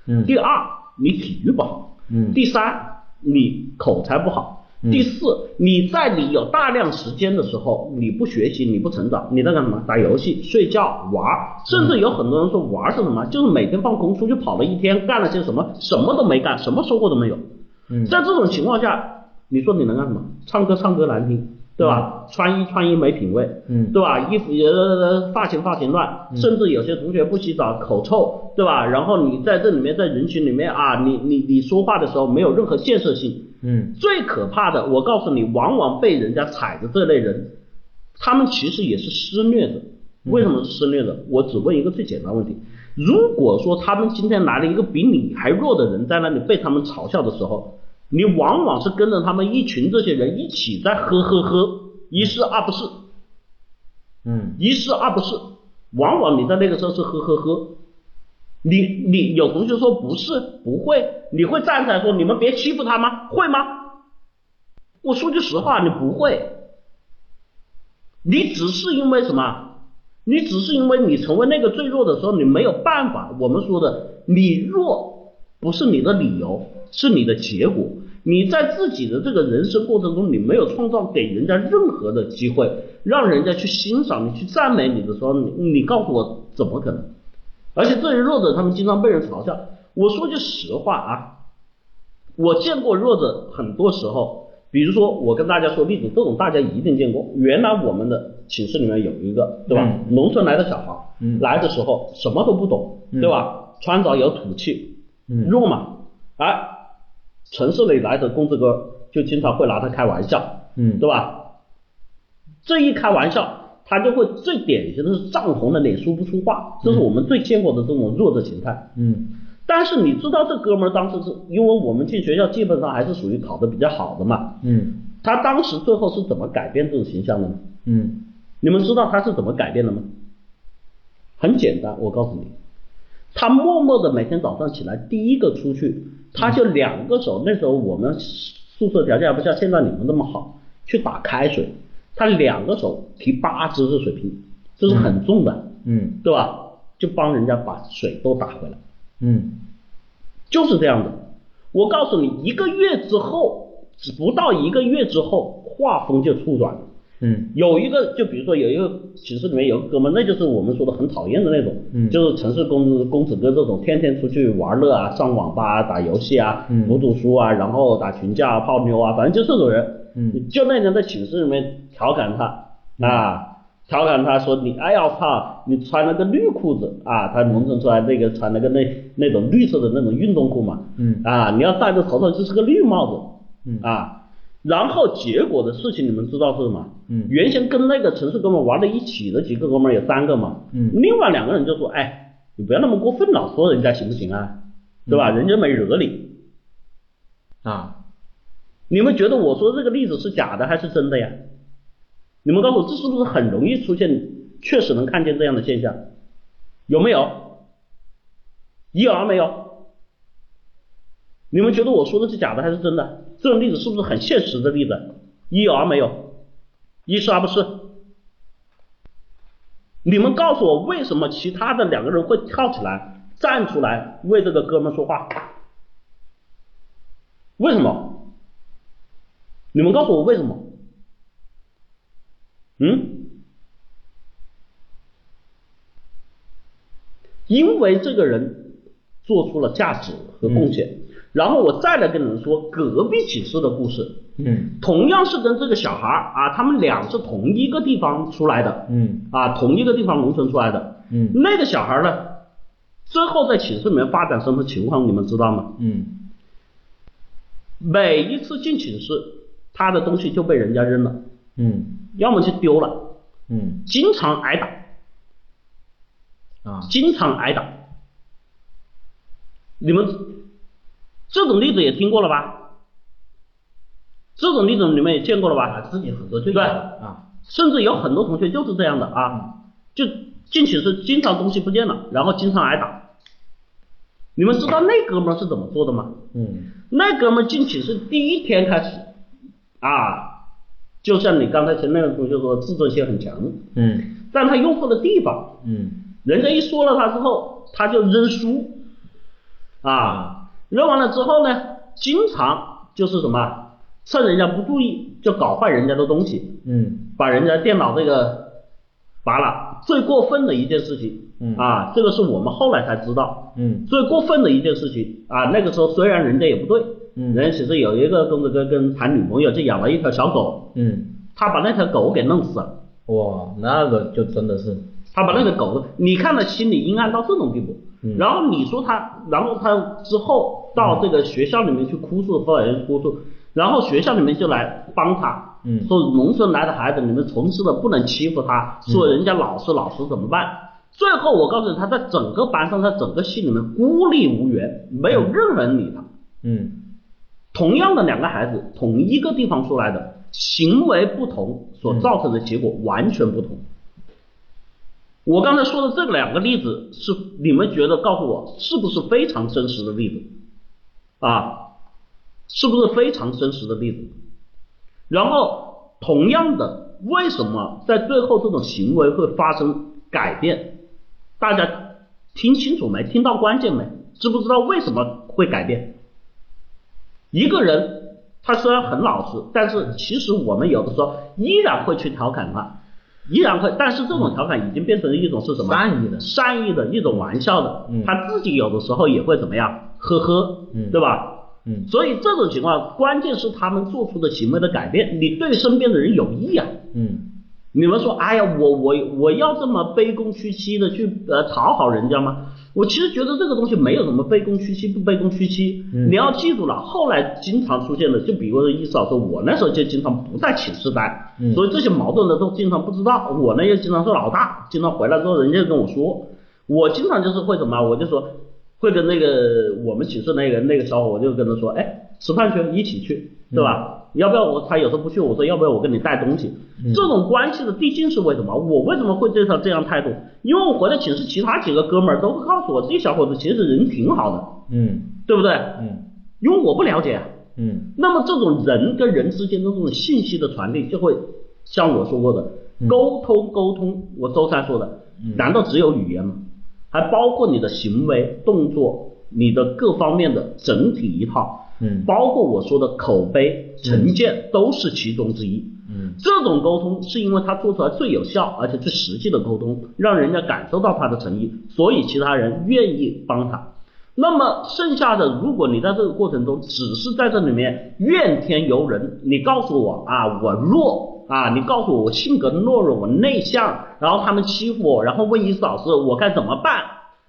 Speaker 1: 嗯
Speaker 2: 第二，你体育不好；
Speaker 1: 嗯
Speaker 2: 第三，你口才不好；
Speaker 1: 嗯
Speaker 2: 第四，你在你有大量时间的时候，你不学习，你不成长，你在干什么？打游戏、睡觉、玩儿，甚至有很多人说玩儿是什么？就是每天放空出去跑了一天，干了些什么，什么都没干，什么收获都没有。
Speaker 1: 嗯
Speaker 2: 在这种情况下，你说你能干什么？唱歌唱歌难听，对吧？穿衣穿衣没品位，
Speaker 1: 嗯
Speaker 2: 对吧？衣服呃发型发型乱，甚至有些同学不洗澡，口臭，对吧？然后你在这里面在人群里面啊，你你你说话的时候没有任何建设性。
Speaker 1: 嗯
Speaker 2: 最可怕的，我告诉你，往往被人家踩的这类人，他们其实也是施虐者。为什么是施虐者？我只问一个最简单的问题：如果说他们今天来了一个比你还弱的人在那里被他们嘲笑的时候，你往往是跟着他们一群这些人一起在呵呵呵，一是二不是，
Speaker 1: 嗯
Speaker 2: 一是二不是，往往你在那个时候是呵呵呵。你你有同学说不是不会，你会站起来说你们别欺负他吗？会吗？我说句实话，你不会，你只是因为什么？你只是因为你成为那个最弱的时候，你没有办法。我们说的，你弱不是你的理由，是你的结果。你在自己的这个人生过程中，你没有创造给人家任何的机会，让人家去欣赏你、去赞美你的时候，你你告诉我怎么可能？而且这些弱者他们经常被人嘲笑。我说句实话啊，我见过弱者很多时候，比如说我跟大家说例子，这种大家一定见过。原来我们的寝室里面有一个，对吧？农村来的小孩，
Speaker 1: 嗯
Speaker 2: 来的时候什么都不懂，
Speaker 1: 嗯
Speaker 2: 对吧？穿着有土气，
Speaker 1: 嗯
Speaker 2: 弱嘛。哎，城市里来的公子哥就经常会拿他开玩笑，
Speaker 1: 嗯
Speaker 2: 对吧？这一开玩笑，他就会最典型的是涨红了脸说不出话，这是我们最见过的这种弱的形态。
Speaker 1: 嗯
Speaker 2: 但是你知道这哥们儿当时是因为我们进学校基本上还是属于考的比较好的嘛，
Speaker 1: 嗯
Speaker 2: 他当时最后是怎么改变这种形象的呢？
Speaker 1: 嗯
Speaker 2: 你们知道他是怎么改变的吗？很简单，我告诉你，他默默的每天早上起来第一个出去，他就两个手，那时候我们宿舍条件还不像现在你们那么好，去打开水，他两个手提八只热水瓶，这是很重的，
Speaker 1: 嗯
Speaker 2: 对吧？就帮人家把水都打回来。
Speaker 1: 嗯
Speaker 2: 就是这样的。我告诉你，一个月之后，只不到一个月之后，画风就触转了。
Speaker 1: 嗯
Speaker 2: 有一个，就比如说有一个寝室里面有个哥们儿，那就是我们说的很讨厌的那种，
Speaker 1: 嗯
Speaker 2: 就是城市公公子哥这种，天天出去玩乐啊，上网吧、啊、打游戏啊
Speaker 1: 嗯，
Speaker 2: 读读书啊，然后打群架、啊、泡妞啊，反正就这种人。
Speaker 1: 嗯
Speaker 2: 就那天在寝室里面调侃他，啊，调侃他说你哎呀操，你穿了个绿裤子啊，他农村出来那个穿了个那那种绿色的那种运动裤嘛，
Speaker 1: 嗯
Speaker 2: 啊，你要戴在头上就是个绿帽子，
Speaker 1: 嗯
Speaker 2: 啊，然后结果的事情你们知道是什么？
Speaker 1: 嗯
Speaker 2: 原先跟那个城市哥们玩在一起的几个哥们儿有三个嘛，
Speaker 1: 嗯
Speaker 2: 另外两个人就说，哎，你不要那么过分，老说人家行不行啊？对
Speaker 1: 嗯
Speaker 2: 吧？人家没惹你，
Speaker 1: 啊，
Speaker 2: 你们觉得我说这个例子是假的还是真的呀？你们告诉我，这是不是很容易出现，确实能看见这样的现象？有没有？有而没有？你们觉得我说的是假的还是真的？这种例子是不是很现实的例子？一有而没有？一是而不是？你们告诉我，为什么其他的两个人会跳起来站出来为这个哥们说话？为什么？你们告诉我为什么？嗯？因为这个人做出了价值和贡献，然后我再来跟你们说隔壁寝室的故事，
Speaker 1: 嗯
Speaker 2: 同样是跟这个小孩儿啊，他们俩是同一个地方出来的，
Speaker 1: 嗯
Speaker 2: 啊，同一个地方农村出来的，
Speaker 1: 嗯
Speaker 2: 那个小孩儿呢，之后在寝室里面发展什么情况，你们知道吗？
Speaker 1: 嗯
Speaker 2: 每一次进寝室，他的东西就被人家扔了，
Speaker 1: 嗯
Speaker 2: 要么就丢了，
Speaker 1: 嗯
Speaker 2: 经常挨打，
Speaker 1: 啊，
Speaker 2: 经常挨打。你们这种例子也听过了吧？这种例子你们也见过了吧？
Speaker 1: 自己很多就
Speaker 2: 对
Speaker 1: 啊，
Speaker 2: 甚至有很多同学就是这样的啊，就进寝室经常东西不见了，然后经常挨打。你们知道那哥们儿是怎么做的吗？
Speaker 1: 嗯
Speaker 2: 那哥们儿进寝室第一天开始啊，就像你刚才前那个同学说，自尊心很强，
Speaker 1: 嗯
Speaker 2: 但他用错的地方，
Speaker 1: 嗯
Speaker 2: 人家一说了他之后，他就扔书，啊，扔完了之后呢，经常就是什么，趁人家不注意就搞坏人家的东西，
Speaker 1: 嗯
Speaker 2: 把人家电脑这个拔了。最过分的一件事情，
Speaker 1: 嗯
Speaker 2: 啊，这个是我们后来才知道，
Speaker 1: 嗯
Speaker 2: 最过分的一件事情啊，那个时候虽然人家也不对，
Speaker 1: 嗯
Speaker 2: 人家其实有一个公子哥跟谈女朋友就养了一条小狗，
Speaker 1: 嗯，
Speaker 2: 他把那条狗给弄死了，
Speaker 1: 哇，那个就真的是，
Speaker 2: 他把那个狗，你看他心里阴暗到这种地步，
Speaker 1: 嗯
Speaker 2: 然后你说他，然后他之后到这个学校里面去哭诉，法院去哭诉，然后学校里面就来帮他，
Speaker 1: 嗯
Speaker 2: 说农村来的孩子，你们从事的不能欺负他，说人家老师老师怎么办？最后我告诉你，他在整个班上，在整个系里面孤立无援，没有任何人理他。
Speaker 1: 嗯
Speaker 2: 同样的两个孩子，同一个地方出来的，行为不同所造成的结果完全不同。我刚才说的这两个例子是你们觉得告诉我是不是非常真实的例子啊？是不是非常真实的例子？然后同样的，为什么在最后这种行为会发生改变？大家听清楚没？听到关键没？知不知道为什么会改变？一个人他虽然很老实，但是其实我们有的时候依然会去调侃他，依然会，但是这种调侃已经变成了一种是什么？
Speaker 1: 善意的
Speaker 2: 善意的一种玩笑的
Speaker 1: 嗯，
Speaker 2: 他自己有的时候也会怎么样？呵呵
Speaker 1: 嗯，
Speaker 2: 对吧？
Speaker 1: 嗯
Speaker 2: 所以这种情况，关键是他们做出的行为的改变，你对身边的人有益啊。
Speaker 1: 嗯
Speaker 2: 你们说，哎呀，我我我要这么卑躬屈膝的去呃讨好人家吗？我其实觉得这个东西没有什么卑躬屈膝不卑躬屈膝，
Speaker 1: 嗯
Speaker 2: 你要记住了。后来经常出现的，就比如说伊嫂说，我那时候就经常不在寝室待，
Speaker 1: 嗯
Speaker 2: 所以这些矛盾呢都经常不知道。我呢又经常是老大，经常回来之后人家就跟我说，我经常就是会什么，我就说会跟那个我们寝室那个那个小伙，我就跟他说，哎，吃饭去，一起去，对吧？要不要我？他有时候不去，我说要不要我给你带东西？
Speaker 1: 嗯
Speaker 2: 这种关系的递进是为什么？我为什么会对他这样态度？因为我回到寝室，其他几个哥们儿都会告诉我，这小伙子其实人挺好的，
Speaker 1: 嗯
Speaker 2: 对不对？
Speaker 1: 嗯
Speaker 2: 因为我不了解啊。
Speaker 1: 嗯
Speaker 2: 那么这种人跟人之间的这种信息的传递，就会像我说过的，
Speaker 1: 嗯
Speaker 2: 沟通沟通。我周三说的，
Speaker 1: 嗯
Speaker 2: 难道只有语言吗？还包括你的行为、动作、你的各方面的整体一套，
Speaker 1: 嗯
Speaker 2: 包括我说的口碑、成见，都是其中之一。
Speaker 1: 嗯
Speaker 2: 这种沟通是因为他做出来最有效而且最实际的沟通，让人家感受到他的诚意，所以其他人愿意帮他。那么剩下的，如果你在这个过程中只是在这里面怨天尤人，你告诉我啊，我弱啊，你告诉我我性格懦弱，我内向，然后他们欺负我，然后问伊斯老师我该怎么办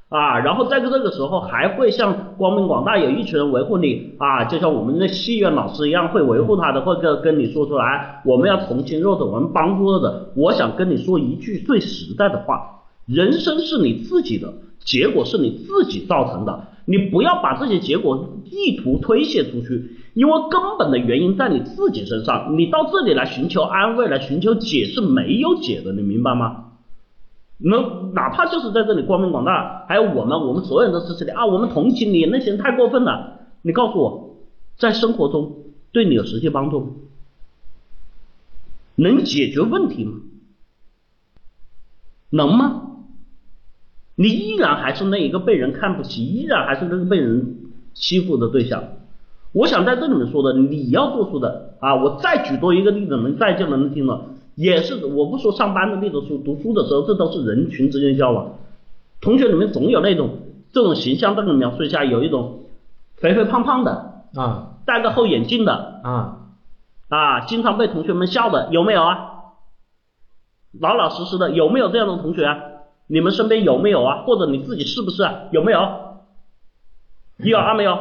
Speaker 2: 啊？然后在这个时候还会像光明广大有一群人维护你啊，就像我们的戏院老师一样会维护他的，会跟跟你说出来，我们要同情弱者，我们帮助弱者。我想跟你说一句最实在的话，人生是你自己的，结果是你自己造成的。你不要把这些结果意图推卸出去，因为根本的原因在你自己身上。你到这里来寻求安慰，来寻求解是没有解的，你明白吗？能哪怕就是在这里光明广大，还有我们，我们所有人都支持你啊，我们同情你，那些人太过分了。你告诉我，在生活中对你有实际帮助吗？能解决问题吗？能吗？你依然还是那一个被人看不起，依然还是那个被人欺负的对象。我想在这里面说的，你要做出的啊，我再举多一个例子，能再就能听了，也是我不说上班的例子，说读书的时候，这都是人群之间交往。同学里面总有那种这种形象，在你描述下有一种肥肥胖胖的，
Speaker 1: 啊
Speaker 2: 戴个厚眼镜的，
Speaker 1: 啊，
Speaker 2: 啊，经常被同学们笑的，有没有啊？老老实实的，有没有这样的同学啊？你们身边有没有啊？或者你自己是不是啊？有没有？一有二没有？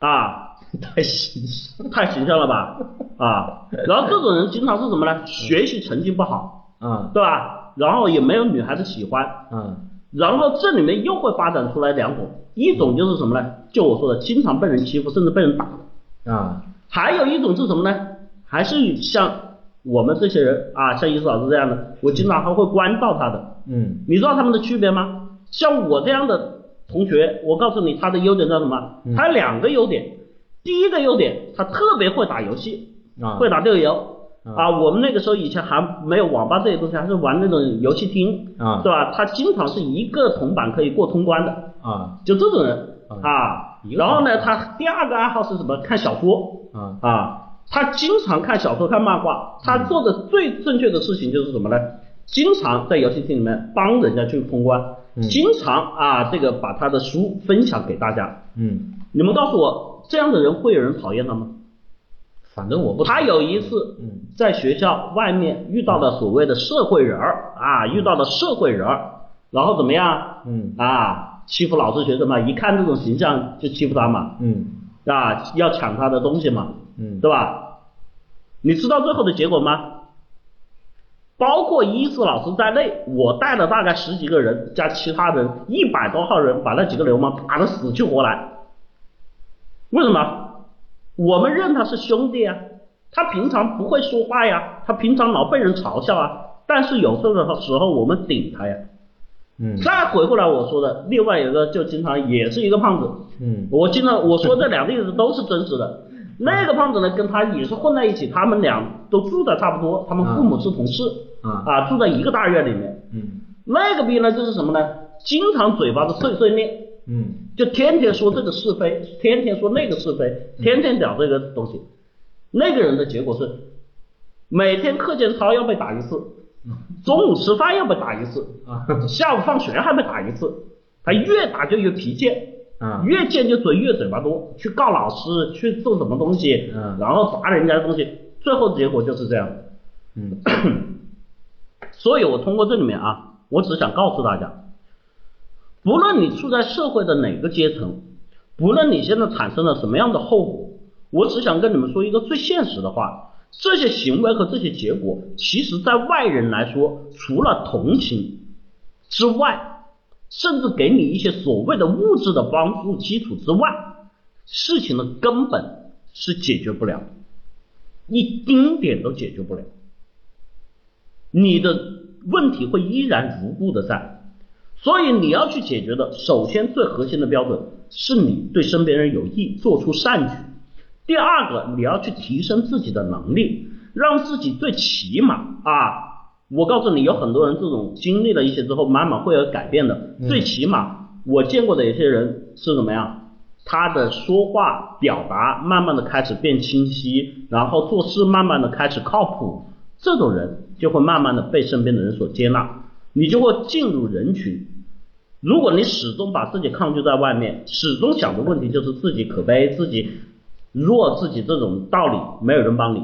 Speaker 2: 啊，
Speaker 1: 太形象
Speaker 2: 太形象了吧？啊，然后这种人经常是什么呢？学习成绩不好，
Speaker 1: 啊
Speaker 2: 对吧？然后也没有女孩子喜欢，
Speaker 1: 啊
Speaker 2: 然后这里面又会发展出来两种，一种就是什么呢？就我说的，经常被人欺负，甚至被人打的。
Speaker 1: 啊
Speaker 2: 还有一种是什么呢？还是像我们这些人啊，像伊思老师这样的，我经常还会关照他的。
Speaker 1: 嗯
Speaker 2: 你知道他们的区别吗？像我这样的同学，我告诉你他的优点叫什么
Speaker 1: 嗯？
Speaker 2: 他有两个优点，第一个优点他特别会打游戏，
Speaker 1: 啊
Speaker 2: 会打六游。
Speaker 1: 啊
Speaker 2: 啊，我们那个时候以前还没有网吧这些东西，还是玩那种游戏厅，
Speaker 1: 啊
Speaker 2: 对吧？他经常是一个铜板可以过通关的，
Speaker 1: 啊
Speaker 2: 就这种人
Speaker 1: 嗯
Speaker 2: 啊
Speaker 1: 一。个
Speaker 2: 然后呢，
Speaker 1: 铜
Speaker 2: 他第二个爱好是什么？看小说。
Speaker 1: 啊
Speaker 2: 啊，他经常看小说、看漫画，他做的最正确的事情就是什么呢？经常在游戏厅里面帮人家去通关，
Speaker 1: 嗯
Speaker 2: 经常啊，这个把他的书分享给大家。
Speaker 1: 嗯，
Speaker 2: 你们告诉我，这样的人会有人讨厌他吗？
Speaker 1: 反正我不
Speaker 2: 他有一次
Speaker 1: 嗯
Speaker 2: 在学校外面遇到了所谓的社会人儿啊，遇到了社会人儿，然后怎么样
Speaker 1: 嗯
Speaker 2: 啊？欺负老师学生嘛，一看这种形象就欺负他嘛，
Speaker 1: 嗯
Speaker 2: 啊，要抢他的东西嘛，
Speaker 1: 嗯
Speaker 2: 对吧？你知道最后的结果吗？包括伊斯老师在内，我带了大概十几个人加其他人一百多号人，把那几个流氓打得死去活来。为什么？我们认他是兄弟啊，他平常不会说话呀，他平常老被人嘲笑啊，但是有时候的时候我们顶他呀。
Speaker 1: 嗯
Speaker 2: 再回过来我说的，另外有一个就经常也是一个胖子，
Speaker 1: 嗯
Speaker 2: 我经常我说这两个例子都是真实的。那个胖子呢，跟他也是混在一起，他们俩都住的差不多，他们父母是同事，
Speaker 1: 啊
Speaker 2: 啊，住在一个大院里面。
Speaker 1: 嗯
Speaker 2: 那个逼呢，就是什么呢？经常嘴巴子碎碎念，
Speaker 1: 嗯
Speaker 2: 就天天说这个是非，天天说那个是非，天天讲这个东西。那个人的结果是，每天课间操要被打一次，中午吃饭要被打一次，
Speaker 1: 啊
Speaker 2: 下午放学还被打一次，他越打就越脾气。
Speaker 1: 啊
Speaker 2: 越贱就嘴越嘴巴多，去告老师，去做什么东西，
Speaker 1: 嗯
Speaker 2: 然后砸人家的东西，最后结果就是这样。
Speaker 1: 嗯
Speaker 2: 所以我通过这里面啊，我只想告诉大家，不论你处在社会的哪个阶层，不论你现在产生了什么样的后果，我只想跟你们说一个最现实的话：这些行为和这些结果，其实在外人来说，除了同情之外，甚至给你一些所谓的物质的帮助基础之外，事情的根本是解决不了的，一丁点都解决不了。你的问题会依然如故的在。所以你要去解决的，首先最核心的标准是你对身边人有益，做出善举。第二个，你要去提升自己的能力，让自己最起码啊，我告诉你，有很多人这种经历了一些之后，慢慢会有改变的。
Speaker 1: 嗯
Speaker 2: 最起码我见过的有些人是怎么样，他的说话表达慢慢的开始变清晰，然后做事慢慢的开始靠谱，这种人就会慢慢的被身边的人所接纳，你就会进入人群。如果你始终把自己抗拒在外面，始终想的问题就是自己可悲、自己弱、自己这种道理，没有人帮你。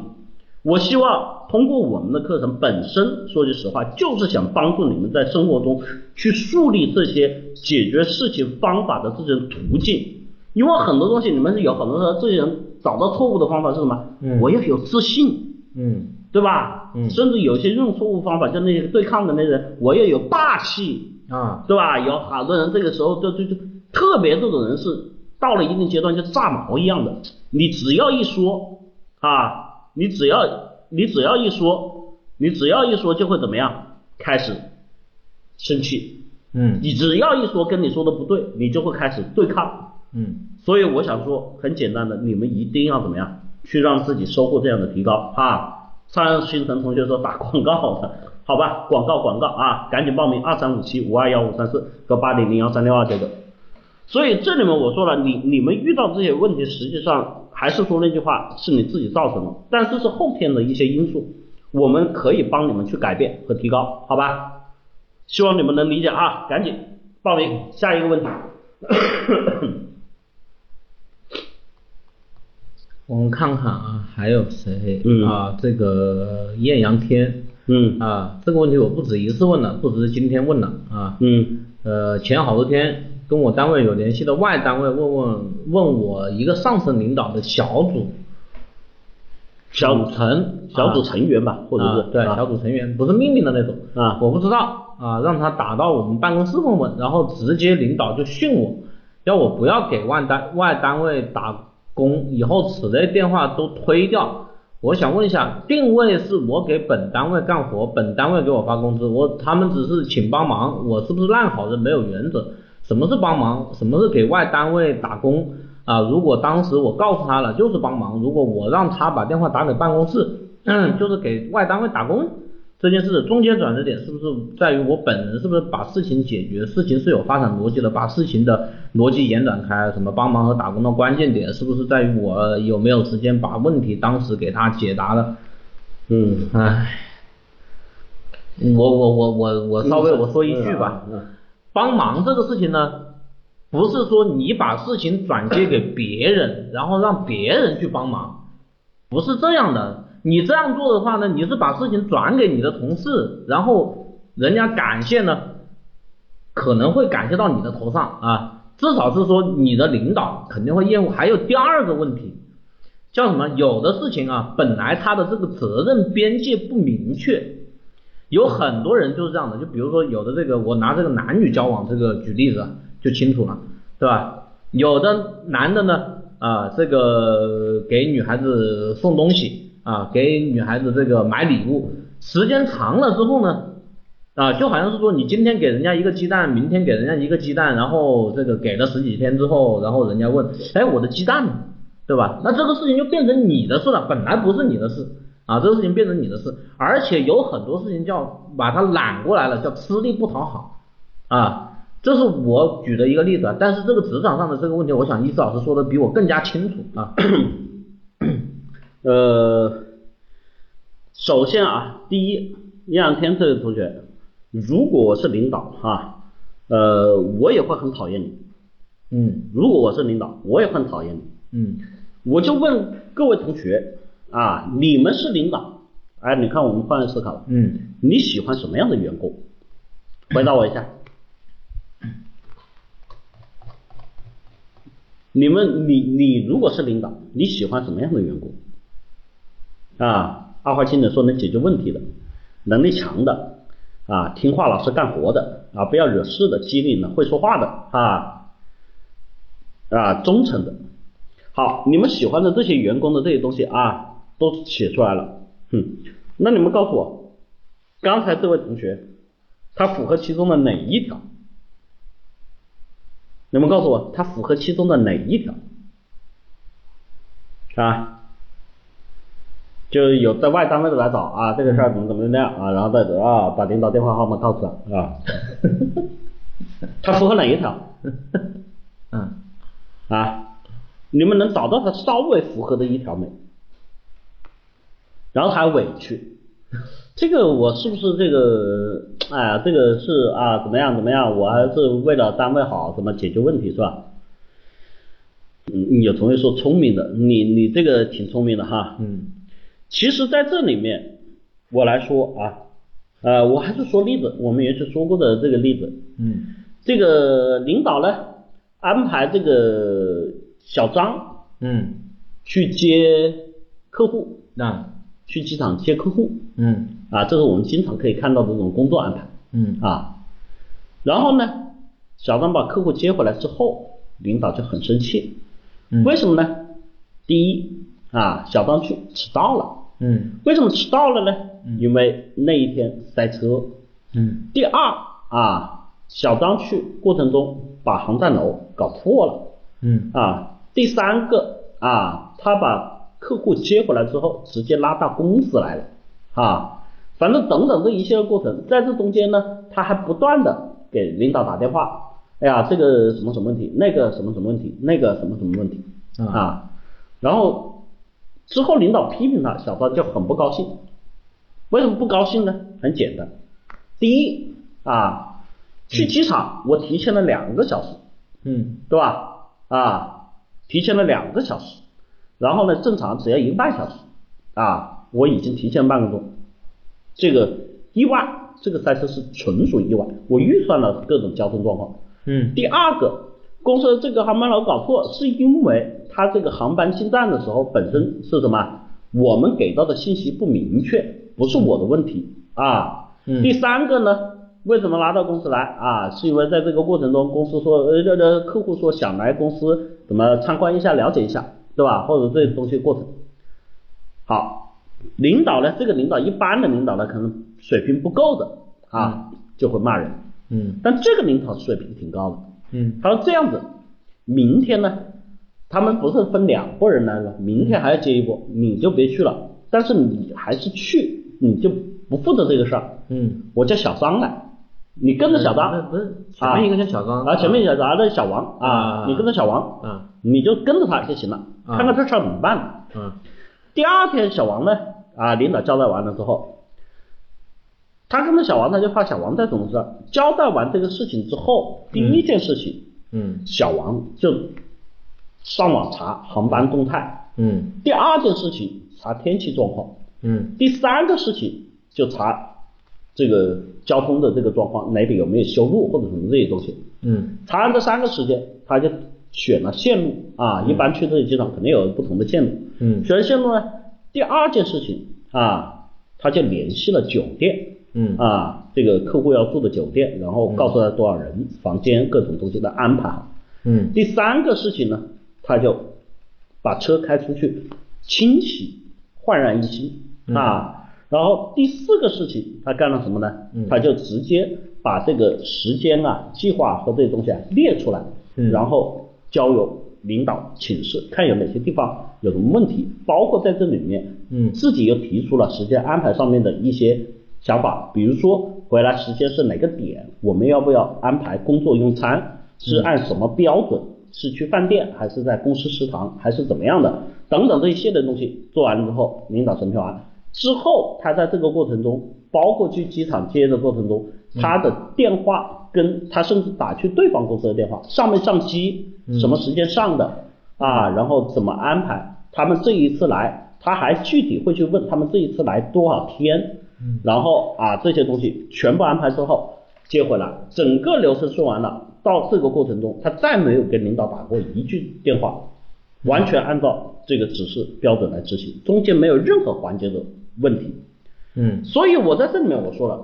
Speaker 2: 我希望通过我们的课程本身，说句实话，就是想帮助你们在生活中去树立这些解决事情方法的这些途径。因为很多东西，你们是有很多的这些人找到错误的方法是什么？
Speaker 3: 嗯
Speaker 2: 我要有自信，
Speaker 3: 嗯
Speaker 2: 对吧？
Speaker 3: 嗯
Speaker 2: 甚至有些用错误方法，像那些对抗的那些人，我要有霸气，
Speaker 3: 啊，
Speaker 2: 对吧？有好多人这个时候就就就特别这种人是到了一定阶段就炸毛一样的，你只要一说啊，你只要你只要一说，你只要一说就会怎么样？开始生气，
Speaker 3: 嗯
Speaker 2: 你只要一说跟你说的不对，你就会开始对抗。
Speaker 3: 嗯
Speaker 2: 所以我想说，很简单的，你们一定要怎么样，去让自己收获这样的提高啊！上星辰同学说打广告的，好吧，广告广告啊，赶紧报名二三五七五二幺五三四和八零零幺三六二九九。所以这里面我说了，你你们遇到这些问题，实际上还是说那句话，是你自己造成的，但是是后天的一些因素，我们可以帮你们去改变和提高，好吧？希望你们能理解啊，赶紧报名下一个问题。
Speaker 1: 我们看看啊，还有谁？
Speaker 2: 嗯
Speaker 1: 啊，这个艳阳天
Speaker 2: 嗯
Speaker 1: 啊，这个问题我不止一次问了，不只是今天问了啊。
Speaker 2: 嗯。
Speaker 1: 呃，前好多天跟我单位有联系的外单位问问问我一个上层领导的小组
Speaker 2: 小组
Speaker 1: 组成
Speaker 2: 小组成员吧，或者是、
Speaker 1: 啊、对
Speaker 2: 啊
Speaker 1: 小组成员，不是命令的那种
Speaker 2: 啊
Speaker 1: 我不知道啊，让他打到我们办公室问问，然后直接领导就训我，要我不要给外单外单位打工，以后此类电话都推掉。我想问一下，定位是我给本单位干活，本单位给我发工资，我他们只是请帮忙，我是不是烂好人没有原则？什么是帮忙？什么是给外单位打工？啊，如果当时我告诉他了，就是帮忙；如果我让他把电话打给办公室，嗯就是给外单位打工这件事的中间转折点，是不是在于我本人是不是把事情解决？事情是有发展逻辑的，把事情的逻辑延展开，什么帮忙和打工的关键点，是不是在于我有没有时间把问题当时给他解答了？
Speaker 2: 嗯，
Speaker 1: 唉，我我我我我稍微我说一句吧，
Speaker 2: 嗯，
Speaker 1: 帮忙这个事情呢，不是说你把事情转接给别人，然后让别人去帮忙，不是这样的。你这样做的话呢，你是把事情转给你的同事，然后人家感谢呢，可能会感谢到你的头上啊，至少是说你的领导肯定会厌恶。还有第二个问题，叫什么？有的事情啊，本来他的这个责任边界不明确，有很多人就是这样的。就比如说有的这个，我拿这个男女交往这个举例子啊就清楚了，对吧？有的男的呢，啊，这个给女孩子送东西啊，给女孩子这个买礼物，时间长了之后呢，啊，就好像是说你今天给人家一个鸡蛋，明天给人家一个鸡蛋，然后这个给了十几天之后，然后人家问，哎，我的鸡蛋呢？对吧？那这个事情就变成你的事了，本来不是你的事啊，这个事情变成你的事，而且有很多事情叫把它揽过来了，叫吃力不讨好啊。这是我举的一个例子，啊，但是这个职场上的这个问题，我想易思老师说的比我更加清楚啊。
Speaker 2: 呃，首先啊，第一，叶两天这位同学，如果我是领导哈、呃，我也会很讨厌你。
Speaker 1: 嗯
Speaker 2: 如果我是领导，我也很讨厌你。
Speaker 1: 嗯
Speaker 2: 我就问各位同学啊，你们是领导，哎，你看我们换位思考，
Speaker 1: 嗯，
Speaker 2: 你喜欢什么样的员工？回答我一下。你们，你你如果是领导，你喜欢什么样的员工？啊，二话青姐说能解决问题的，能力强的，啊，听话老实干活的，啊，不要惹事的，机灵的，会说话的，啊，啊，忠诚的。好，你们喜欢的这些员工的这些东西啊，都写出来了。哼、那你们告诉我，刚才这位同学，他符合其中的哪一条？你们告诉我，他符合其中的哪一条？啊，就是有在外单位的来找啊，这个事儿怎么怎么怎么样啊，然后再啊把领导电话号码告诉他啊，他符合哪一条？
Speaker 1: 嗯，
Speaker 2: 啊，你们能找到他稍微符合的一条没？然后还委屈， 这个我是不是这个？哎呀，这个是啊，怎么样怎么样？我还是为了单位好，怎么解决问题是吧？嗯，有同学说聪明的，你你这个挺聪明的哈。
Speaker 1: 嗯
Speaker 2: 其实在这里面，我来说啊，呃，我还是说例子，我们原先说过的这个例子，
Speaker 1: 嗯
Speaker 2: 这个领导呢安排这个小张
Speaker 1: 嗯，
Speaker 2: 去接客户，
Speaker 1: 那
Speaker 2: 去机场接客户
Speaker 1: 嗯
Speaker 2: 啊，这是我们经常可以看到的这种工作安排
Speaker 1: 嗯
Speaker 2: 啊。然后呢，小张把客户接回来之后，领导就很生气，
Speaker 1: 嗯，
Speaker 2: 为什么呢？第一啊，小张去迟到了。
Speaker 1: 嗯
Speaker 2: 为什么迟到了呢
Speaker 1: 嗯？
Speaker 2: 因为那一天塞车。
Speaker 1: 嗯
Speaker 2: 第二啊，小张去过程中把航站楼搞破了
Speaker 1: 嗯
Speaker 2: 啊。第三个啊，他把客户接回来之后，直接拉到公司来了啊。反正等等这一系列过程，在这中间呢，他还不断的给领导打电话，哎呀，这个什么什么问题，那个什么什么问题，那个什么什么问题
Speaker 1: 啊
Speaker 2: 啊。然后之后领导批评他，小张就很不高兴。为什么不高兴呢？很简单，第一啊，去机场我提前了两个小时，
Speaker 1: 嗯
Speaker 2: 对吧？啊，提前了两个小时，然后呢，正常只要一个半小时，啊，我已经提前半个钟，这个意外，这个塞车是纯属意外，我预算了各种交通状况。
Speaker 1: 嗯
Speaker 2: 第二个，公司这个航班楼搞错，是因为它这个航班进站的时候本身是什么？我们给到的信息不明确，不是我的问题啊。
Speaker 1: 嗯
Speaker 2: 第三个呢，为什么拉到公司来啊？是因为在这个过程中，公司说呃这这客户说想来公司怎么参观一下、了解一下，对吧？或者这些东西过程。好，领导呢，这个领导一般的领导呢，可能水平不够的啊，就会骂人。
Speaker 1: 嗯
Speaker 2: 但这个领导水平挺高的，
Speaker 1: 嗯
Speaker 2: 他说这样子，明天呢，他们不是分两拨人来了，明天还要接一波，你就别去了，但是你还是去，你就不负责这个事儿，
Speaker 1: 嗯，呃
Speaker 2: 我叫小张来，你跟着小张，
Speaker 1: 不是前面一个叫小张
Speaker 2: 啊，前面小嗯张，那小王
Speaker 1: 啊
Speaker 2: 啊，你跟着小王，
Speaker 1: 啊
Speaker 2: 你就跟着他就行了，
Speaker 1: 啊
Speaker 2: 看看这事儿怎么办。
Speaker 1: 啊
Speaker 2: 第二天小王呢，啊，领导交代完了之后，他跟着小王，他就怕小王再怎么事儿，交代完这个事情之后，第一件事情。
Speaker 1: 嗯
Speaker 2: 小王就上网查航班动态。
Speaker 1: 嗯
Speaker 2: 第二件事情查天气状况，
Speaker 1: 嗯
Speaker 2: 第三个事情就查这个交通的这个状况，哪里有没有修路或者什么这些东西。
Speaker 1: 嗯
Speaker 2: 查完这三个时间，他就选了线路啊，一般去这些机场肯定有不同的线路。
Speaker 1: 嗯
Speaker 2: 选了线路呢，第二件事情啊，他就联系了酒店。
Speaker 1: 嗯
Speaker 2: 啊，这个客户要住的酒店，然后告诉他多少人、房间各种东西的安排好。
Speaker 1: 嗯
Speaker 2: 第三个事情呢，他就把车开出去清洗，焕然一新
Speaker 1: 嗯
Speaker 2: 啊。然后第四个事情，他干了什么呢？
Speaker 1: 嗯
Speaker 2: 他就直接把这个时间啊、计划和这些东西啊列出来，
Speaker 1: 嗯
Speaker 2: 然后交由领导请示，看有哪些地方有什么问题，包括在这里面，
Speaker 1: 嗯
Speaker 2: 自己又提出了时间安排上面的一些想法，比如说回来时间是哪个点，我们要不要安排工作用餐，是按什么标准，是去饭店还是在公司食堂，还是怎么样的，等等这一系列东西做完了之后，领导审批完之后，他在这个过程中，包括去机场接的过程中，他的电话跟他甚至打去对方公司的电话，上没上机，什么时间上的啊，然后怎么安排，他们这一次来，他还具体会去问他们这一次来多少天，
Speaker 1: 嗯
Speaker 2: 然后啊这些东西全部安排之后接回来，整个流程顺完了，到这个过程中，他再没有跟领导打过一句电话，完全按照这个指示标准来执行，中间没有任何环节的问题。
Speaker 1: 嗯
Speaker 2: 所以我在这里面我说了，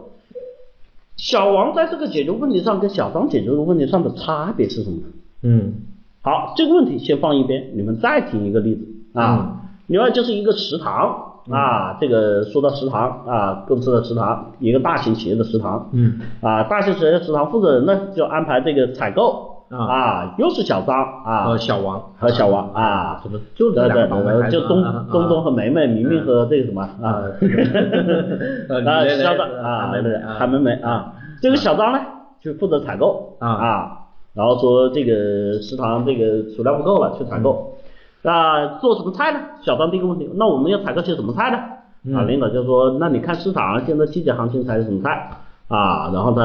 Speaker 2: 小王在这个解决问题上跟小张解决的问题上的差别是什么？
Speaker 1: 嗯
Speaker 2: 好，这个问题先放一边，你们再听一个例子啊。另外就是一个食堂啊，这个说到食堂啊，公司的食堂，一个大型企业的食堂，
Speaker 1: 嗯
Speaker 2: 啊，大型企业的食堂负责人呢就安排这个采购
Speaker 1: 啊
Speaker 2: 啊，又是小张啊
Speaker 1: 呃小王
Speaker 2: 和小王啊，
Speaker 1: 怎么就这
Speaker 2: 对
Speaker 1: 两
Speaker 2: 对
Speaker 1: 个倒霉
Speaker 2: 对，
Speaker 1: 孩子
Speaker 2: 就
Speaker 1: 啊
Speaker 2: 东
Speaker 1: 啊
Speaker 2: 东东和梅梅，明明和这个什么 啊
Speaker 1: 啊， 呃
Speaker 2: 啊，
Speaker 1: 你来
Speaker 2: 小
Speaker 1: 来
Speaker 2: 张
Speaker 1: 来
Speaker 2: 啊，
Speaker 1: 韩梅梅
Speaker 2: 韩梅梅啊，这个小张呢就负责采购
Speaker 1: 啊
Speaker 2: 然后说这个食堂这个储量不够了，去采购。那做什么菜呢？小张第一个问题，那我们要采购些什么菜呢？啊，
Speaker 1: 嗯
Speaker 2: 领导就说，那你看市场啊现在季节行情采什么菜啊？然后他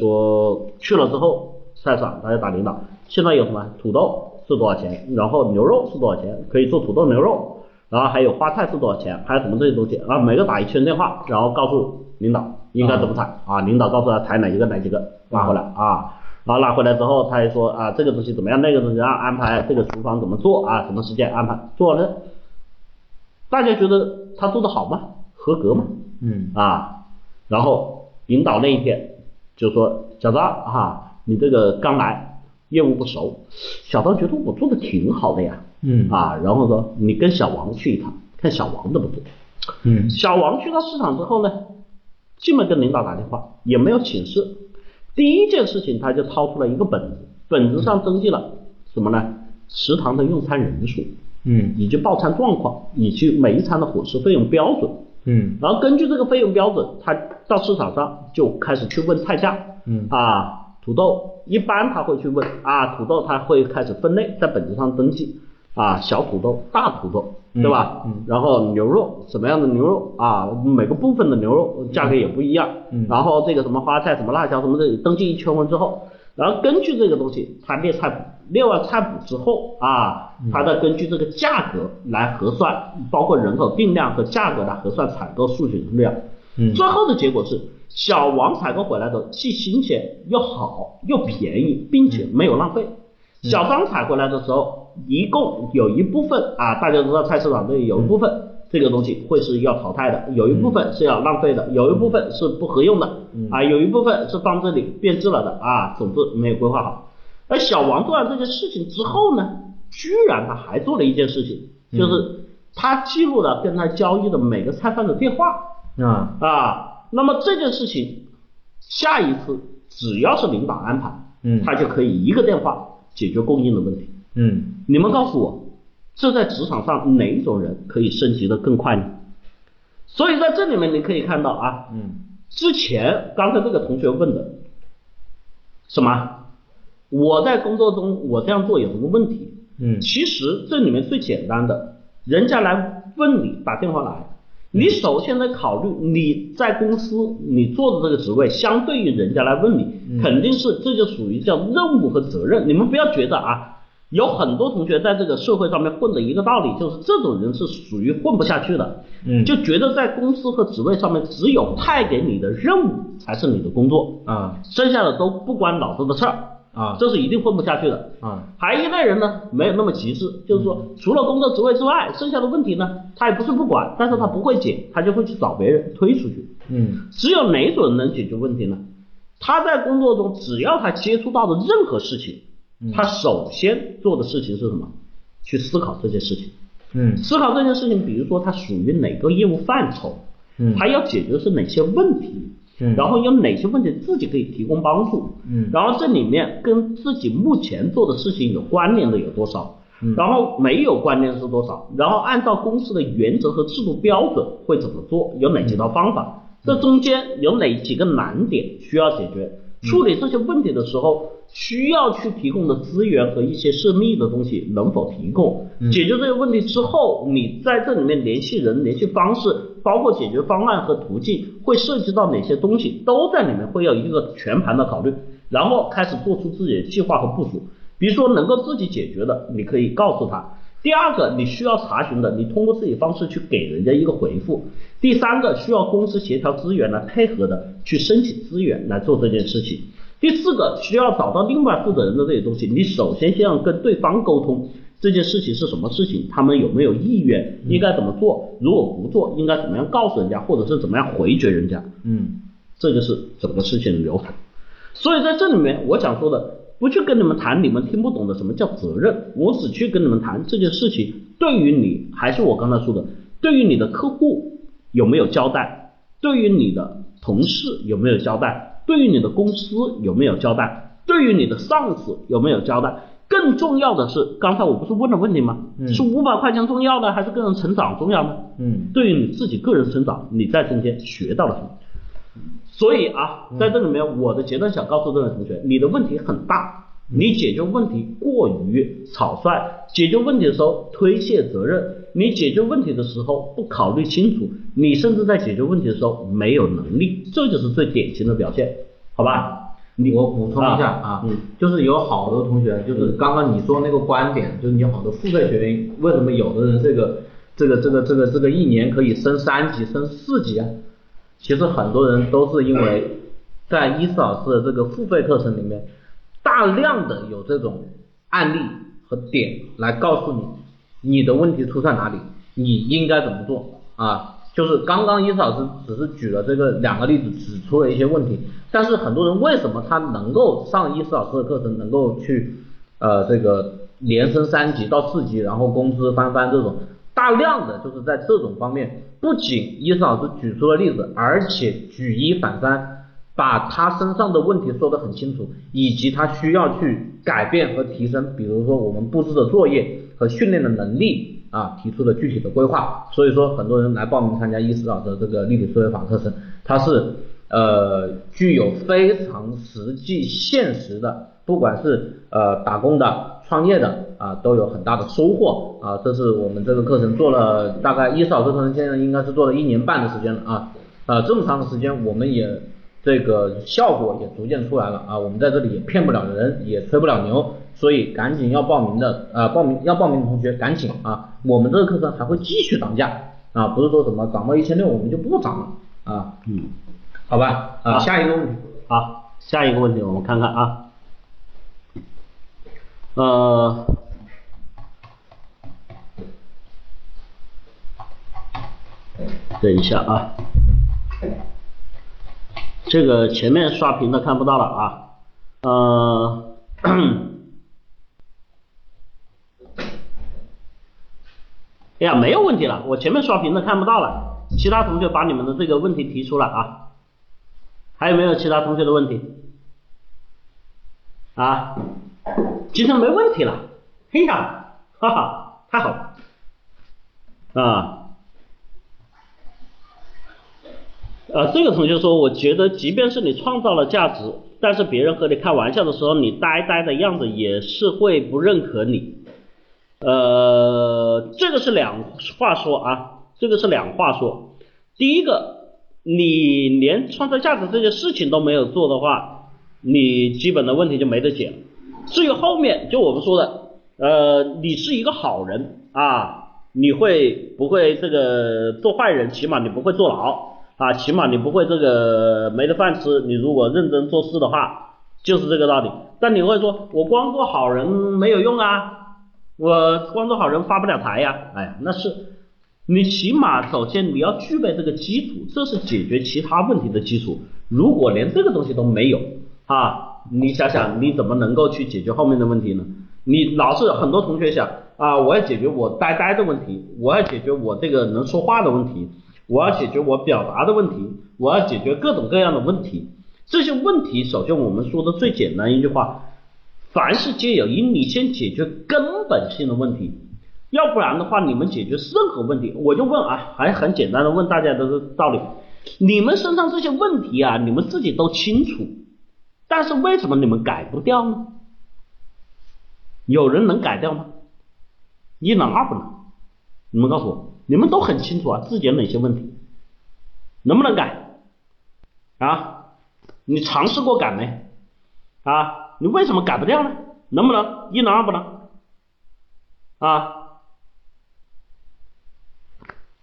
Speaker 2: 说去了之后，菜场他就打领导，现在有什么土豆是多少钱？然后牛肉是多少钱？可以做土豆牛肉。然后还有花菜是多少钱，还有什么这些东西，然后啊每个打一圈电话，然后告诉领导应该怎么采啊，领导告诉他采哪一个哪几个拉回来啊，然后拉回来之后他还说啊这个东西怎么样，那个东西要安排这个厨房怎么做啊，什么时间安排做了，大家觉得他做的好吗？合格吗？
Speaker 1: 嗯
Speaker 2: 啊，然后领导那一天就说：“小张啊，你这个刚来，业务不熟。”小张觉得我做的挺好的呀，
Speaker 1: 嗯
Speaker 2: 啊，然后说你跟小王去一趟，看小王怎么做。
Speaker 1: 嗯
Speaker 2: 小王去到市场之后呢，进门跟领导打电话，也没有请示。第一件事情，他就掏出了一个本子，本子上登记了什么呢？食堂的用餐人数，
Speaker 1: 嗯
Speaker 2: 以及报餐状况，以及每一餐的伙食费用标准。
Speaker 1: 嗯
Speaker 2: 然后根据这个费用标准，他到市场上就开始去问菜价，
Speaker 1: 嗯
Speaker 2: 啊，土豆一般他会去问啊，土豆他会开始分类，在本子上登记啊，小土豆、大土豆，对吧？
Speaker 1: 嗯嗯
Speaker 2: 然后牛肉什么样的牛肉啊，每个部分的牛肉价格也不一样，
Speaker 1: 嗯
Speaker 2: 然后这个什么花菜、什么辣椒什么的，登记一圈完之后，然后根据这个东西，他列菜谱，列完菜谱之后啊，
Speaker 1: 嗯
Speaker 2: 他再根据这个价格来核算，包括人口定量和价格来核算采购数据量。
Speaker 1: 嗯
Speaker 2: 最后的结果是，小王采购回来的既新鲜又好又便宜，并且没有浪费。
Speaker 1: 嗯
Speaker 2: 小张采回来的时候，一共有一部分啊，大家知道菜市场里有一部分、
Speaker 1: 嗯
Speaker 2: 这个东西会是要淘汰的，有一部分是要浪费的，有一部分是不合用的、
Speaker 1: 嗯
Speaker 2: 啊，有一部分是放这里变质了的啊，总之没有规划好。而小王做完这件事情之后呢，居然他还做了一件事情，
Speaker 1: 嗯
Speaker 2: 就是他记录了跟他交易的每个菜贩的电话。
Speaker 1: 啊
Speaker 2: 啊，那么这件事情，下一次只要是领导安排，
Speaker 1: 嗯
Speaker 2: 他就可以一个电话解决供应的问题。
Speaker 1: 嗯
Speaker 2: 你们告诉我，这在职场上哪一种人可以升级的更快呢？所以在这里面你可以看到啊，
Speaker 1: 嗯
Speaker 2: 之前刚才这个同学问的，什么？我在工作中我这样做有什么问题？
Speaker 1: 嗯
Speaker 2: 其实这里面最简单的，人家来问你打电话
Speaker 1: 嗯
Speaker 2: 来，你首先得考虑你在公司你做的这个职位，相对于人家来问
Speaker 1: 嗯
Speaker 2: 你，肯定是这就属于叫任务和责任。你们不要觉得啊，有很多同学在这个社会上面混的一个道理，就是这种人是属于混不下去的，
Speaker 1: 嗯
Speaker 2: 就觉得在公司和职位上面，只有派给你的任务才是你的工作，
Speaker 1: 啊
Speaker 2: 剩下的都不关脑子的事儿，
Speaker 1: 啊
Speaker 2: 这是一定混不下去的。
Speaker 1: 啊
Speaker 2: 还一类人呢，没有那么极致，就是说，
Speaker 1: 嗯
Speaker 2: 除了工作职位之外，剩下的问题呢，他也不是不管，但是他不会解，他就会去找别人推出去。
Speaker 1: 嗯
Speaker 2: 只有哪种人能解决问题呢？他在工作中，只要他接触到的任何事情
Speaker 1: 嗯，
Speaker 2: 他首先做的事情是什么？去思考这件事情。
Speaker 1: 嗯
Speaker 2: 思考这件事情，比如说它属于哪个业务范畴，
Speaker 1: 嗯
Speaker 2: 他要解决的是哪些问题，
Speaker 1: 嗯
Speaker 2: 然后有哪些问题自己可以提供帮助，
Speaker 1: 嗯
Speaker 2: 然后这里面跟自己目前做的事情有关联的有多少，
Speaker 1: 嗯
Speaker 2: 然后没有关联是多少，然后按照公司的原则和制度标准会怎么做，有哪几套方法，
Speaker 1: 嗯
Speaker 2: 这中间有哪几个难点需要解决，
Speaker 1: 嗯
Speaker 2: 处理这些问题的时候。需要去提供的资源和一些涉密的东西能否提供？
Speaker 1: 嗯
Speaker 2: 解决这个问题之后，你在这里面联系人、联系方式，包括解决方案和途径，会涉及到哪些东西，都在里面会有一个全盘的考虑，然后开始做出自己的计划和部署。比如说能够自己解决的，你可以告诉他。第二个，你需要查询的，你通过自己方式去给人家一个回复。第三个，需要公司协调资源来配合的，去申请资源来做这件事情。第四个，需要找到另外负责人的这些东西，你首先先要跟对方沟通这件事情是什么事情，他们有没有意愿，应该怎么做，如果不做，应该怎么样告诉人家，或者是怎么样回绝人家，
Speaker 1: 嗯
Speaker 2: 这就是整个事情的流程。所以在这里面，我想说的，不去跟你们谈你们听不懂的什么叫责任，我只去跟你们谈这件事情对于你，还是我刚才说的，对于你的客户有没有交代，对于你的同事有没有交代，对于你的公司有没有交代，对于你的上司有没有交代。更重要的是，刚才我不是问了问题吗？
Speaker 1: 嗯
Speaker 2: 是五百块钱重要呢，还是个人成长重要呢？
Speaker 1: 嗯
Speaker 2: 对于你自己个人成长，你在中间学到了什么？所以啊，
Speaker 1: 嗯
Speaker 2: 在这里面，我的结论想告诉这位同学，你的问题很大，
Speaker 1: 嗯
Speaker 2: 你解决问题过于草率，解决问题的时候推卸责任，你解决问题的时候不考虑清楚，你甚至在解决问题的时候没有能力，这就是最典型的表现，好吧？你
Speaker 1: 我补充一下
Speaker 2: 啊
Speaker 1: 啊，
Speaker 2: 嗯
Speaker 1: 就是有好多同学，就是刚刚你说那个观点，就是你好多付费学员为什么有的人这个这个这个这个这个一年可以升三级、升四级啊？其实很多人都是因为在伊斯老师的这个付费课程里面，大量的有这种案例和点来告诉你你的问题出在哪里，你应该怎么做啊？就是刚刚伊斯老师只是举了这个两个例子，指出了一些问题，但是很多人为什么他能够上伊斯老师的课程，能够去呃这个连升三级到四级，然后工资翻番这种，大量的就是在这种方面，不仅伊斯老师举出了例子，而且举一反三，把他身上的问题说得很清楚，以及他需要去改变和提升，比如说我们布置的作业和训练的能力。啊，提出了具体的规划，所以说很多人来报名参加伊斯老师的这个立体思维法课程，它是呃具有非常实际现实的，不管是呃打工的、创业的啊，都有很大的收获啊。这是我们这个课程做了大概伊斯老师课程现在应该是做了一年半的时间了啊，啊这么长的时间我们也这个效果也逐渐出来了啊，我们在这里也骗不了人，也吹不了牛。所以赶紧要报名的，呃，报名要报名的同学赶紧啊！我们这个课程还会继续涨价啊，不是说什么涨到一千六我们就不涨了啊，
Speaker 2: 嗯，
Speaker 1: 好吧，啊，
Speaker 2: 好
Speaker 1: 下一个问题，
Speaker 2: 好，啊下一个问题我们看看啊，呃，等一下啊，这个前面刷屏的看不到了啊，呃。哎呀，没有问题了，我前面刷屏的看不到了，其他同学把你们的这个问题提出来啊。还有没有其他同学的问题？啊，今天没问题了，嘿呀，哈哈，太好了，啊，呃，这个同学说，我觉得即便是你创造了价值，但是别人和你开玩笑的时候，你呆呆的样子也是会不认可你。呃，这个是两话说啊，这个是两话说。第一个，你连创造价值这件事情都没有做的话，你基本的问题就没得解。至于后面，就我们说的，呃，你是一个好人啊，你会不会这个做坏人？起码你不会坐牢啊，起码你不会这个没得饭吃。你如果认真做事的话，就是这个道理。但你会说，我光做好人没有用啊，我光做好人发不了财呀、哎呀，那是你起码首先你要具备这个基础，这是解决其他问题的基础。如果连这个东西都没有啊，你想想你怎么能够去解决后面的问题呢？你老是很多同学想啊，我要解决我呆呆的问题，我要解决我这个能说话的问题，我要解决我表达的问题，我要解决各种各样的问题。这些问题，首先我们说的最简单一句话，凡事皆有因，你先解决根本性的问题，要不然的话，你们解决任何问题，我就问啊，还很简单的问大家的道理，你们身上这些问题啊，你们自己都清楚，但是为什么你们改不掉呢？有人能改掉吗？一能二不能？你们告诉我，你们都很清楚啊，自己有哪些问题，能不能改？啊，你尝试过改没？啊，你为什么改不掉呢？能不能一能二不能？啊，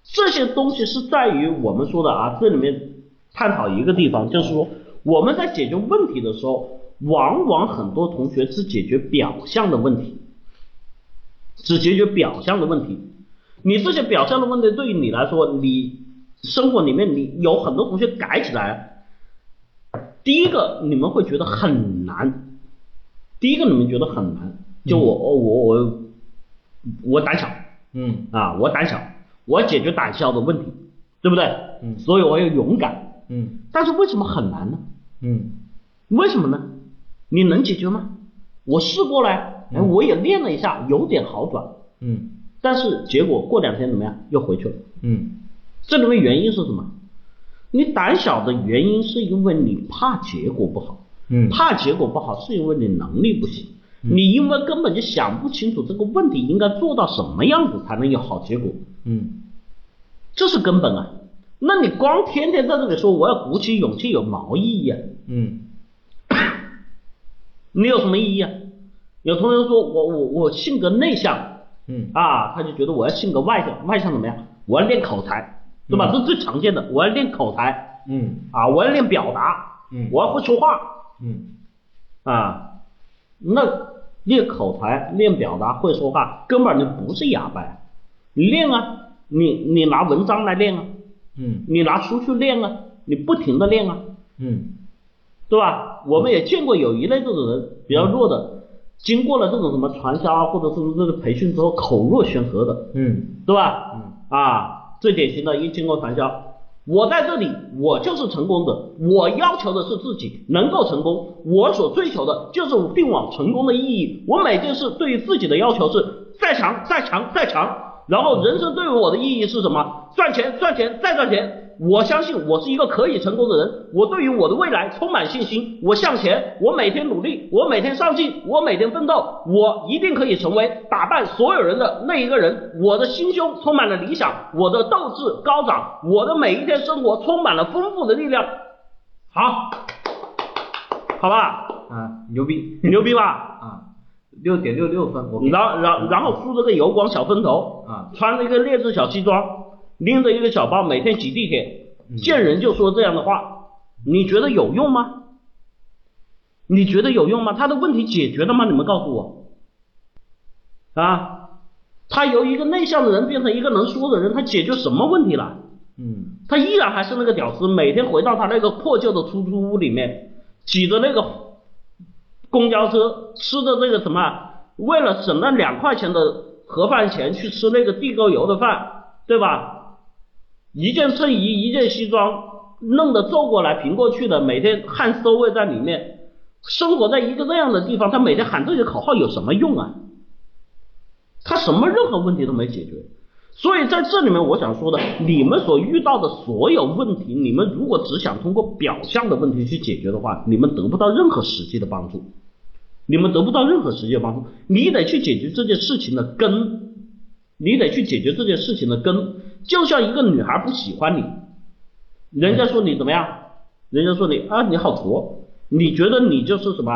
Speaker 2: 这些东西是在于我们说的啊，这里面探讨一个地方，就是说我们在解决问题的时候，往往很多同学只解决表象的问题，只解决表象的问题。你这些表象的问题对于你来说，你生活里面你有很多同学改起来，第一个你们会觉得很难，第一个你们觉得很难，就我我我我我胆小
Speaker 1: 嗯
Speaker 2: 啊，我胆小，我要解决胆小的问题，对不对？
Speaker 1: 嗯
Speaker 2: 所以我要勇敢，
Speaker 1: 嗯
Speaker 2: 但是为什么很难呢？
Speaker 1: 嗯
Speaker 2: 为什么呢？你能解决吗？我试过了呀，哎，
Speaker 1: 嗯
Speaker 2: 我也练了一下，有点好转，
Speaker 1: 嗯
Speaker 2: 但是结果过两天怎么样，又回去了。
Speaker 1: 嗯
Speaker 2: 这里面原因是什么？你胆小的原因是因为你怕结果不好，
Speaker 1: 嗯
Speaker 2: 怕结果不好是因为你能力不行，
Speaker 1: 嗯
Speaker 2: 你因为根本就想不清楚这个问题应该做到什么样子才能有好结果，
Speaker 1: 嗯
Speaker 2: 这是根本啊。那你光天天在这里说我要鼓起勇气有毛意义啊？
Speaker 1: 嗯
Speaker 2: 你有什么意义啊？有同学说我我我性格内向，
Speaker 3: 嗯
Speaker 2: 啊，他就觉得我要性格外向，外向怎么样？我要练口才，对吧？
Speaker 3: 嗯
Speaker 2: 这是最常见的，我要练口才
Speaker 3: 嗯
Speaker 2: 啊，我要练表达，
Speaker 3: 嗯
Speaker 2: 我要会说话
Speaker 3: 嗯
Speaker 2: 啊。那练口才、练表达、会说话，根本就不是哑巴呀。你练啊，你你拿文章来练啊，
Speaker 3: 嗯
Speaker 2: 你拿书去练啊，你不停的练啊，
Speaker 3: 嗯
Speaker 2: 对吧？我们也见过有一类这种人比较弱的，经过了这种什么传销啊，或者是这个培训之后口若悬河的，
Speaker 3: 嗯
Speaker 2: 对吧？啊，最典型的一经过传销，我在这里，我就是成功者，我要求的是自己能够成功，我所追求的就是并往成功的意义。我每件事对于自己的要求是再强、再强、再强。然后人生对于我的意义是什么？赚钱、赚钱、再赚钱。我相信我是一个可以成功的人，我对于我的未来充满信心，我向前，我每天努力，我每天上进，我每天奋斗，我一定可以成为打败所有人的那一个人。我的心胸充满了理想，我的斗志高涨，我的每一天生活充满了丰富的力量。好，好吧，
Speaker 3: 啊，牛逼
Speaker 2: 牛逼吧？
Speaker 3: 啊，六点六六分，我
Speaker 2: 然后，然后然后梳着个油光小分头，
Speaker 3: 啊
Speaker 2: 穿着一个劣质小西装，拎着一个小包，每天挤地铁，见人就说这样的话，你觉得有用吗？你觉得有用吗？他的问题解决了吗？你们告诉我，啊，他由一个内向的人变成一个能说的人，他解决什么问题了？
Speaker 3: 嗯
Speaker 2: 他依然还是那个屌丝，每天回到他那个破旧的出租屋里面，挤着那个公交车，吃着那个什么，啊为了省那两块钱的盒饭钱去吃那个地沟油的饭，对吧？一件衬衣，一件西装，弄得皱过来平过去的，每天汗馊味在里面，生活在一个那样的地方，他每天喊这些口号有什么用啊？他什么任何问题都没解决。所以在这里面，我想说的，你们所遇到的所有问题，你们如果只想通过表象的问题去解决的话，你们得不到任何实际的帮助，你们得不到任何实际的帮助。你得去解决这件事情的根，你得去解决这件事情的根。就像一个女孩不喜欢你，人家说你怎么样，人家说你啊你好挫，你觉得你就是什么？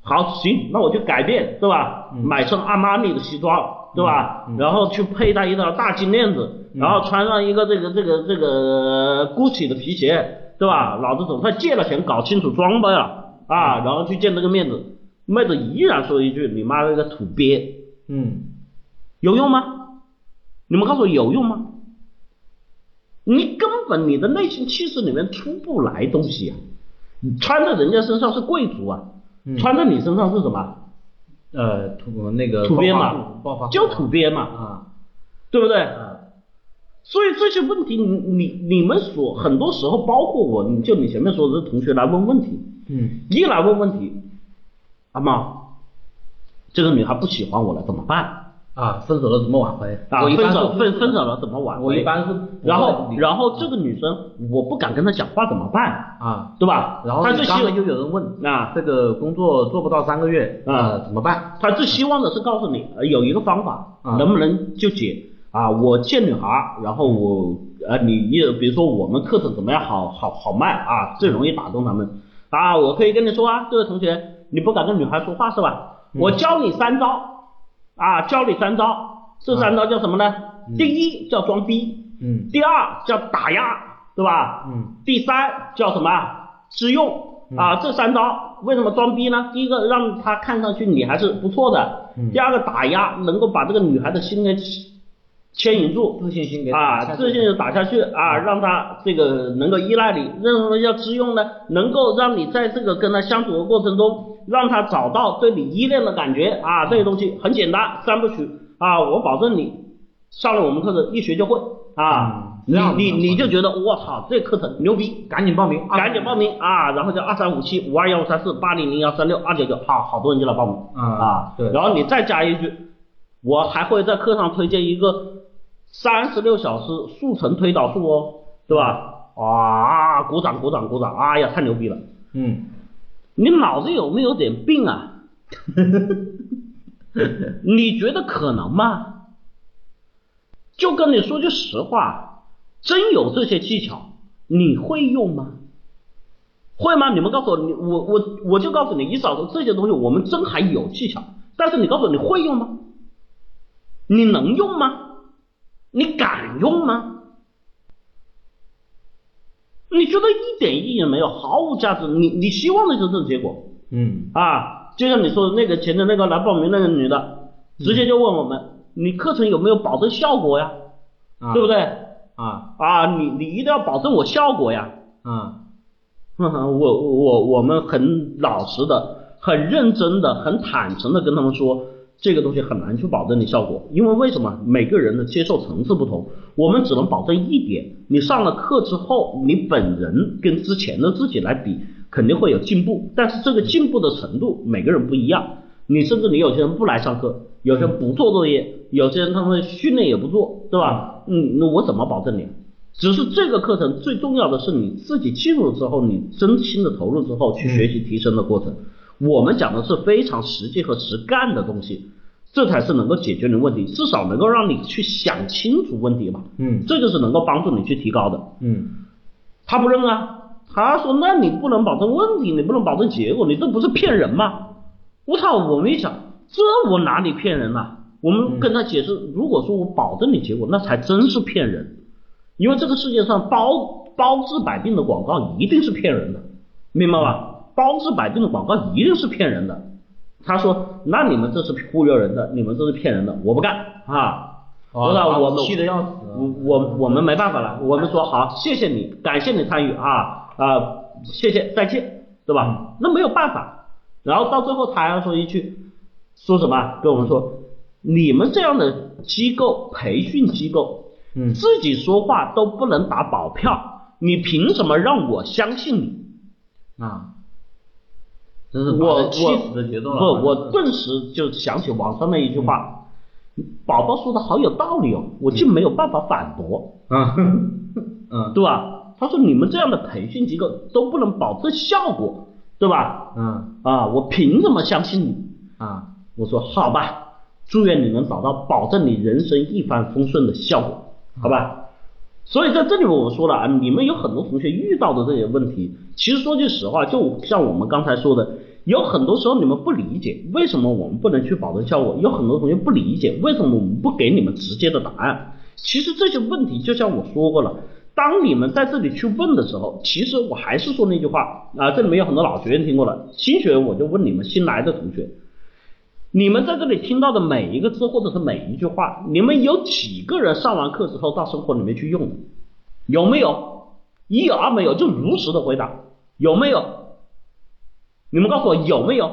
Speaker 2: 好，行，那我就改变，对吧？
Speaker 3: 嗯
Speaker 2: 买身阿玛尼的西装，对吧？
Speaker 3: 嗯嗯
Speaker 2: 然后去佩戴一条大金链子，
Speaker 3: 嗯
Speaker 2: 然后穿上一个这个这个这个 GUCCI 的皮鞋，对吧？老子总算借了钱搞清楚装备了
Speaker 3: 嗯
Speaker 2: 啊，然后去见那个妹子，妹子依然说一句：“你妈了个土鳖，
Speaker 3: 嗯
Speaker 2: 有用吗？你们告诉我有用吗？你根本你的内心气质里面出不来东西啊！你穿在人家身上是贵族啊，
Speaker 3: 嗯
Speaker 2: 穿在你身上是什么？
Speaker 3: 呃土那个
Speaker 2: 土鳖
Speaker 3: 暴发
Speaker 2: 嘛
Speaker 3: 户暴发户
Speaker 2: 就土鳖嘛，
Speaker 1: 嗯
Speaker 3: 啊
Speaker 2: 对不对？
Speaker 3: 啊
Speaker 2: 所以这些问题，你你你们所很多时候，包括我，你就你前面说的这同学来问问题，
Speaker 3: 嗯
Speaker 2: 一来问问题，阿茂，这个女孩不喜欢我了，怎么办？
Speaker 1: 啊，分手了怎么挽回？
Speaker 2: 啊，
Speaker 1: 我一
Speaker 2: 分
Speaker 1: 般
Speaker 2: 手
Speaker 1: 是
Speaker 2: 分分手了怎么挽回？
Speaker 1: 我一般是
Speaker 2: 然后
Speaker 1: 不会
Speaker 2: 然后这个女生，我不敢跟她讲话怎么办？
Speaker 1: 啊，
Speaker 2: 对吧？
Speaker 1: 然后
Speaker 2: 她最
Speaker 1: 你刚
Speaker 2: 希
Speaker 1: 才
Speaker 2: 望
Speaker 1: 就有人问，
Speaker 2: 啊，
Speaker 1: 这个工作做不到三个月，
Speaker 2: 啊
Speaker 1: 呃，怎么办？
Speaker 2: 她最希望的是告诉你，呃，有一个方法，
Speaker 1: 啊
Speaker 2: 能不能就解啊？我见女孩，然后我呃，你也比如说我们课程怎么样好好好卖啊，最容易打动他们啊。我可以跟你说啊，这位同学，你不敢跟女孩说话是吧？
Speaker 1: 嗯
Speaker 2: 我教你三招啊，教你三招，这
Speaker 1: 啊
Speaker 2: 三招叫什么呢？
Speaker 1: 嗯
Speaker 2: 第一叫装逼，
Speaker 3: 嗯
Speaker 2: 第二叫打压，对吧？
Speaker 3: 嗯
Speaker 2: 第三叫什么？知用啊，这三招为什么装逼呢？第一个让他看上去你还是不错的，
Speaker 3: 嗯
Speaker 2: 第二个打压能够把这个女孩的心给牵引住
Speaker 1: 自信心给
Speaker 2: 啊，自信打下去啊，让她这个能够依赖你。为什么叫知用呢？能够让你在这个跟她相处的过程中，让她找到对你依恋的感觉啊，这些东西很简单，三部曲啊，我保证你上了我们课程一学就会啊
Speaker 3: 嗯，
Speaker 2: 你
Speaker 3: 这样子
Speaker 2: 你
Speaker 3: 的
Speaker 2: 你
Speaker 3: 话
Speaker 2: 就觉得我操这课程牛逼，
Speaker 1: 赶紧报名，
Speaker 2: 赶紧报名啊！然后就二三五七五二幺五三四八零零幺三六二九九，好，好多人就来报名
Speaker 3: 啊
Speaker 1: 嗯
Speaker 2: 啊。
Speaker 3: 对
Speaker 2: 然后你再加一句，我还会在课上推荐一个三十六小时速成推导术哦，对吧？啊，鼓掌鼓掌鼓掌！哎呀，太牛逼了！
Speaker 3: 嗯
Speaker 2: 你脑子有没有点病啊？你觉得可能吗？就跟你说句实话，真有这些技巧，你会用吗？会吗？你们告诉我，你我我我就告诉你，一扫除这些东西，我们真还有技巧，但是你告诉我你会用吗？你能用吗？你敢用吗？你觉得一点意义也没有，毫无价值。你你希望的就是这个结果
Speaker 3: 嗯
Speaker 2: 啊！就像你说的那个前面那个来报名那个女的，直接就问我们，你课程有没有保证效果呀？
Speaker 3: 啊，
Speaker 2: 对不对？
Speaker 3: 啊
Speaker 2: 啊，你你一定要保证我效果呀！
Speaker 3: 啊
Speaker 2: 哼哼， 我我我们很老实的、很认真的、很坦诚的跟他们说，这个东西很难去保证你效果，因为为什么？每个人的接受层次不同，我们只能保证一点：你上了课之后，你本人跟之前的自己来比，肯定会有进步，但是这个进步的程度每个人不一样。你甚至你有些人不来上课，有些人不做作业，有些人他们训练也不做，对吧？嗯，那我怎么保证你？只是这个课程最重要的是你自己进入之后，你真心的投入之后去学习提升的过程。我们讲的是非常实际和实干的东西，这才是能够解决你问题，至少能够让你去想清楚问题吧。
Speaker 3: 嗯
Speaker 2: 这就是能够帮助你去提高的。
Speaker 3: 嗯
Speaker 2: 他不认啊，他说那你不能保证问题，你不能保证结果，你这不是骗人吗？我操！我们一想，这我哪里骗人了、啊我们跟他解释，如果说我保证你结果，那才真是骗人，因为这个世界上包包治百病的广告一定是骗人的，明白吧？包治百病的广告一定是骗人的。他说：“那你们这是忽悠人的，你们这是骗人的，我不干啊！
Speaker 3: 哦
Speaker 2: 我
Speaker 3: 把
Speaker 2: 说
Speaker 3: 我
Speaker 2: 我嗯们
Speaker 3: 气得要死啊
Speaker 2: 我我我们没办法了，我们说好，谢谢你，感谢你参与啊啊、谢谢，再见，对
Speaker 3: 嗯
Speaker 2: 吧？那没有办法，然后到最后他还说一句，说什么？跟我们说，你们这样的机构培训机构，
Speaker 3: 嗯
Speaker 2: 自己说话都不能打保票，你凭什么让我相信你？
Speaker 3: 啊，真是把
Speaker 2: 我
Speaker 3: 人气
Speaker 2: 我
Speaker 3: 死的节奏了。
Speaker 2: 不，我顿时就想起网上那一句话，
Speaker 3: 嗯
Speaker 2: 宝宝说的好有道理哦，我竟没有办法反驳，
Speaker 3: 啊，嗯
Speaker 2: 对吧？他说你们这样的培训机构都不能保证效果，对 吧？
Speaker 3: 嗯
Speaker 2: 啊，我凭什么相信你？
Speaker 3: 啊
Speaker 2: 我说好吧，祝愿你能找到保证你人生一帆风顺的效果，好吧？所以在这里我说了啊，你们有很多同学遇到的这些问题，其实说句实话，就像我们刚才说的，有很多时候你们不理解为什么我们不能去保证效果，有很多同学不理解为什么我们不给你们直接的答案。其实这些问题就像我说过了，当你们在这里去问的时候，其实我还是说那句话啊，这里面有很多老学员听过了，新学员我就问你们新来的同学，你们在这里听到的每一个字或者是每一句话，你们有几个人上完课之后到生活里面去用的？有没有？一有二没有，就如实的回答，有没有？你们告诉我有没有？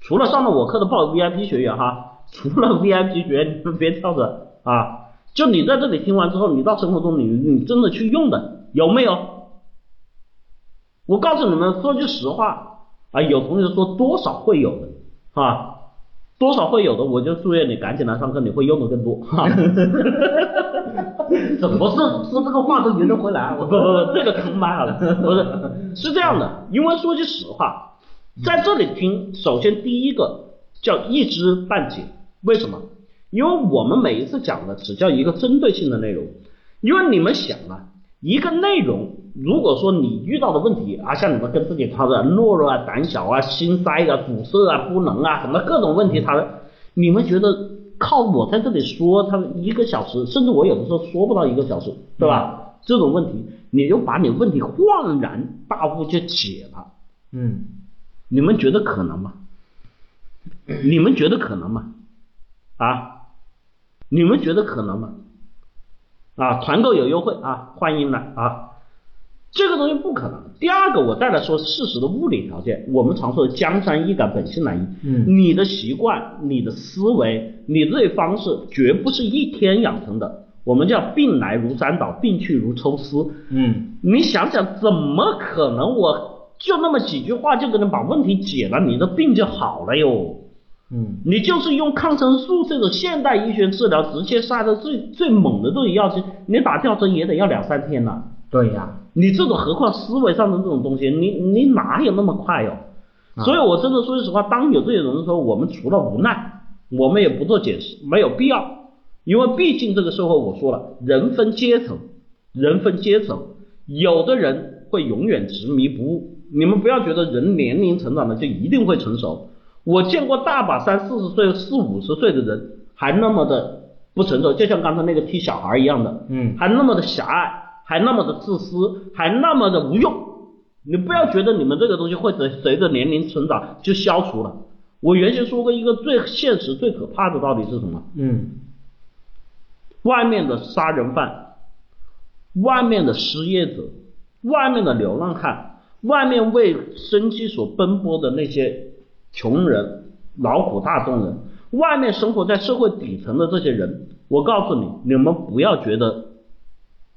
Speaker 2: 除了上了我课的报 VIP 学员哈，除了 VIP 学员，你们别跳着啊！就你在这里听完之后，你到生活中你你真的去用的有没有？我告诉你们，说句实话啊，有同学说多少会有的啊，多少会有的，我就祝愿你赶紧来上课，你会用的更多。哈、
Speaker 3: 怎么说说这个话都圆得回来？
Speaker 2: 不
Speaker 3: 我
Speaker 2: 不不，这个坑妈了，啊 不是，是这样的，因为说句实话，在这里听，首先第一个叫一知半解，为什么？因为我们每一次讲的只叫一个针对性的内容，因为你们想啊，一个内容，如果说你遇到的问题啊，像你们跟自己他的懦弱啊、胆小啊、心塞啊、阻塞啊、不能啊，什么各种问题，他的，你们觉得靠我在这里说他们一个小时，甚至我有的时候说不到一个小时，对吧？这种问题，你就把你问题恍然大悟就解了，
Speaker 3: 嗯
Speaker 2: 你们觉得可能吗？你们觉得可能吗？啊？你们觉得可能吗？啊，团购有优惠啊，欢迎来啊！这个东西不可能。第二个，我再来说事实的物理条件，我们常说的江山易改，本性难移。
Speaker 3: 嗯
Speaker 2: 你的习惯、你的思维、你的方式，绝不是一天养成的。我们叫病来如山倒，病去如抽丝。
Speaker 3: 嗯
Speaker 2: 你想想，怎么可能我就那么几句话就给你把问题解了，你的病就好了哟？
Speaker 3: 嗯
Speaker 2: 你就是用抗生素这种现代医学治疗，直接杀的最最猛的这种药剂，你打吊针也得要两三天呢、
Speaker 3: 对呀，
Speaker 2: 你这种何况思维上的这种东西，你你哪有那么快哟、
Speaker 3: 啊
Speaker 2: 所以我真的说句实话，当有这种人的时候，我们除了无奈，我们也不做解释，没有必要，因为毕竟这个社会我说了，人分阶层，人分阶层，有的人会永远执迷不悟，你们不要觉得人年龄成长了就一定会成熟，我见过大把三四十岁、四五十岁的人。还那么的不成熟，就像刚才那个踢小孩一样的，
Speaker 1: 嗯
Speaker 2: 还那么的狭隘，还那么的自私，还那么的无用。你不要觉得你们这个东西会随随着年龄成长就消除了。我原先说过一个最现实、最可怕的道理是什么？
Speaker 1: 嗯
Speaker 2: 外面的杀人犯，外面的失业者，外面的流浪汉，外面为生计所奔波的那些穷人、劳苦大众人，外面生活在社会底层的这些人，我告诉你，你们不要觉得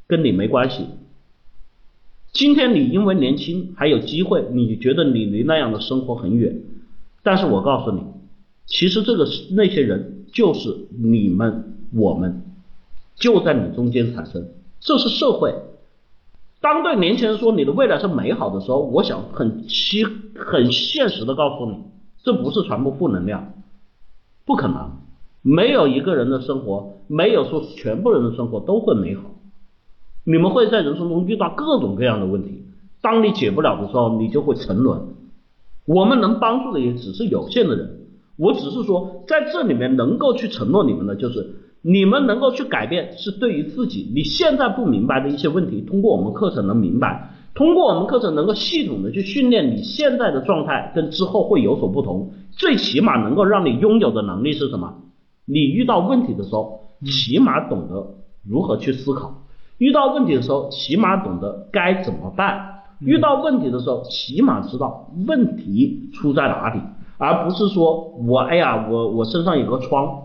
Speaker 2: 跟你没关系。今天你因为年轻还有机会，你觉得你离那样的生活很远，但是我告诉你，其实这个是那些人就是你们我们，就在你中间产生，这是社会。当对年轻人说你的未来是美好的时候，我想很期很现实的告诉你，这不是传播负能量，不可能，没有一个人的生活，没有说全部人的生活都会美好，你们会在人生中遇到各种各样的问题，当你解不了的时候，你就会沉沦。我们能帮助的也只是有限的人。我只是说，在这里面能够去承诺你们的，就是你们能够去改变，是对于自己你现在不明白的一些问题，通过我们课程能明白，通过我们课程能够系统的去训练你现在的状态跟之后会有所不同。最起码能够让你拥有的能力是什么？你遇到问题的时候，起码懂得如何去思考；遇到问题的时候，起码懂得该怎么办。遇到问题的时候，起码知道问题出在哪里，而不是说我哎呀，我我身上有个疮，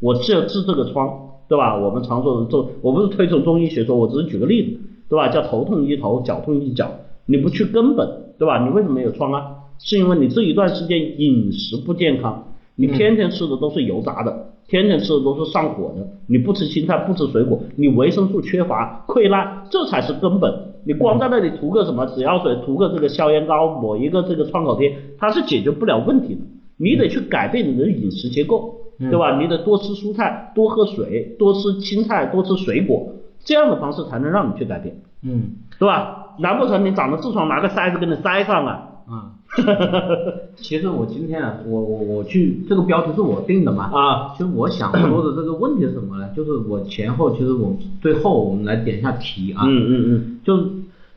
Speaker 2: 我治治这个疮，对吧？我们常说的中，我不是推崇中医学说，我只是举个例子，对吧？叫头痛医头，脚痛医脚，你不去根本，对吧？你为什么有疮啊？是因为你这一段时间饮食不健康，你天天吃的都是油炸的，天天吃的都是上火的，你不吃青菜不吃水果，你维生素缺乏溃烂，这才是根本。你光在那里涂个什么止药水，涂个这个消炎膏，抹一个这个创口贴，它是解决不了问题的。你得去改变你的饮食结构，
Speaker 1: 嗯
Speaker 2: 对吧？你得多吃蔬菜，多喝水，多吃青菜，多吃水果，这样的方式才能让你去改变，
Speaker 1: 嗯
Speaker 2: 对吧？难不成你长了痔疮拿个塞子给你塞上啊？
Speaker 1: 啊。其实我今天啊，我我我去这个标题是我定的嘛
Speaker 2: 啊，
Speaker 1: 其实我想说的这个问题是什 么呢？就是我前后，其实我最后我们来点一下题啊，
Speaker 2: 嗯嗯嗯，
Speaker 1: 就是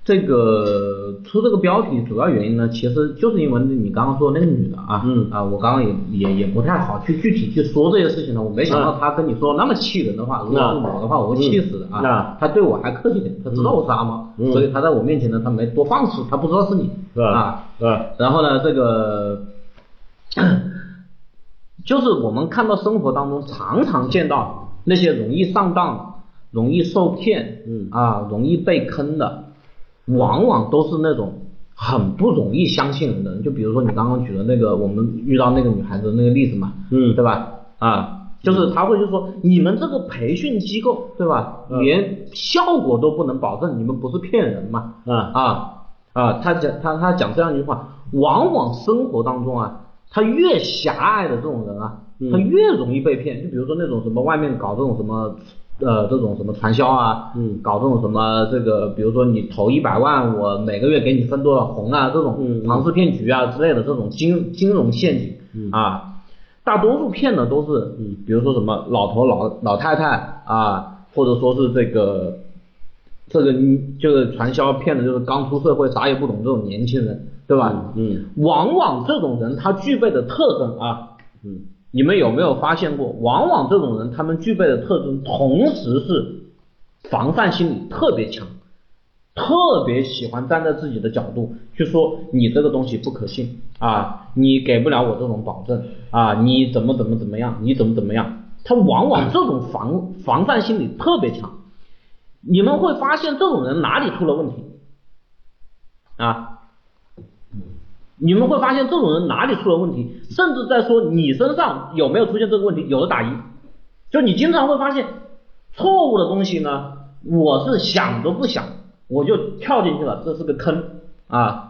Speaker 1: 这个出这个标题主要原因呢，其实就是因为你刚刚说那个女的啊，
Speaker 2: 嗯
Speaker 1: 啊，我刚刚也也也不太好去具体去说这些事情呢，我没想到她跟你说那么气人的话，如果是我的话，我会气死的
Speaker 2: 嗯
Speaker 1: 啊
Speaker 2: 那，
Speaker 1: 她对我还客气点，她知道我是阿猫，
Speaker 2: 嗯
Speaker 1: 所以她在我面前呢，她没多放肆，她不知道是你
Speaker 2: 是吧？
Speaker 1: 啊，
Speaker 2: 是吧？
Speaker 1: 然后呢，这个就是我们看到生活当中常常见到那些容易上当、容易受骗，
Speaker 2: 嗯
Speaker 1: 啊，容易被坑的，往往都是那种很不容易相信人的人。就比如说你刚刚举的那个，我们遇到那个女孩子的那个例子嘛，
Speaker 2: 嗯
Speaker 1: 对吧？啊。就是他会就说你们这个培训机构对吧，
Speaker 2: 嗯
Speaker 1: 连效果都不能保证，你们不是骗人吗？
Speaker 2: 啊，
Speaker 1: 啊啊，他讲他他讲这样一句话，往往生活当中啊，他越狭隘的这种人啊，
Speaker 2: 嗯
Speaker 1: 他越容易被骗。就比如说那种什么外面搞这种什么。呃，这种什么传销啊，
Speaker 2: 嗯
Speaker 1: 搞这种什么这个，比如说你投一百万，我每个月给你分多少红啊，这
Speaker 2: 嗯
Speaker 1: 种
Speaker 2: 嗯
Speaker 1: 庞氏骗局啊之类的这种金金融陷阱、
Speaker 2: 嗯
Speaker 1: 啊，大多数骗的都是，
Speaker 2: 嗯
Speaker 1: 比如说什么老头老老太太啊，或者说是这个这个嗯就是传销骗的，就是刚出社会啥也不懂这种年轻人，对吧？
Speaker 2: 嗯嗯
Speaker 1: 往往这种人他具备的特征啊，
Speaker 2: 嗯
Speaker 1: 你们有没有发现过？往往这种人他们具备的特征，同时是防范心理特别强，特别喜欢站在自己的角度去说你这个东西不可信啊，你给不了我这种保证啊，你怎么怎么怎么样，你怎么怎么样，他往往这种防防范心理特别强。你们会发现这种人哪里出了问题啊？你们会发现这种人哪里出了问题，甚至在说你身上有没有出现这个问题，有的打一，就你经常会发现错误的东西呢，我是想都不想我就跳进去了，这是个坑啊。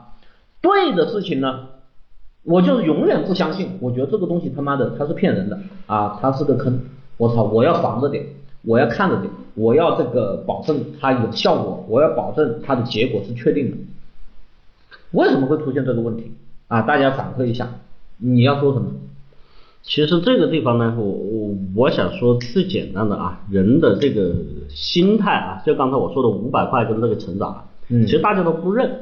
Speaker 1: 对的事情呢，我就永远不相信，我觉得这个东西他妈的它是骗人的啊，它是个坑，我操，我要防着点，我要看着点，我要这个保证它有效果，我要保证它的结果是确定的。为什么会出现这个问题啊？大家反馈一下，你要说什么？
Speaker 2: 其实这个地方呢，我我我想说最简单的啊，人的这个心态啊，就刚才我说的五百块跟这个成长啊，
Speaker 1: 嗯
Speaker 2: 其实大家都不认，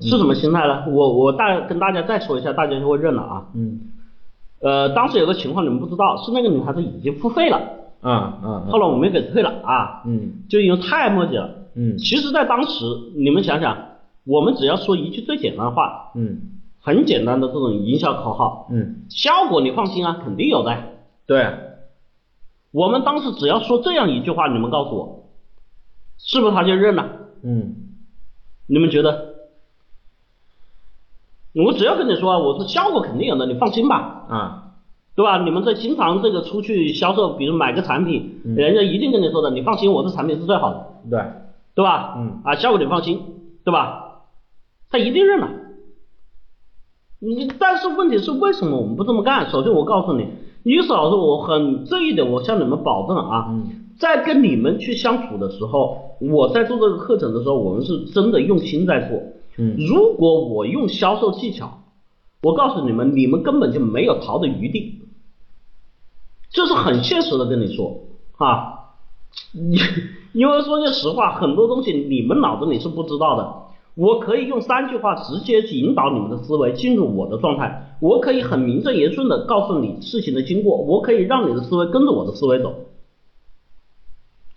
Speaker 2: 是什么心态呢？我我大跟大家再说一下，大家就会认了啊。
Speaker 1: 嗯
Speaker 2: 呃，当时有个情况你们不知道，是那个女孩子已经付费了，
Speaker 1: 啊啊
Speaker 2: 后来我们给退了啊，
Speaker 1: 嗯
Speaker 2: 就因为太墨迹了。
Speaker 1: 嗯
Speaker 2: 其实，在当时你们想想，我们只要说一句最简单的话，
Speaker 1: 嗯
Speaker 2: 很简单的这种营销口号，
Speaker 1: 嗯，
Speaker 2: 效果你放心啊，肯定有的。
Speaker 1: 对，
Speaker 2: 我们当时只要说这样一句话，你们告诉我，是不是他就认了？
Speaker 1: 嗯
Speaker 2: 你们觉得？我只要跟你说啊，我说效果肯定有的，你放心吧，
Speaker 1: 啊
Speaker 2: 对吧？你们这经常这个出去销售，比如买个产品，
Speaker 1: 嗯
Speaker 2: 人家一定跟你说的，你放心，我这产品是最好的，
Speaker 1: 对，
Speaker 2: 对吧？
Speaker 1: 嗯
Speaker 2: 啊，效果你放心，对吧？他一定认了。你但是问题是为什么我们不这么干？首先我告诉你，于是老师，我很这一点我向你们保证啊，
Speaker 1: 嗯
Speaker 2: 在跟你们去相处的时候，我在做这个课程的时候，我们是真的用心在做。
Speaker 1: 嗯
Speaker 2: 如果我用销售技巧，我告诉你们，你们根本就没有逃的余地，这是很现实的跟你说啊。 你因为说句实话，很多东西你们脑子里是不知道的。我可以用三句话直接去引导你们的思维进入我的状态，我可以很名正言顺的告诉你事情的经过，我可以让你的思维跟着我的思维走。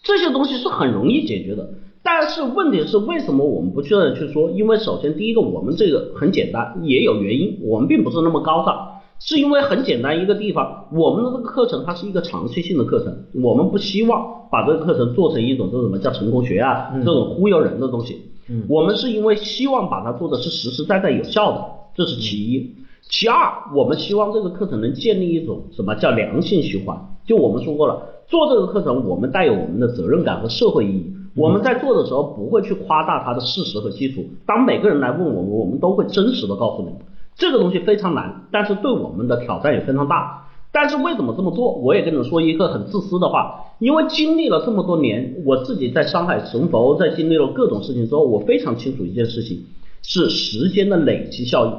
Speaker 2: 这些东西是很容易解决的。但是问题是，为什么我们不去去说？因为首先第一个，我们这个很简单，也有原因，我们并不是那么高尚，是因为很简单一个地方，我们的这个课程它是一个长期性的课程，我们不希望把这个课程做成一种这种什么叫成功学啊，
Speaker 1: 嗯
Speaker 2: 这种忽悠人的东西。
Speaker 1: 嗯
Speaker 2: 我们是因为希望把它做的是实实在在有效的，这是其一。其二，我们希望这个课程能建立一种什么叫良性循环？就我们说过了，做这个课程我们带有我们的责任感和社会意义。我们在做的时候不会去夸大它的事实和基础。当每个人来问我们，我们都会真实的告诉你们，这个东西非常难，但是对我们的挑战也非常大。但是为什么这么做？我也跟你们说一个很自私的话，因为经历了这么多年，我自己在上海神佛，在经历了各种事情之后，我非常清楚一件事情，是时间的累积效应。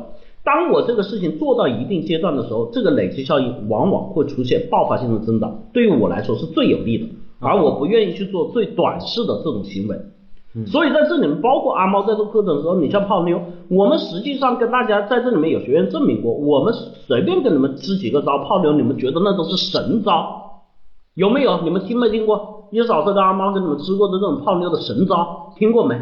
Speaker 2: 当我这个事情做到一定阶段的时候，这个累积效应往往会出现爆发性的增长，对于我来说是最有利的，而我不愿意去做最短视的这种行为。所以在这里面，包括阿猫在做课程的时候，你像泡妞，我们实际上跟大家在这里面有学员证明过，我们随便跟你们支几个招泡妞，你们觉得那都是神招，有没有？你们听没听过？一嫂这个阿猫跟你们支过的这种泡妞的神招，听过没？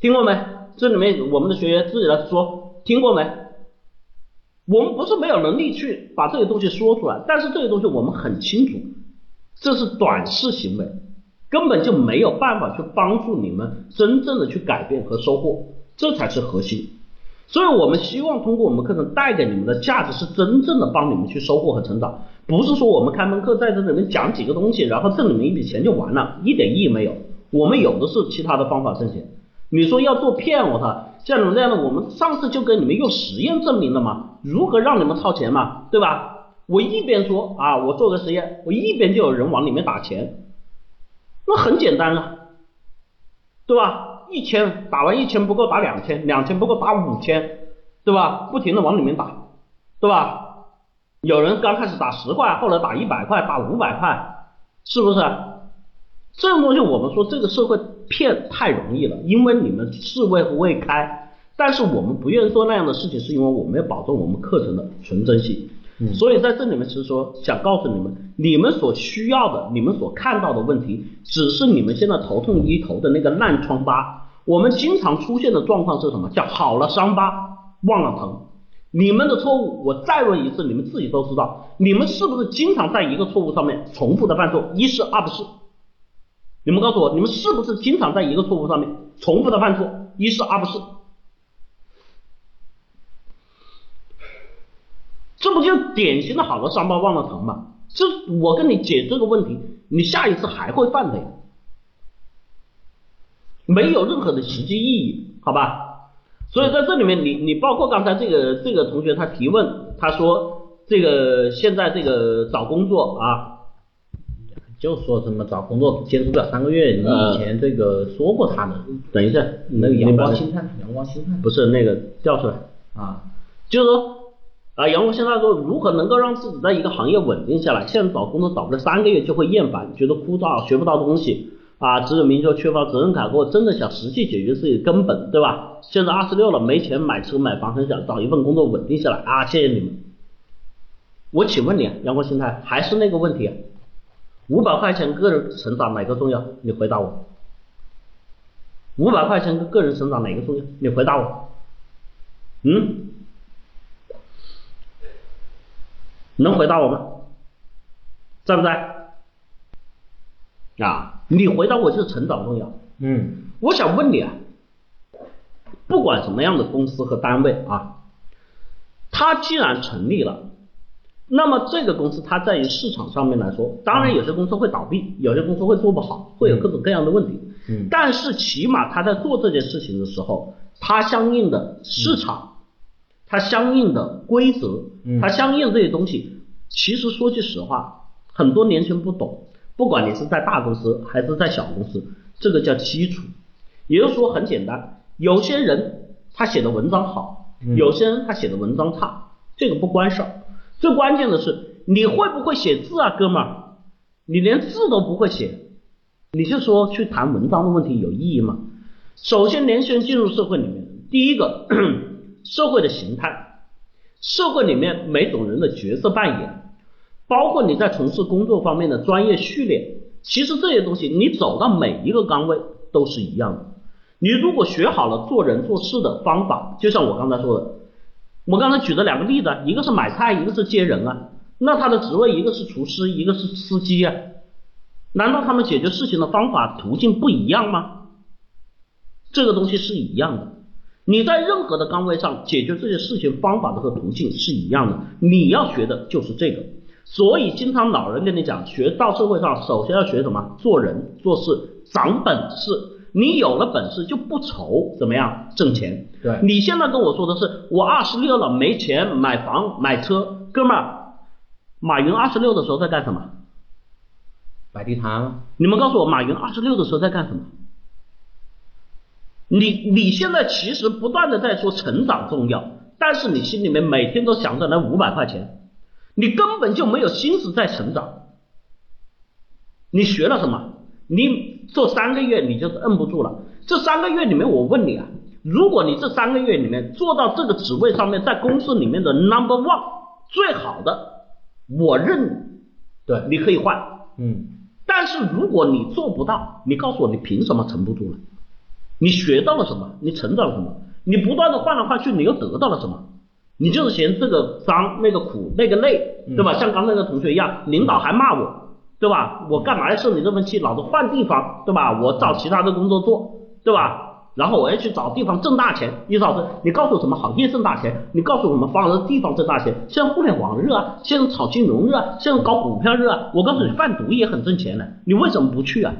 Speaker 2: 听过没？这里面我们的学员自己来说，听过没？我们不是没有能力去把这个东西说出来，但是这个东西我们很清楚，这是短视行为，根本就没有办法去帮助你们真正的去改变和收获，这才是核心。所以我们希望通过我们课程带给你们的价值是真正的帮你们去收获和成长，不是说我们开门课在这里面讲几个东西，然后挣你们一笔钱就完了，一点意义没有。我们有的是其他的方法挣钱。你说要做骗我操，像你们这样的，我们上次就跟你们用实验证明了嘛，如何让你们掏钱嘛，对吧？我一边说啊，我做个实验，我一边就有人往里面打钱，那很简单啊，对吧？一千打完一千不够打两千，两千不够打五千，对吧？不停的往里面打，对吧？有人刚开始打十块，后来打一百块，打五百块，是不是？啊这种东西我们说这个社会骗太容易了，因为你们是未未开，但是我们不愿意做那样的事情，是因为我们要保证我们课程的纯真性。
Speaker 1: 嗯
Speaker 2: 所以在这里面，其实说想告诉你们，你们所需要的，你们所看到的问题，只是你们现在头痛医头的那个烂疮疤。我们经常出现的状况是什么？叫好了伤疤忘了疼。你们的错误，我再问一次，你们自己都知道，你们是不是经常在一个错误上面重复的犯错？一是，二不是。你们告诉我，你们是不是经常在一个错误上面重复的犯错？一是，二不是。这不就典型的好了伤疤忘了疼吗？这我跟你解这个问题，你下一次还会犯的呀，没有任何的实际意义，好吧？所以在这里面，你你包括刚才这个这个同学他提问，他说这个现在这个找工作啊，
Speaker 1: 就说什么找工作坚持不了三个月，你
Speaker 2: 呃
Speaker 1: 以前这个说过他的，
Speaker 2: 等一下，
Speaker 1: 那个
Speaker 2: 你
Speaker 1: 阳
Speaker 2: 把
Speaker 1: 光
Speaker 2: 那
Speaker 1: 心态，阳光心态
Speaker 2: 不是那个调出来，
Speaker 1: 啊，
Speaker 2: 就是说啊，杨龙现在说如何能够让自己在一个行业稳定下来？现在找工作找不了三个月就会厌烦，觉得枯燥，学不到东西啊，指指明就缺乏责任感。如果真的想实际解决自己的根本，对吧？现在二十六了，没钱买车买房，很想找一份工作稳定下来啊！谢谢你们。我请问你，啊，阳光心态还是那个问题啊？五百块钱个人成长哪个重要？你回答我。五百块钱跟个人成长哪个重要？你回答我。嗯？能回答我吗？在不在？啊，你回答我就是成长重要。
Speaker 3: 嗯
Speaker 2: 我想问你啊，不管什么样的公司和单位啊，它既然成立了，那么这个公司它在于市场上面来说，当然有些公司会倒闭，有些公司会做不好，会有各种各样的问题。
Speaker 3: 嗯
Speaker 2: 但是起码它在做这件事情的时候，它相应的市场，它相应的规则
Speaker 3: 嗯，
Speaker 2: 它相应的这些东西，其实说句实话，很多年轻人不懂，不管你是在大公司还是在小公司，这个叫基础。也就是说很简单，有些人他写的文章好，
Speaker 3: 嗯
Speaker 2: 有些人他写的文章差，这个不关事儿。最关键的是你会不会写字啊，哥们儿？你连字都不会写，你就说去谈文章的问题有意义吗？首先，年轻人进入社会里面，第一个， 社会的形态，社会里面每种人的角色扮演，包括你在从事工作方面的专业序列，其实这些东西你走到每一个岗位都是一样的。你如果学好了做人做事的方法，就像我刚才说的，我刚才举的两个例子啊，一个是买菜，一个是接人啊，那他的职位一个是厨师，一个是司机啊，难道他们解决事情的方法途径不一样吗？这个东西是一样的。你在任何的岗位上解决这些事情方法的和途径是一样的，你要学的就是这个。所以经常老人跟你讲，学到社会上首先要学什么？做人做事，长本事。你有了本事就不愁怎么样挣钱。
Speaker 3: 对
Speaker 2: 你现在跟我说的是，我二十六了没钱买房买车，哥们儿，马云二十六的时候在干什么？
Speaker 3: 摆地摊吗？
Speaker 2: 你们告诉我，马云二十六的时候在干什么？你你现在其实不断的在说成长重要，但是你心里面每天都想着那五百块钱，你根本就没有心思在成长。你学了什么？你做三个月你就是摁不住了。这三个月里面，我问你啊，如果你这三个月里面做到这个职位上面，在公司里面的 number one 最好的，我认
Speaker 3: 对
Speaker 2: 你，你可以换。
Speaker 3: 嗯
Speaker 2: 但是如果你做不到，你告诉我你凭什么沉不住了？你学到了什么？你成长了什么？你不断的换来换去，你又得到了什么？你就是嫌这个脏那个苦那个累，对吧？像刚才那个同学一样，领导还骂我，对吧？我干嘛要受你这份气？老子换地方，对吧？我找其他的工作做，对吧？然后我要去找地方挣大钱，易老师，你告诉我什么行业挣大钱？你告诉我们方的地方挣大钱？现在互联网热啊，现在炒金融热啊，现在搞股票热啊。我告诉你，贩毒也很挣钱的，你为什么不去啊？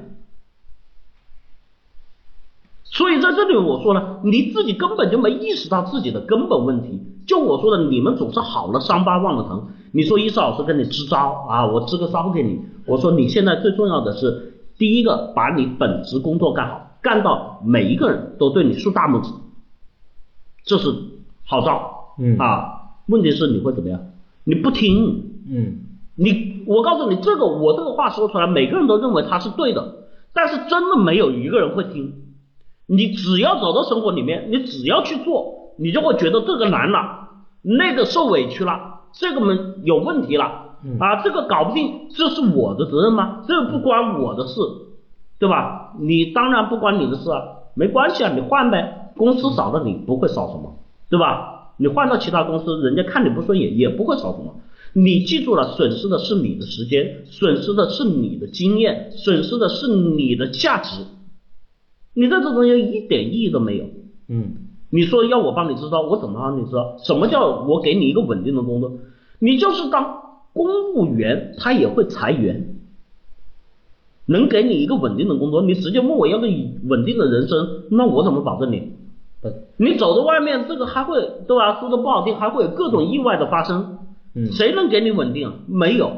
Speaker 2: 所以在这里我说呢，你自己根本就没意识到自己的根本问题。就我说的，你们总是好了伤疤忘了疼。你说伊思老师跟你支招啊，我支个招给你。我说你现在最重要的是，第一个把你本职工作干好，干到每一个人都对你竖大拇指，这是好招。
Speaker 3: 嗯
Speaker 2: 啊，问题是你会怎么样？你不听，
Speaker 3: 嗯
Speaker 2: 你，我告诉你，这个我这个话说出来，每个人都认为它是对的，但是真的没有一个人会听。你只要走到生活里面，你只要去做，你就会觉得这个难了，那个受委屈了，这个没有问题了，
Speaker 3: 嗯
Speaker 2: 啊，这个搞不定，这是我的责任吗？这个不关我的事，对吧？你当然不关你的事啊，没关系啊，你换呗，公司少了你不会少什么，对吧？你换到其他公司，人家看你不顺眼也不会少什么。你记住了，损失的是你的时间，损失的是你的经验，损失的是你的价值。你在这中间一点意义都没有。
Speaker 3: 嗯
Speaker 2: 你说要我帮你支招，我怎么帮你支招？什么叫我给你一个稳定的工作？你就是当公务员，他也会裁员。能给你一个稳定的工作，你直接问我要个稳定的人生，那我怎么保证你？
Speaker 3: 对
Speaker 2: 你走到外面，这个还会对吧？说的不好听，还会有各种意外的发生。
Speaker 3: 嗯
Speaker 2: 谁能给你稳定啊？没有。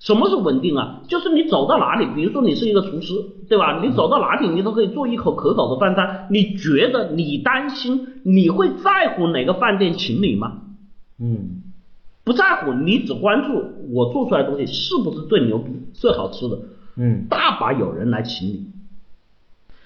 Speaker 2: 什么是稳定啊？就是你走到哪里，比如说你是一个厨师，对吧？你走到哪里，你都可以做一口可口的饭菜。你觉得你担心你会在乎哪个饭店请你吗？
Speaker 3: 嗯
Speaker 2: 不在乎你只关注我做出来的东西是不是最牛逼、最好吃的，
Speaker 1: 嗯，
Speaker 2: 大把有人来请你，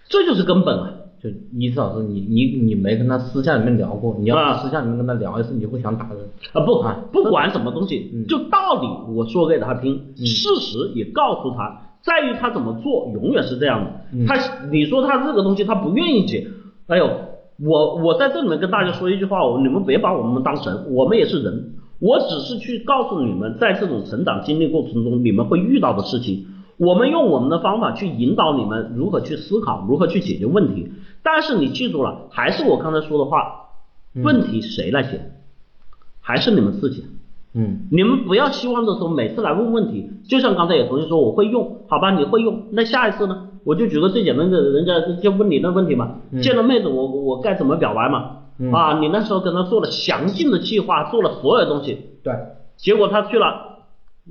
Speaker 2: 这就是根本啊。
Speaker 1: 就伊思老师，你你你没跟他私下里面聊过，你要
Speaker 2: 啊
Speaker 1: 是私下里面跟他聊一次，你会想打人。
Speaker 2: 啊不
Speaker 1: 啊
Speaker 2: 不管什么东西，
Speaker 1: 嗯
Speaker 2: 就道理我说给他听，事实也告诉他，在于他怎么做，永远是这样的。
Speaker 1: 嗯
Speaker 2: 他你说他这个东西他不愿意解，哎呦，我我在这里面跟大家说一句话，我你们别把我们当神，我们也是人，我只是去告诉你们，在这种成长经历过程中你们会遇到的事情。我们用我们的方法去引导你们如何去思考，如何去解决问题。但是你记住了，还是我刚才说的话，问题谁来解？还是你们自己。
Speaker 1: 嗯
Speaker 2: 你们不要期望着说每次来问问题，就像刚才有同学说我会用，好吧，你会用，那下一次呢？我就举个最简单的，人家就问你那问题嘛，
Speaker 1: 嗯
Speaker 2: 见了妹子我我我该怎么表白嘛？
Speaker 1: 嗯
Speaker 2: 啊，你那时候跟她做了详尽的计划，做了所有东西，
Speaker 1: 对，
Speaker 2: 结果她去了，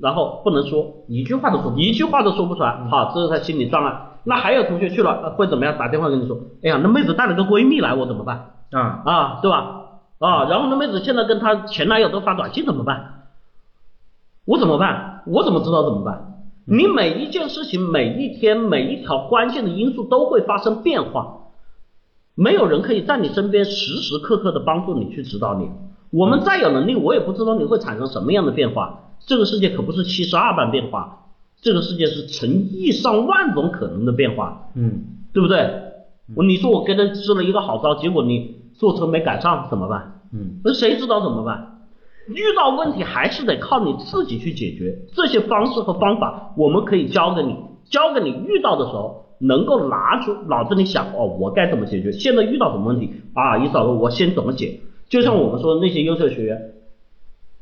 Speaker 2: 然后不能说，
Speaker 1: 一句话都说不。
Speaker 2: 一句话都说不出来，
Speaker 1: 嗯
Speaker 2: 好，这是她心理障碍。那还有同学去了呃会怎么样？打电话跟你说，哎呀，那妹子带了个闺蜜来，我怎么办？
Speaker 1: 啊，
Speaker 2: 啊，对吧？啊，然后那妹子现在跟她前男友都发短信，怎么办？我怎么办？我怎么知道怎么办？你每一件事情、每一天、每一条关键的因素都会发生变化，没有人可以在你身边时时刻刻的帮助你去指导你。我们再有能力，我也不知道你会产生什么样的变化。这个世界可不是七十二般变化，这个世界是成亿上万种可能的变化。
Speaker 1: 嗯，
Speaker 2: 对不对？我你说我跟人支了一个好招，结果你坐车没赶上怎么办？
Speaker 1: 嗯，
Speaker 2: 那谁知道怎么办？遇到问题还是得靠你自己去解决。这些方式和方法我们可以教给你，教给你遇到的时候能够拿出脑子里想哦，我该怎么解决？现在遇到什么问题啊？一找说我先怎么解？就像我们说的那些优秀学员，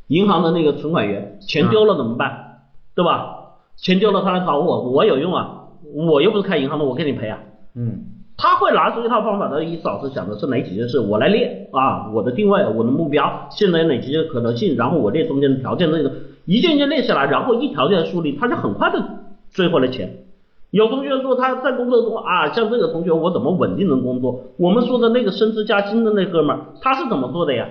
Speaker 2: 银行的那个存款员钱丢了怎么办？对吧？钱丢了他来找我，我有用啊，我又不是开银行的，我给你赔啊。
Speaker 1: 嗯，
Speaker 2: 他会拿出一套方法，他一老是想的是哪几件事，我来列啊，我的定位，我的目标，现在有哪几件可能性，然后我列中间的条件，那个一件一件列下来，然后一条件梳理，他就很快的追回了钱。有同学说他在工作中啊，像这个同学，我怎么稳定的工作？我们说的那个升职加薪的那哥们儿，他是怎么做的呀？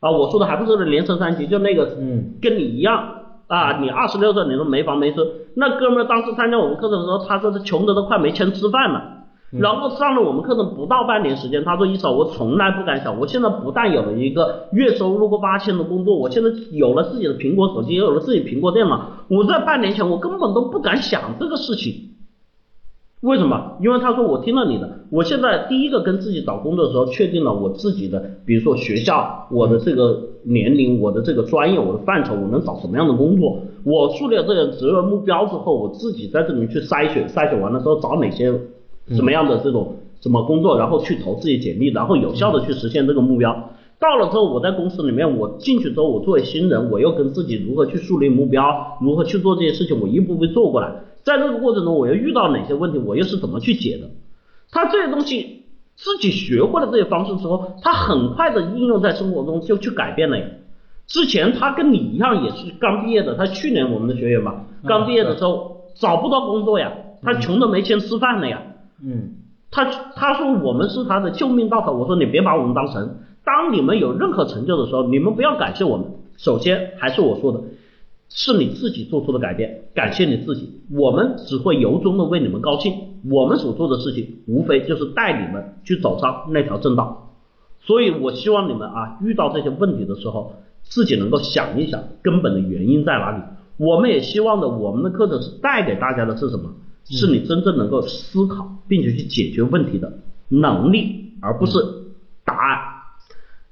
Speaker 2: 啊，我说的还不是连升三级，就那个
Speaker 1: 嗯，
Speaker 2: 跟你一样啊，你二十六岁，你都没房没车，那哥们儿当时参加我们课程的时候，他说是穷的都快没钱吃饭了。然后上了我们课程不到半年时间，他说一嫂，我从来不敢想，我现在不但有了一个月收入过八千的工作，我现在有了自己的苹果手机，也有了自己苹果电脑，我在半年前我根本都不敢想这个事情。为什么？因为他说我听了你的，我现在第一个跟自己找工作的时候，确定了我自己的，比如说学校、我的这个年龄、我的这个专业、我的范畴，我能找什么样的工作。我树立了这个职业目标之后，我自己在这里面去筛选，筛选完了之后找哪些什么样的这种什么工作，然后去投自己简历，然后有效的去实现这个目标。到了之后，我在公司里面，我进去之后，我作为新人，我又跟自己如何去树立目标，如何去做这些事情，我一步步做过来。在这个过程中，我又遇到哪些问题，我又是怎么去解的？他这些东西自己学会了这些方式之后，他很快的应用在生活中就去改变了呀。之前他跟你一样也是刚毕业的，他去年我们的学员嘛，刚毕业的时候、找不到工作呀，他穷的没钱吃饭了呀。
Speaker 1: 嗯，
Speaker 2: 他他说我们是他的救命稻草，我说你别把我们当神。当你们有任何成就的时候，你们不要感谢我们，首先还是我说的，是你自己做出的改变，感谢你自己。我们只会由衷的为你们高兴，我们所做的事情无非就是带你们去走上那条正道。所以我希望你们啊，遇到这些问题的时候，自己能够想一想根本的原因在哪里。我们也希望的，我们的课程是带给大家的是什么？是你真正能够思考并且去解决问题的能力，而不是答案。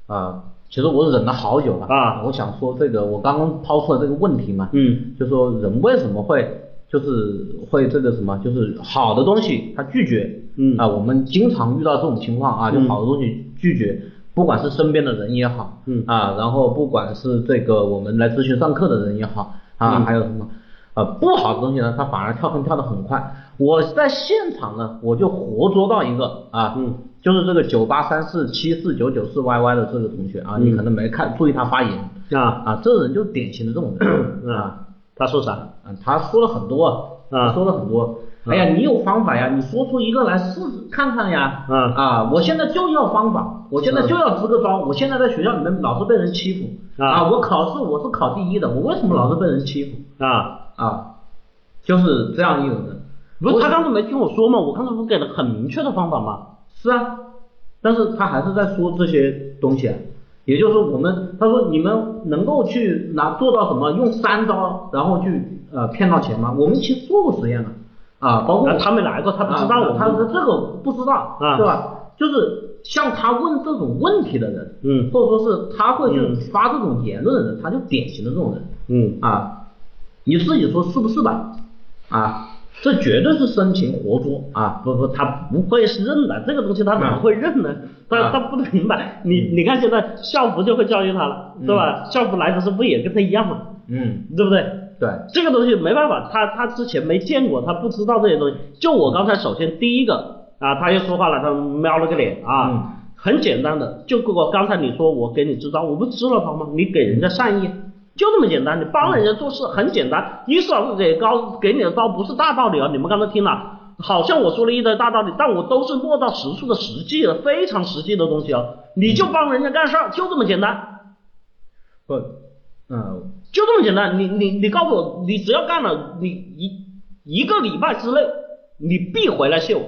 Speaker 1: 啊，其实我忍了好久了
Speaker 2: 啊
Speaker 1: 我想说这个，我刚刚抛出了这个问题嘛，
Speaker 2: 嗯
Speaker 1: 就说人为什么会就是会这个什么，就是好的东西他拒绝，
Speaker 2: 嗯
Speaker 1: 啊，我们经常遇到这种情况啊，就
Speaker 2: 嗯
Speaker 1: 好的东西拒绝，不管是身边的人也好，
Speaker 2: 嗯
Speaker 1: 啊，然后不管是这个我们来咨询上课的人也好，啊，
Speaker 2: 嗯
Speaker 1: 还有什么啊不好的东西呢，他反而跳坑跳得很快。我在现场呢，我就活捉到一个啊，
Speaker 2: 嗯，
Speaker 1: 就是这个九八三四七四九九四 YY 的这个同学啊，你
Speaker 2: 嗯
Speaker 1: 可能没看注意他发言
Speaker 2: 啊
Speaker 1: 啊，这人就 典型的这种人
Speaker 2: 啊，他说啥？
Speaker 1: 嗯啊，他说了很多，
Speaker 2: 啊
Speaker 1: 说了很多。哎呀，你有方法呀，你说出一个来试试看看呀。
Speaker 2: 嗯
Speaker 1: 啊，我现在就要方法，我现在就要支个招，我现在在学校里面老是被人欺负
Speaker 2: 啊
Speaker 1: 我考试我是考第一的，我为什么老是被人欺负
Speaker 2: 啊，
Speaker 1: 啊？就是这样一种人。
Speaker 2: 不是
Speaker 1: 我
Speaker 2: 他刚才没听我说吗？我刚才不是给了很明确的方法吗？
Speaker 1: 是啊，但是他还是在说这些东西啊。也就是说，我们他说你们能够去拿做到什么，用三招然后去呃骗到钱吗？我们其实做过实验了啊，包括
Speaker 2: 啊他没来过，他不知道我
Speaker 1: 啊他他
Speaker 2: 们。
Speaker 1: 这个不知道，
Speaker 2: 啊
Speaker 1: 对吧？就是像他问这种问题的人，
Speaker 2: 嗯
Speaker 1: 或者说是他会去
Speaker 2: 嗯
Speaker 1: 发这种言论的人，他就典型的这种人。
Speaker 2: 嗯
Speaker 1: 啊，你自己说是不是吧？啊，这绝对是深情活捉啊！
Speaker 2: 不不，他不会是认的，这个东西他怎么会认呢？他
Speaker 1: 啊
Speaker 2: 他不明白，你你看现在校服就会教育他了，对吧？校服来的时候不也跟他一样吗？
Speaker 1: 嗯，
Speaker 2: 对不对？
Speaker 1: 对，
Speaker 2: 这个东西没办法，他他之前没见过，他不知道这些东西。就我刚才首先第一个啊，他又说话了，他瞄了个脸啊，
Speaker 1: 嗯
Speaker 2: 很简单的，就跟我刚才你说我给你支招，我不支了他吗？你给人家善意，就这么简单，你帮人家做事很简单。一是老师给高给你的招不是大道理啊，你们刚才听了。好像我说了一堆大道理，但我都是落到实处的实际的，非常实际的东西啊！你就帮人家干事儿，就这么简单。
Speaker 1: 不，嗯，
Speaker 2: 就这么简单，你你你告诉我，你只要干了，你一一个礼拜之内，你必回来谢我，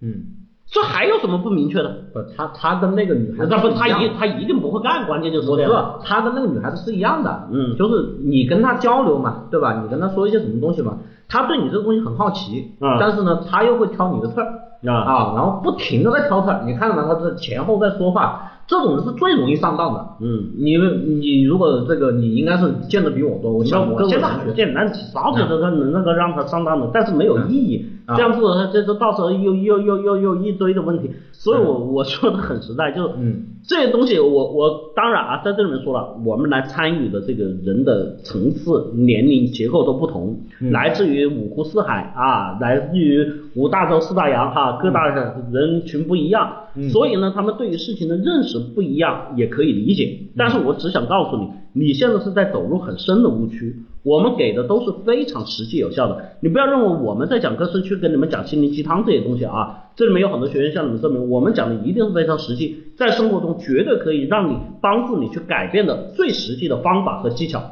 Speaker 1: 嗯，
Speaker 2: 这还有什么不明确的？
Speaker 1: 不，他他跟那个女孩子
Speaker 2: 那不他
Speaker 1: 一样
Speaker 2: 一
Speaker 1: 的
Speaker 2: 他一定不会干，关键就是
Speaker 1: 不
Speaker 2: 这
Speaker 1: 是
Speaker 2: 样。
Speaker 1: 他跟那个女孩子是一样的，
Speaker 2: 嗯
Speaker 1: 就是你跟他交流嘛，对吧？你跟他说一些什么东西嘛，他对你这个东西很好奇，
Speaker 2: 嗯
Speaker 1: 但是呢，他又会挑你的刺儿，
Speaker 2: 啊
Speaker 1: 啊，然后不停的在挑刺儿，你看到他这前后在说话，这种人是最容易上当的。
Speaker 2: 嗯，
Speaker 1: 你你如果这个你应该是见的比我多，我
Speaker 2: 那
Speaker 1: 想
Speaker 2: 我
Speaker 1: 我
Speaker 2: 现
Speaker 1: 现
Speaker 2: 在
Speaker 1: 在
Speaker 2: 很
Speaker 1: 很
Speaker 2: 简单，早觉得他能那个让他上当的，但是没有意义。
Speaker 1: 嗯
Speaker 2: 这样做的话，这这到时候又又又又又一堆的问题。所以我我说的很实在，就是
Speaker 1: 嗯
Speaker 2: 这些东西我，我当然啊，在这里面说了，我们来参与的这个人的层次、年龄、结构都不同，
Speaker 1: 嗯
Speaker 2: 来自于五湖四海啊，来自于五大洲四大洋哈、各大人群不一样，
Speaker 1: 嗯
Speaker 2: 所以呢，他们对于事情的认识不一样，也可以理解。但是我只想告诉你，你现在是在走入很深的误区。我们给的都是非常实际有效的，你不要认为我们在讲课是去跟你们讲心灵鸡汤这些东西啊。这里面有很多学员向你们证明，我们讲的一定是非常实际，在生活中绝对可以让你帮助你去改变的最实际的方法和技巧。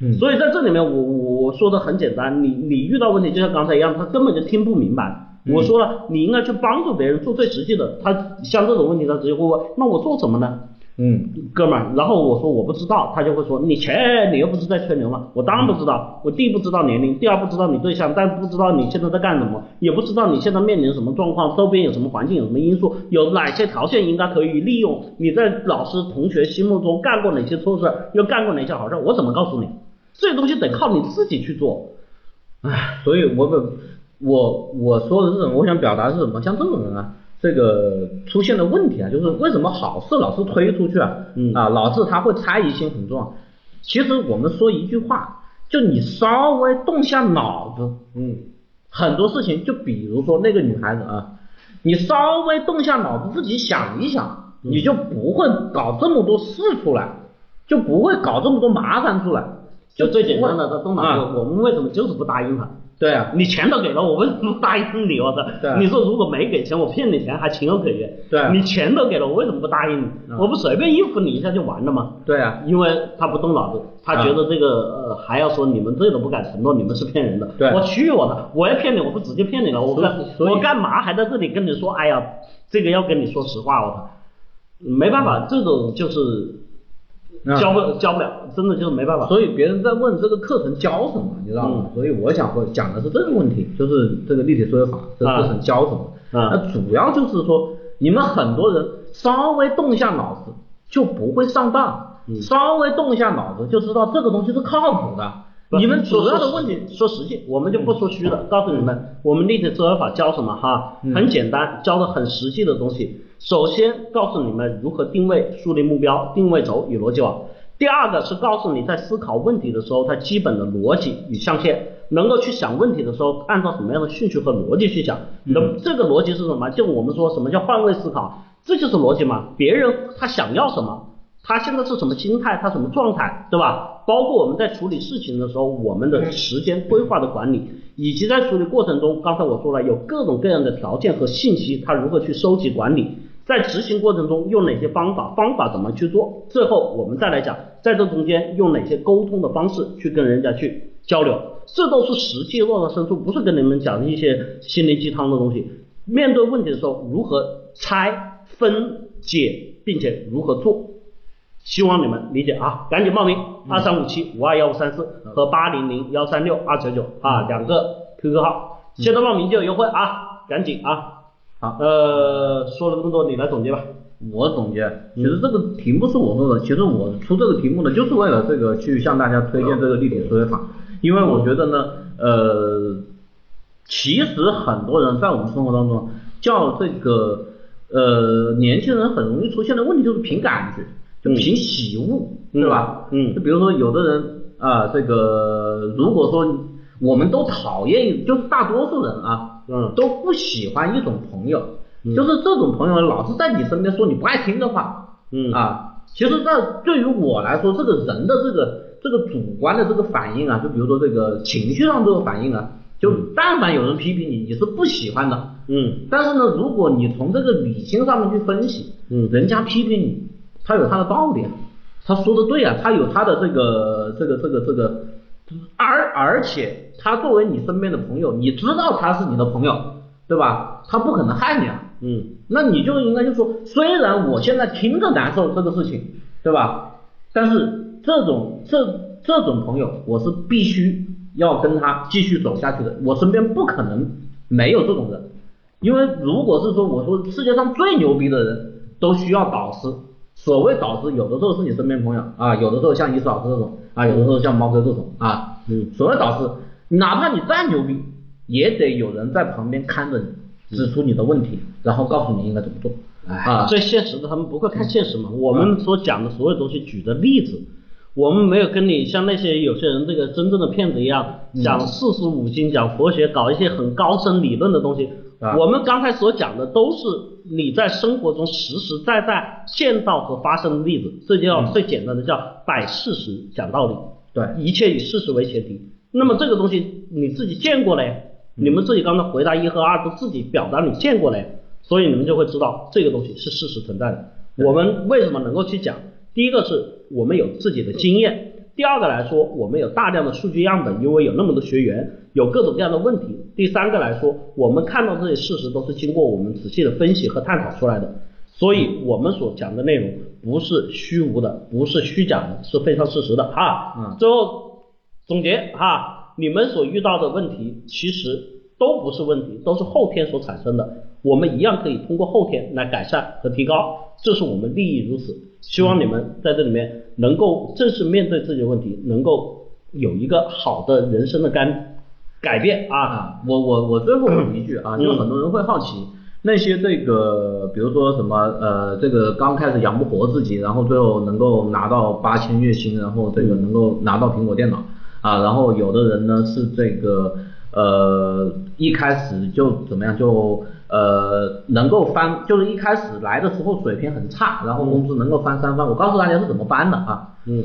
Speaker 1: 嗯，
Speaker 2: 所以在这里面我，我我说的很简单，你你遇到问题就像刚才一样，他根本就听不明白。我说了，你应该去帮助别人做最实际的。他像这种问题，他直接会问：那我做什么呢，
Speaker 1: 嗯
Speaker 2: 哥们儿？然后我说我不知道，他就会说：你切，你又不是在吹牛嘛！我当然不知道，我第一不知道年龄，第二不知道你对象，但不知道你现在在干什么，也不知道你现在面临什么状况，周边有什么环境，有什么因素，有哪些条件应该可以利用，你在老师、同学心目中干过哪些错事儿，又干过哪些好事儿，我怎么告诉你？这些东西得靠你自己去做。
Speaker 1: 所以我本我我说的这种，我想表达是什么？像这种人啊，这个出现的问题啊，就是为什么好事老是推出去啊？
Speaker 2: 嗯
Speaker 1: 啊，老是他会猜疑心很重。啊其实我们说一句话，就你稍微动下脑子，
Speaker 2: 嗯
Speaker 1: 很多事情，就比如说那个女孩子啊，你稍微动下脑子自己想一想，
Speaker 2: 嗯
Speaker 1: 你就不会搞这么多事出来，就不会搞这么多麻烦出来。
Speaker 2: 就最简单的，他东南
Speaker 1: 啊
Speaker 2: 亚，我们为什么就是不答应他？
Speaker 1: 对啊，
Speaker 2: 你钱都给了我，为什么不答应你？我操
Speaker 1: 对！
Speaker 2: 你说如果没给钱，我骗你钱还情有可原。
Speaker 1: 对
Speaker 2: 你钱都给了我，为什么不答应你？
Speaker 1: 嗯
Speaker 2: 我不随便应付你一下就完了吗？
Speaker 1: 对啊，
Speaker 2: 因为他不动脑子，他觉得这个、呃还要说你们这都不敢承诺，你们是骗人的。
Speaker 1: 嗯对
Speaker 2: 我去我的，我要骗你，我不直接骗你了，我干
Speaker 1: 所以
Speaker 2: 我干嘛还在这里跟你说？哎呀，这个要跟你说实话，我操，没办法，这种就是
Speaker 1: 嗯
Speaker 2: 教不教不了，真的就是没办法。
Speaker 1: 所以别人在问这个课程教什么，你知道吗？
Speaker 2: 嗯
Speaker 1: 所以我想说讲的是这个问题，就是这个立体思维法
Speaker 2: 啊
Speaker 1: 这个课程教什么？
Speaker 2: 嗯
Speaker 1: 那主要就是说你们很多人稍微动一下脑子就不会上当，
Speaker 2: 嗯
Speaker 1: 稍微动一下脑子就知道这个东西是靠谱的。
Speaker 2: 不
Speaker 1: 你们
Speaker 2: 说
Speaker 1: 主要
Speaker 2: 说
Speaker 1: 的问题
Speaker 2: 实说实际，我嗯们就不说虚的，告诉你们，我们立体思维法教什么哈？
Speaker 1: 嗯
Speaker 2: 很简单，教的很实际的东西。首先告诉你们如何定位、树立目标、定位轴与逻辑网。第二个是告诉你在思考问题的时候，它基本的逻辑与象限，能够去想问题的时候，按照什么样的顺序和逻辑去想。那、这个逻辑是什么？就我们说什么叫换位思考，这就是逻辑嘛。别人他想要什么，他现在是什么心态，他什么状态，对吧？包括我们在处理事情的时候，我们的时间规划的管理，以及在处理过程中，刚才我说了，有各种各样的条件和信息，他如何去收集管理，在执行过程中用哪些方法，方法怎么去做，最后我们再来讲，在这中间用哪些沟通的方式去跟人家去交流，这都是实际落到深处，不是跟你们讲一些心灵鸡汤的东西。面对问题的时候，如何拆分解，并且如何做。希望你们理解啊，赶紧报名二三五七五二幺五三四和八零零幺三六二九九啊两个 QQ 号，现在报名就有优惠啊，赶紧啊！
Speaker 1: 好
Speaker 2: 呃，说了这么多，你来总结吧。
Speaker 1: 我总结，其
Speaker 2: 嗯
Speaker 1: 实这个题目是我做的，其实我出这个题目呢，就是为了这个去向大家推荐这个立体思维法，因为我觉得呢，呃，其实很多人在我们生活当中，叫这个呃年轻人很容易出现的问题就是凭感觉，就凭喜恶，
Speaker 2: 嗯
Speaker 1: 对吧？
Speaker 2: 嗯
Speaker 1: 就比如说有的人啊、这个如果说我们都讨厌，就是大多数人啊，
Speaker 2: 嗯
Speaker 1: 都不喜欢一种朋友，
Speaker 2: 嗯
Speaker 1: 就是这种朋友老是在你身边说你不爱听的话，
Speaker 2: 嗯
Speaker 1: 啊，其实这对于我来说，这个人的这个这个主观的这个反应啊，就比如说这个情绪上这个反应啊，就但凡有人批评你，你是不喜欢的，
Speaker 2: 嗯
Speaker 1: 但是呢，如果你从这个理性上面去分析，
Speaker 2: 嗯
Speaker 1: 人家批评你，他有他的道理啊，他说的对啊，他有他的这个这个这个这个，而而且他作为你身边的朋友，你知道他是你的朋友，对吧？他不可能害你啊，
Speaker 2: 嗯
Speaker 1: 那你就应该就说，虽然我现在听着难受这个事情，对吧？但是这种这这种朋友，我是必须要跟他继续走下去的。我身边不可能没有这种人，因为如果是说我说世界上最牛逼的人都需要导师，所谓导师，有的时候是你身边朋友啊，有的时候像伊斯老师这种啊，有的时候像猫哥这种啊，
Speaker 2: 嗯
Speaker 1: 所谓导师，哪怕你再牛逼，也得有人在旁边看着你，指出你的问题，然后告诉你应该怎么做。啊，
Speaker 2: 哎最现实的，他们不会看现实嘛。我们所讲的所有东西，举的例子，我们没有跟你像那些有些人这个真正的骗子一样，讲四书五经，讲佛学，搞一些很高深理论的东西。
Speaker 1: 啊
Speaker 2: 我们刚才所讲的都是你在生活中实实在在见到和发生的例子，这叫最简单的叫摆事实讲道理。
Speaker 1: 对
Speaker 2: 一切以事实为前提。那么这个东西你自己见过了呀，你们自己刚才回答一和二都自己表达你见过了呀，所以你们就会知道这个东西是事实存在的。我们为什么能够去讲？第一个是我们有自己的经验，第二个来说我们有大量的数据样本，因为有那么多学员，有各种各样的问题。第三个来说，我们看到这些事实都是经过我们仔细的分析和探讨出来的。所以我们所讲的内容不是虚无的，不是虚假的，是非常事实的啊哈。
Speaker 1: 嗯
Speaker 2: 最后总结哈，你们所遇到的问题其实都不是问题，都是后天所产生的。我们一样可以通过后天来改善和提高，这是我们利益如此。希望你们在这里面能够正式面对自己的问题，能够有一个好的人生的干改变啊。
Speaker 1: 啊，我我我最后补一句啊，
Speaker 2: 嗯
Speaker 1: 就是很多人会好奇，那些这个比如说什么呃，这个刚开始养不活自己，然后最后能够拿到八千月薪，然后这个能够拿到苹果电脑啊，然后有的人呢是这个呃一开始就怎么样就。呃，能够翻，就是一开始来的时候水平很差，然后工资能够翻三番。我告诉大家是怎么翻的啊，
Speaker 2: 嗯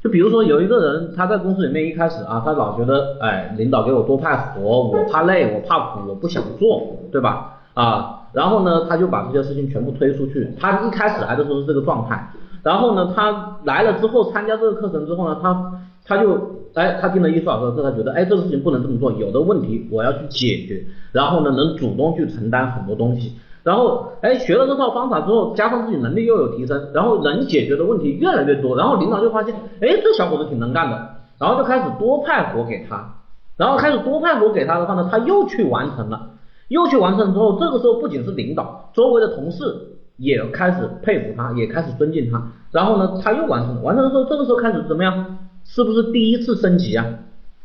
Speaker 1: 就比如说有一个人，他在公司里面一开始啊，他老觉得，哎，领导给我多派活，我怕累，我怕苦，我不想做，对吧？啊，然后呢，他就把这些事情全部推出去。他一开始来的时候是这个状态，然后呢，他来了之后参加这个课程之后呢，他他就哎，他听了一老师的课，他觉得哎，这个事情不能这么做，有的问题我要去解决，然后呢，能主动去承担很多东西。然后，哎，学了这套方法之后，加上自己能力又有提升，然后能解决的问题越来越多，然后领导就发现，哎，这小伙子挺能干的，然后就开始多派活给他，然后开始多派活给他的话呢，他又去完成了，又去完成之后，这个时候不仅是领导，周围的同事也开始佩服他，也开始尊敬他，然后呢，他又完成了，完成了之后，这个时候开始怎么样？是不是第一次升级啊？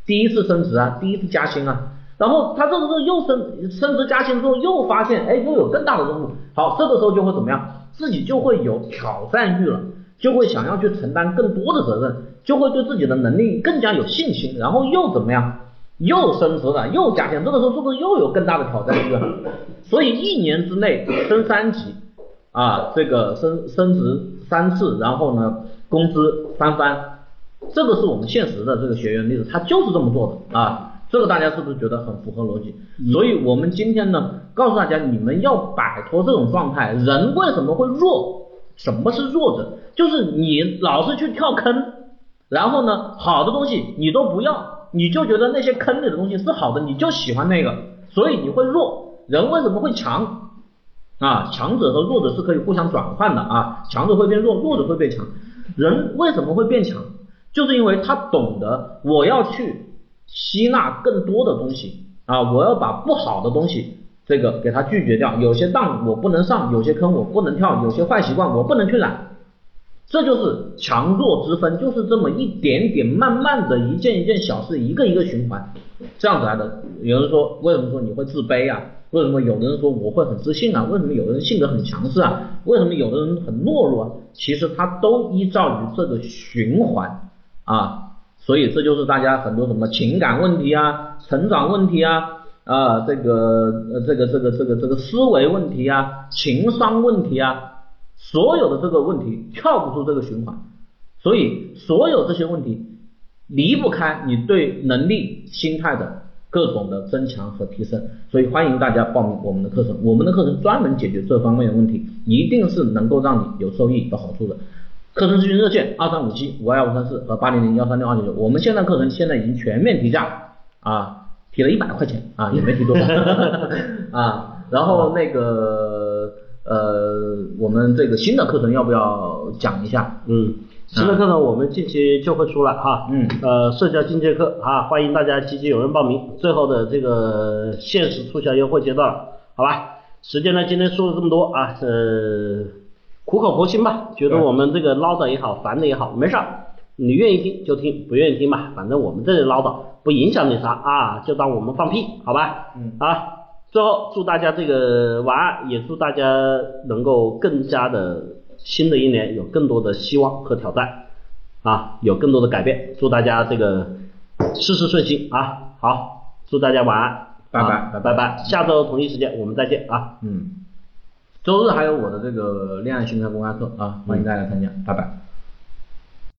Speaker 1: 第一次升职啊，第一次加薪啊。然后他这个时候又升升职加薪之后，又发现哎，又有更大的任务。好，这个时候就会怎么样？自己就会有挑战欲了，就会想要去承担更多的责任，就会对自己的能力更加有信心，然后又怎么样？又升职了，又加薪，这个时候是不是又有更大的挑战欲了？所以一年之内升三级，啊，这个升升职
Speaker 2: 三次，然后呢工资翻番，这个是我们现实的这个学员例子，他就是这么做的啊。这个大家是不是觉得很符合逻辑？所以我们今天呢，告诉大家，你们要摆脱这种状态。人为什么会弱？什么是弱者？就是你老是去跳坑，然后呢，好的东西你都不要，你就觉得那些坑里的东西是好的，你就喜欢那个，所以你会弱。人为什么会强？啊，强者和弱者是可以互相转换的啊，强者会变弱，弱者会变强。人为什么会变强？就是因为他懂得我要去。吸纳更多的东西啊！我要把不好的东西这个给它拒绝掉。有些当我不能上，有些坑我不能跳，有些坏习惯我不能去染。这就是强弱之分，就是这么一点点，慢慢的一件一件小事，一个一个循环，这样子来的。有人说，为什么说你会自卑啊？为什么有的人说我会很自信啊？为什么有的人性格很强势啊？为什么有的人很懦弱啊？其实它都依照于这个循环啊。所以这就是大家很多什么情感问题啊、成长问题啊、啊、呃、这个呃这个这个这个这个思维问题啊、情商问题啊，所有的这个问题跳不出这个循环，所以所有这些问题离不开你对能力、心态的各种的增强和提升。所以欢迎大家报名我们的课程，我们的课程专门解决这方面的问题，一定是能够让你有受益、有好处的。课程咨询热线二三五七五二幺五三四和八零零幺三六二九九，我们现在课程现在已经全面提价啊，提了一百块钱啊，也没提多少啊。然后那个呃，我们这个新的课程要不要讲一下？啊
Speaker 1: 嗯，新的课程我们近期就会出来哈，
Speaker 2: 嗯
Speaker 1: 呃，社交经济课啊，欢迎大家积极踊跃报名，最后的这个限时促销优惠阶段了，好吧？时间呢，今天说了这么多啊，呃。苦口婆心吧，觉得我们这个唠叨也好，烦的也好，没事儿，你愿意听就听，不愿意听吧，反正我们这里唠叨不影响你啥啊，就当我们放屁，好吧？
Speaker 2: 嗯
Speaker 1: 啊，最后祝大家这个晚安，也祝大家能够更加的新的一年有更多的希望和挑战啊，有更多的改变，祝大家这个事事顺心啊，好，祝大家晚安，
Speaker 2: 拜拜
Speaker 1: 啊
Speaker 2: 拜拜
Speaker 1: 拜拜，下周同一时间我们再见啊。
Speaker 2: 嗯，
Speaker 4: 周日还有我的这个恋爱心态公开课啊，欢迎大家参加，拜拜。